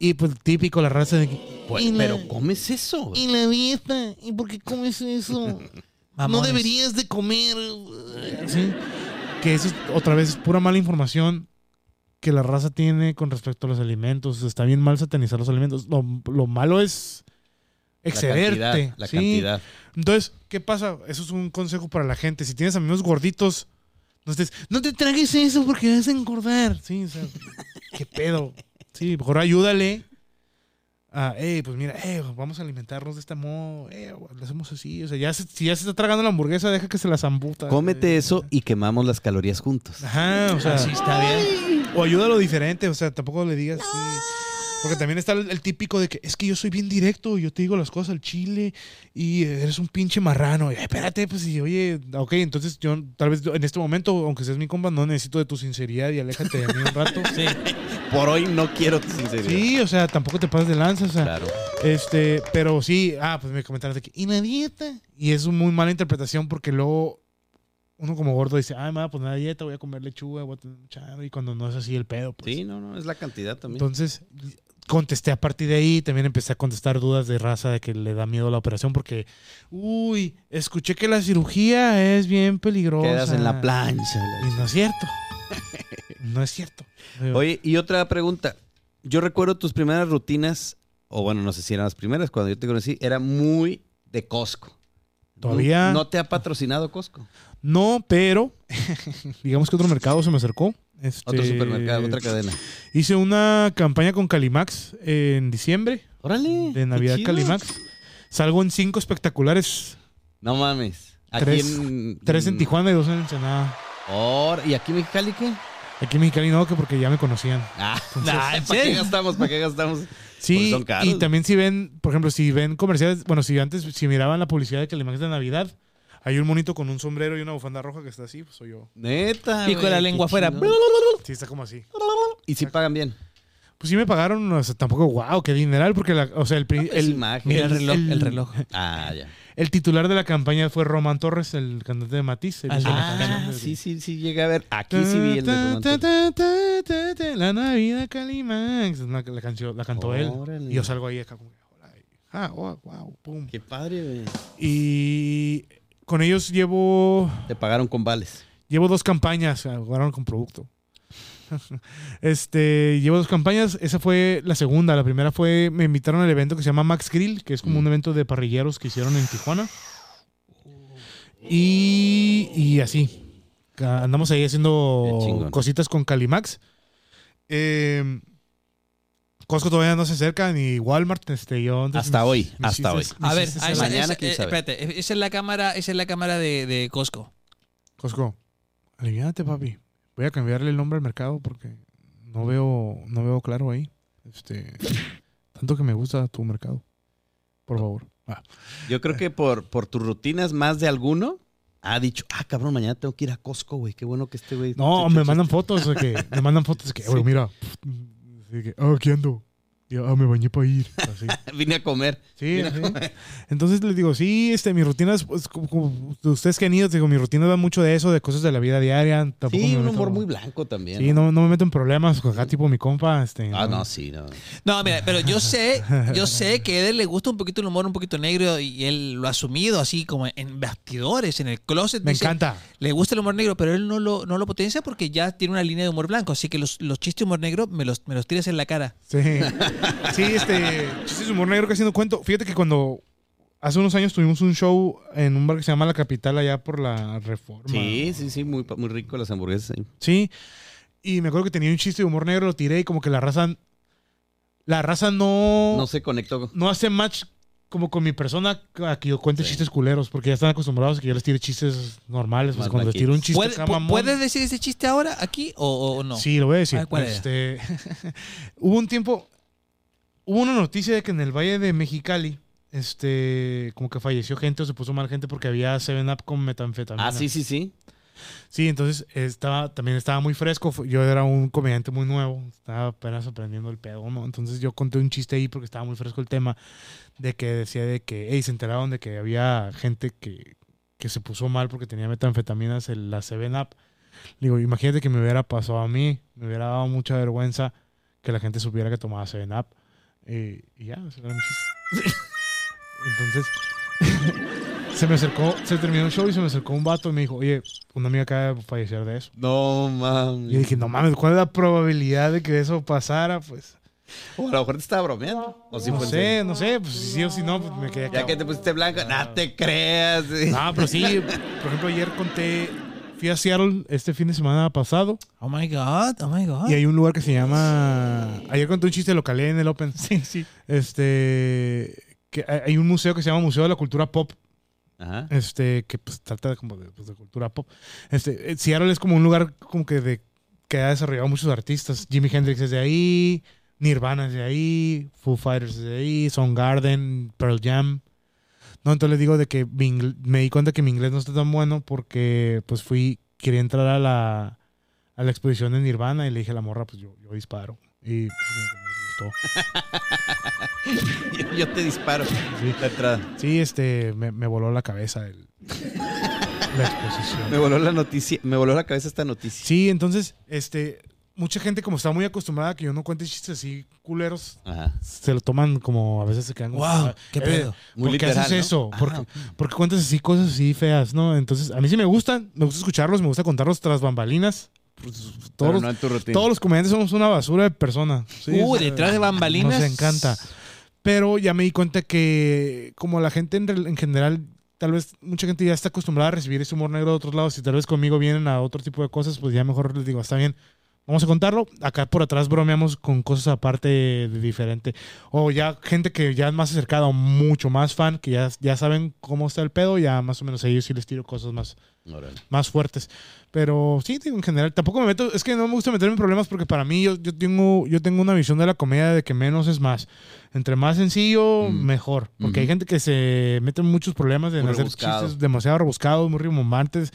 A: Y pues típico la raza de que,
C: Pues,
A: Y la-
C: pero comes eso.
A: Y la dieta, ¿y por qué comes
C: (laughs)
A: eso?
B: Mamones.
A: No deberías de comer. Sí. Que eso es, otra vez es pura mala información que la raza tiene con respecto a los alimentos. Está bien mal satanizar los alimentos. Lo, lo malo es excederte.
C: La cantidad. La
A: ¿sí?
C: cantidad.
A: Entonces, ¿qué pasa? Eso es un consejo para la gente. Si tienes amigos gorditos, no estés, no te tragues eso porque (laughs) vas a engordar. Sí, o sea, qué pedo. Sí, mejor ayúdale a, a, hey, pues mira, eh, vamos a alimentarnos de esta modo, eh, lo hacemos así. O sea, ya se- si ya se está tragando la hamburguesa, deja que se la zambuta.
C: Cómete eso y quemamos las calorías juntos.
A: Ajá, o sea,
B: Así está bien.
A: o ayúdalo diferente, o sea, tampoco le digas sí. Porque también está el, el típico de que es que yo soy bien directo, yo te digo las cosas al chile y eres un pinche marrano. Y, "Ay, espérate, pues y oye, ok, entonces yo tal vez en este momento, aunque seas mi compa, no necesito de tu sinceridad y aléjate de mí un
C: (laughs)
A: rato.
B: Sí.
C: Por hoy no quiero tu sinceridad.
A: Sí, o sea, tampoco te pases de lanza, o sea,
C: Claro.
A: este, pero sí, ah, pues me comentaron de que, ¿y la dieta? Y es una muy mala interpretación porque luego uno como gordo dice, ah, me voy a poner a dieta, voy a comer lechuga, voy a tener charo", y cuando no es así el pedo, pues.
C: Sí, no, no, es la cantidad también.
A: Entonces, contesté a partir de ahí, también empecé a contestar dudas de raza de que le da miedo la operación porque, uy, escuché que la cirugía es bien peligrosa.
C: Quedas en la plancha. la-
A: Y no es
C: (laughs)
A: cierto. No es cierto.
C: Oye, y otra pregunta. Yo recuerdo tus primeras rutinas, o bueno, no sé si eran las primeras, cuando yo te conocí, era muy de Costco.
A: Todavía-
C: ¿No te ha patrocinado Costco?
A: No, pero (laughs) digamos que otro mercado se me acercó. Este,
C: Otro supermercado, otra cadena.
A: Hice una campaña con Calimax en diciembre,
C: Órale.
A: de Navidad Calimax. Salgo en cinco espectaculares.
C: No mames. Aquí
A: Tres-
C: en, Mm,
A: Tres en Tijuana y dos en Ensenada.
C: Or- ¿Y aquí en Mexicali qué?
A: Aquí en Mexicali no, que porque ya me conocían.
C: Ah, (laughs)
B: Ah, ¿en
C: ¿Para qué
B: serio?
C: gastamos? ¿Para qué gastamos? Porque
A: Sí,
C: son caros.
A: y también si ven, por ejemplo, si ven comerciales, bueno, si antes, si miraban la publicidad de Calimax de Navidad, hay un monito con un sombrero y una bufanda roja que está así, pues soy yo.
C: Neta.
B: Y con
C: güey,
B: la
C: qué
B: lengua afuera.
C: chingón.
A: Sí, está como así.
C: Y si pagan bien.
A: Pues sí me pagaron, o sea, tampoco, wow, qué dineral, porque, la, o sea, el, pri-
C: No, pues,
A: el,
C: imagen.
B: Mira el reloj, el reloj.
C: Ah, ya.
A: El titular de la campaña fue Román Torres, el cantante de Matiz. el
B: Ah,
A: hizo la
C: Ah,
A: canción de-
C: sí, sí, sí, llegué a ver. Aquí sí vi el de
A: Ta, ta,
C: Román
A: ta, ta, ta, ta, La Navidad Calimax. Es una- La, canción, la cantó él.
C: Órale.
A: Y yo salgo ahí acá como que, hola, y- Ah, wow, wow, pum.
C: Qué padre, güey.
A: Y con ellos llevo,
C: Te pagaron con vales.
A: llevo dos campañas. ah, Jugaron con producto. (laughs) este, llevo dos campañas. Esa fue la segunda. La primera fue, me invitaron al evento que se llama Max Grill, que es como un
C: Mm.
A: evento de parrilleros que hicieron en Tijuana. Y, y así. Ca- Andamos ahí
C: Qué
A: haciendo
C: chingón.
A: cositas con Calimax. Eh, Costco todavía no se acerca, ni Walmart. Este, yo antes
C: Hasta hoy, hasta
A: chistes-
C: hoy.
A: mis
B: A ver,
A: chistes
B: a
A: eran-
B: esa,
C: Mañana,
B: esa-
C: quién
B: eh,
C: sabe.
B: espérate, esa es la cámara, esa es la cámara de, de Costco.
A: Costco, aliviánate, papi. Voy a cambiarle el nombre al mercado porque no veo, no veo claro ahí. Este, tanto que me gusta tu mercado. Por favor. Ah.
C: Yo creo que por, por tus rutinas, más de alguno ha dicho, ah, cabrón, mañana tengo que ir a Costco, güey. Qué bueno que este güey.
A: No,
C: te-
A: me
C: te-
A: mandan fotos de que, me mandan fotos de
C: (laughs)
A: que, güey, mira, de que, ah, aquí ando. Y, ah, me bañé para ir. Así.
C: (laughs) Vine a comer.
A: Sí, así. Entonces les digo, sí, este, mis rutinas, pues, como, como ustedes que han ido, te digo, mis rutinas van mucho de eso, de cosas de la vida diaria. Tampoco
C: Sí,
A: me
C: un
A: meto-
C: humor muy blanco también.
A: Sí, no, no me meto en problemas. Acá, tipo, mi compa, este.
C: Ah, no, sí, no.
B: No, mira, pero yo sé, yo sé que a él le gusta un poquito el humor un poquito negro y él lo ha asumido así como en bastidores, en el closet.
A: Me
B: dice,
A: encanta.
B: Le gusta el humor negro, pero él no lo, no lo potencia porque ya tiene una línea de humor blanco. Así que los, los chistes de humor negro me los, me los tiras en la cara.
A: Sí. Sí, este. Chistes de humor negro que haciendo cuento. Fíjate que cuando. Hace unos años tuvimos un show en un bar que se llama La Capital, allá por la Reforma.
C: Sí, sí, sí, muy, pa- muy rico las hamburguesas. ahí.
A: Sí. Y me acuerdo que tenía un chiste de humor negro, lo tiré y como que la raza. La raza no.
C: No
A: No,
C: se conectó.
A: hace match como con mi persona a que yo cuente
C: Sí.
A: chistes culeros, porque ya están acostumbrados a que yo les tire chistes normales. Pues
C: Más
A: cuando les tiro un chiste.
B: ¿Puede-
A: acá,
B: pu-
A: mamón.
B: ¿Puedes decir ese chiste ahora aquí o, o- o no?
A: Sí, lo voy a decir.
B: A ver, ¿cuál era?
A: Este, (laughs) hubo un tiempo, hubo una noticia de que en el Valle de Mexicali, este, como que falleció gente o se puso mal gente porque había 7-Up con metanfetamina.
C: Ah, sí, sí, sí.
A: Sí, entonces estaba, también estaba muy fresco. Fu- Yo era un comediante muy nuevo, estaba apenas aprendiendo el pedo, ¿no? Entonces yo conté un chiste ahí porque estaba muy fresco el tema de que decía de que, hey, se enteraron de que había gente que, que se puso mal porque tenía metanfetaminas en la 7-Up. Le Digo, imagínate que me hubiera pasado a mí, me hubiera dado mucha vergüenza que la gente supiera que tomaba 7-Up. Eh, y ya, ese era mi chiste. (laughs) Entonces, (laughs) se me acercó, se terminó el show y se me acercó un vato y me dijo, oye, una amiga acaba de fallecer de eso.
C: No
A: Y yo
C: mames.
A: dije, no mames, ¿cuál es la probabilidad de que eso pasara? Pues,
C: O a lo mejor te estaba bromeando. O si
A: no
C: fue en
A: sé,
C: serio.
A: no sé, pues si sí o si no, pues me quedé (laughs)
C: Ya que te pusiste blanca, no te creas. güey.
A: No, pero sí, por ejemplo, ayer conté, Fui a Seattle este fin de semana pasado
B: Oh my God, oh my God.
C: Ah.
A: y (laughs) hay un lugar que se llama. Ayer conté un chiste, lo calé en el Open.
B: Sí, sí.
A: Este. Que hay hay un museo que se llama Museo de la Cultura Pop.
C: (laughs) Ajá. (laughs)
A: Este, que pues trata de, como de, pues, de cultura pop. Este, eh, Seattle es como un lugar como que de que ha desarrollado muchos artistas. Jimi Hendrix es de ahí, Nirvana es de ahí, Foo Fighters es de ahí, Soundgarden, Pearl Jam. No, entonces les digo de que mi ingl- me di cuenta que mi inglés no está tan bueno porque pues fui, quería entrar a la, a la exposición de Nirvana y le dije a la morra, pues yo, yo disparo. Y pues, como que me gustó.
C: Yo, yo te disparo.
A: Sí.
C: La entrada.
A: Sí, este, me, me voló la cabeza el- la exposición.
C: Me voló la noticia, me voló la cabeza esta noticia.
A: Sí, entonces, este, mucha gente como está muy acostumbrada a que yo no cuente chistes así culeros,
C: Ajá.
A: se lo toman como a veces se quedan como,
B: Wow,
A: "Ah,
B: qué
A: eh,
B: pedo.
C: Muy
A: ¿Por qué
C: literal,
A: haces
C: ¿no?
A: eso?
B: Ah,
A: ¿Por, qué, por qué cuentas así cosas así feas, no? Entonces, a mí sí me gustan, me gusta escucharlos, me gusta contarlos tras bambalinas. Pues,
C: Pero
A: Todos, los-
C: no en tu rutina.
A: todos los comediantes somos una basura de personas. Sí,
B: uh,
A: o sea,
B: detrás de bambalinas.
A: Nos encanta. Pero ya me di cuenta que como la gente en, rel- en general, tal vez mucha gente ya está acostumbrada a recibir ese humor negro de otros lados y tal vez conmigo vienen a otro tipo de cosas, pues ya mejor les digo, está bien, vamos a contarlo. Acá por atrás bromeamos con cosas aparte de diferente. O ya gente que ya es más acercada, o mucho más fan, que ya, ya saben cómo está el pedo, ya más o menos a ellos sí les tiro cosas más
C: Órale.
A: más fuertes. Pero sí, digo, en general, tampoco me meto, es que no me gusta meterme en problemas porque para mí yo, yo tengo, yo tengo una visión de la comedia de que menos es más. Entre más sencillo,
C: Mm.
A: mejor. Porque hay
C: Ujú.
A: gente que se mete en muchos problemas de
C: Muy
A: hacer
C: rebuscado.
A: chistes demasiado rebuscados, muy rimbombantes,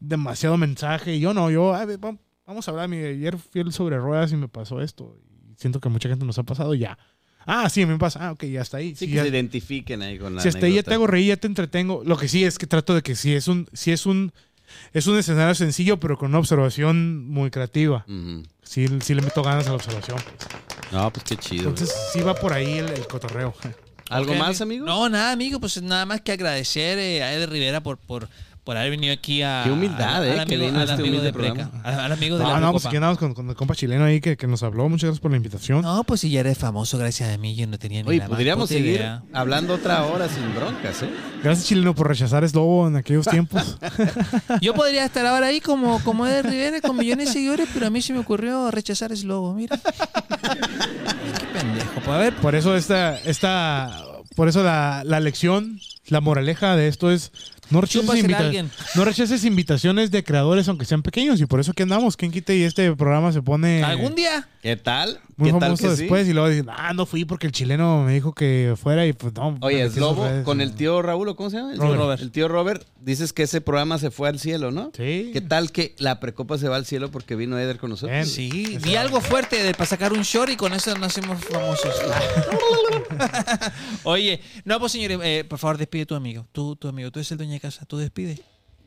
A: demasiado mensaje. Y yo no, yo, "Ay, va- vamos a hablar, mi ayer fui al sobre ruedas y me pasó esto. Y siento que mucha gente nos ha pasado ya. Ah, sí, me pasa. Ah, ok, ya está ahí. Sí,
C: Sí, que
A: ya-
C: se identifiquen ahí con la
A: si hasta ahí ya te
C: anécdota.
A: hago reír, ya te entretengo. Lo que sí es que trato de que si es un, si es un, es un escenario sencillo, pero con una observación muy creativa.
C: Ujú.
A: Sí, sí le meto ganas a la observación.
C: No, pues qué chido. güey.
A: Entonces sí va por ahí el, el cotorreo.
C: ¿Algo
B: Ok,
C: más, amigo?
B: No, nada, amigo. Pues nada más que agradecer eh, a Ed Rivera por, por, por haber venido aquí a.
C: Qué humildad,
B: al-
C: eh,
B: al
C: que
B: amigo,
C: vino
B: al
C: este
B: amigo
C: humilde
B: de Preca.
C: programa.
B: Al, al amigo de
A: No,
B: la
A: no, pues
B: Recopa.
A: aquí andamos con, con el compa chileno ahí que, que nos habló. Muchas gracias por la invitación.
B: No, pues si ya eres famoso gracias a mí, yo no tenía ni
C: Oye,
B: la más
C: podríamos
B: puta
C: seguir
B: idea.
C: hablando otra hora sin broncas, ¿eh?
A: Gracias chileno por rechazar Slobo en
B: (laughs)
A: aquellos tiempos.
B: Yo podría estar ahora ahí como, como Ed Rivera con millones de seguidores, pero a mí se me ocurrió rechazar ese logo, mira. (laughs) Qué pendejo. Pues a ver,
A: Por eso esta, esta, por eso la, la lección, la moraleja de esto es no rechaces,
B: Chúpasela a
A: invita-
B: alguien.
A: no rechaces invitaciones de creadores aunque sean pequeños y por eso que andamos, quien quita y este programa se
C: Eh.
A: pone
B: algún día.
C: ¿Qué tal?
A: muy
C: ¿Qué tal
A: famoso
C: que
A: después
C: sí?
A: y luego dicen, ah, no fui porque el chileno me dijo que fuera y pues no.
C: Oye,
A: me
C: es
A: metí en sus
C: lobo
A: redes,
C: con
A: ¿no?
C: el tío Raúl, ¿o ¿cómo se llama? El
A: Robert.
C: tío El tío Robert, dices que ese programa se fue al cielo, ¿no?
A: Sí.
C: ¿Qué tal que la precopa se va al cielo porque vino Eder con nosotros?
A: Bien.
B: Sí, di algo fuerte de para sacar un short y con eso nos hacemos famosos. Oye, no, pues señores, eh, por favor despide tu amigo. Tú, tu amigo, tú eres el dueño de casa, tú despide.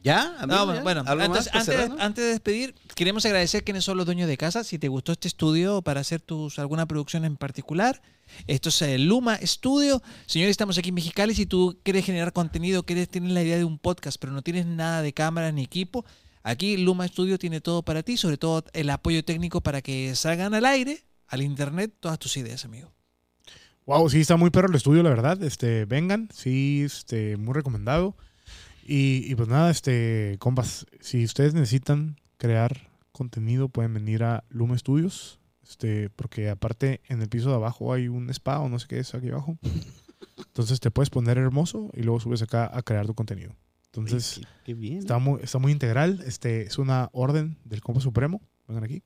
C: ¿Ya? ¿A mí
B: No,
C: ya?
B: bueno,
C: ¿Algo más
B: antes,
C: pues, para
B: antes,
C: cerrar, no?
B: antes de despedir, queremos agradecer quienes son los dueños de casa. Si te gustó este estudio para hacer tus alguna producción en particular, esto es eh, Luma Studio. Señores, estamos aquí en Mexicali. Si tú quieres generar contenido, quieres tienes la idea de un podcast, pero no tienes nada de cámara ni equipo, aquí Luma Studio tiene todo para ti, sobre todo el apoyo técnico para que salgan al aire, al internet, todas tus ideas, amigo.
A: Wow, sí, está muy perro el estudio, la verdad. Este, vengan, sí, este, muy recomendado. Y, y pues nada, este, compas, si ustedes necesitan crear contenido, pueden venir a Lume Studios. Este, porque aparte en el piso de abajo hay un spa o no sé qué es aquí abajo. Entonces te puedes poner hermoso y luego subes acá a crear tu contenido. Entonces,
C: Oye, qué, qué bien.
A: Está muy, está muy integral. Este, es una orden del Compa Supremo. Vengan aquí.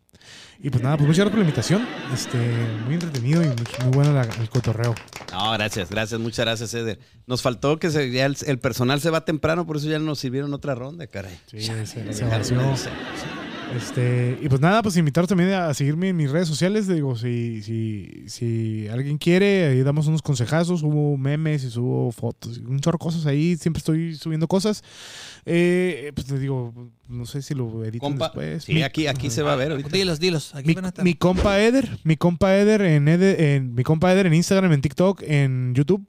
A: Y pues nada, pues muchas gracias por la invitación. Este, muy entretenido y muy, muy bueno la- el cotorreo.
C: No, gracias, gracias, muchas gracias, Eder. Nos faltó que se- ya el, el personal se va temprano, por eso ya nos sirvieron otra ronda, caray.
A: Sí,
B: Chale,
A: se,
C: Nos
A: se
C: dejaron
A: vació.
C: en el cero.
A: Este, y pues nada, pues invitaros también a seguirme en mis redes sociales. Digo, si, si, si alguien quiere, ahí damos unos consejazos, subo memes y subo fotos, y un chorro de cosas ahí. Siempre estoy subiendo cosas. Eh, pues les digo, no sé si lo editan
C: Compa,
A: después.
C: sí,
A: Mi-
C: aquí, aquí se va a ver ahorita.
B: Dilos, dilos. Aquí
A: Mi,
B: van a estar.
A: mi compa Eder, mi compa Eder en, Ede- en- mi compa Eder en Instagram, en TikTok, en YouTube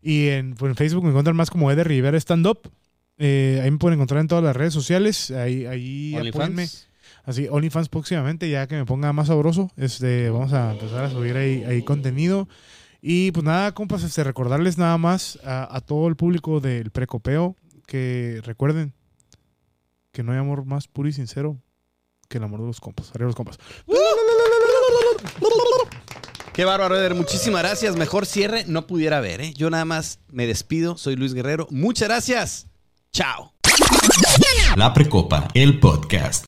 A: y en, pues, en Facebook me encuentran más como Eder Rivera Stand Up. Eh, ahí me pueden encontrar en todas las redes sociales. Ahí, ahí apóyenme.
C: OnlyFans.
A: Así, OnlyFans próximamente, ya que me ponga más sabroso. Este, vamos a empezar a subir ahí, ahí contenido. Y pues nada, compas, este, recordarles nada más a, a todo el público del precopeo que recuerden que no hay amor más puro y sincero que el amor de los compas. Arriba los compas.
C: Qué bárbaro, Eder. Muchísimas gracias. Mejor cierre no pudiera haber, ¿eh? Yo nada más me despido. Soy Luis Guerrero. Muchas gracias. Chao.
D: La Precopa, el podcast.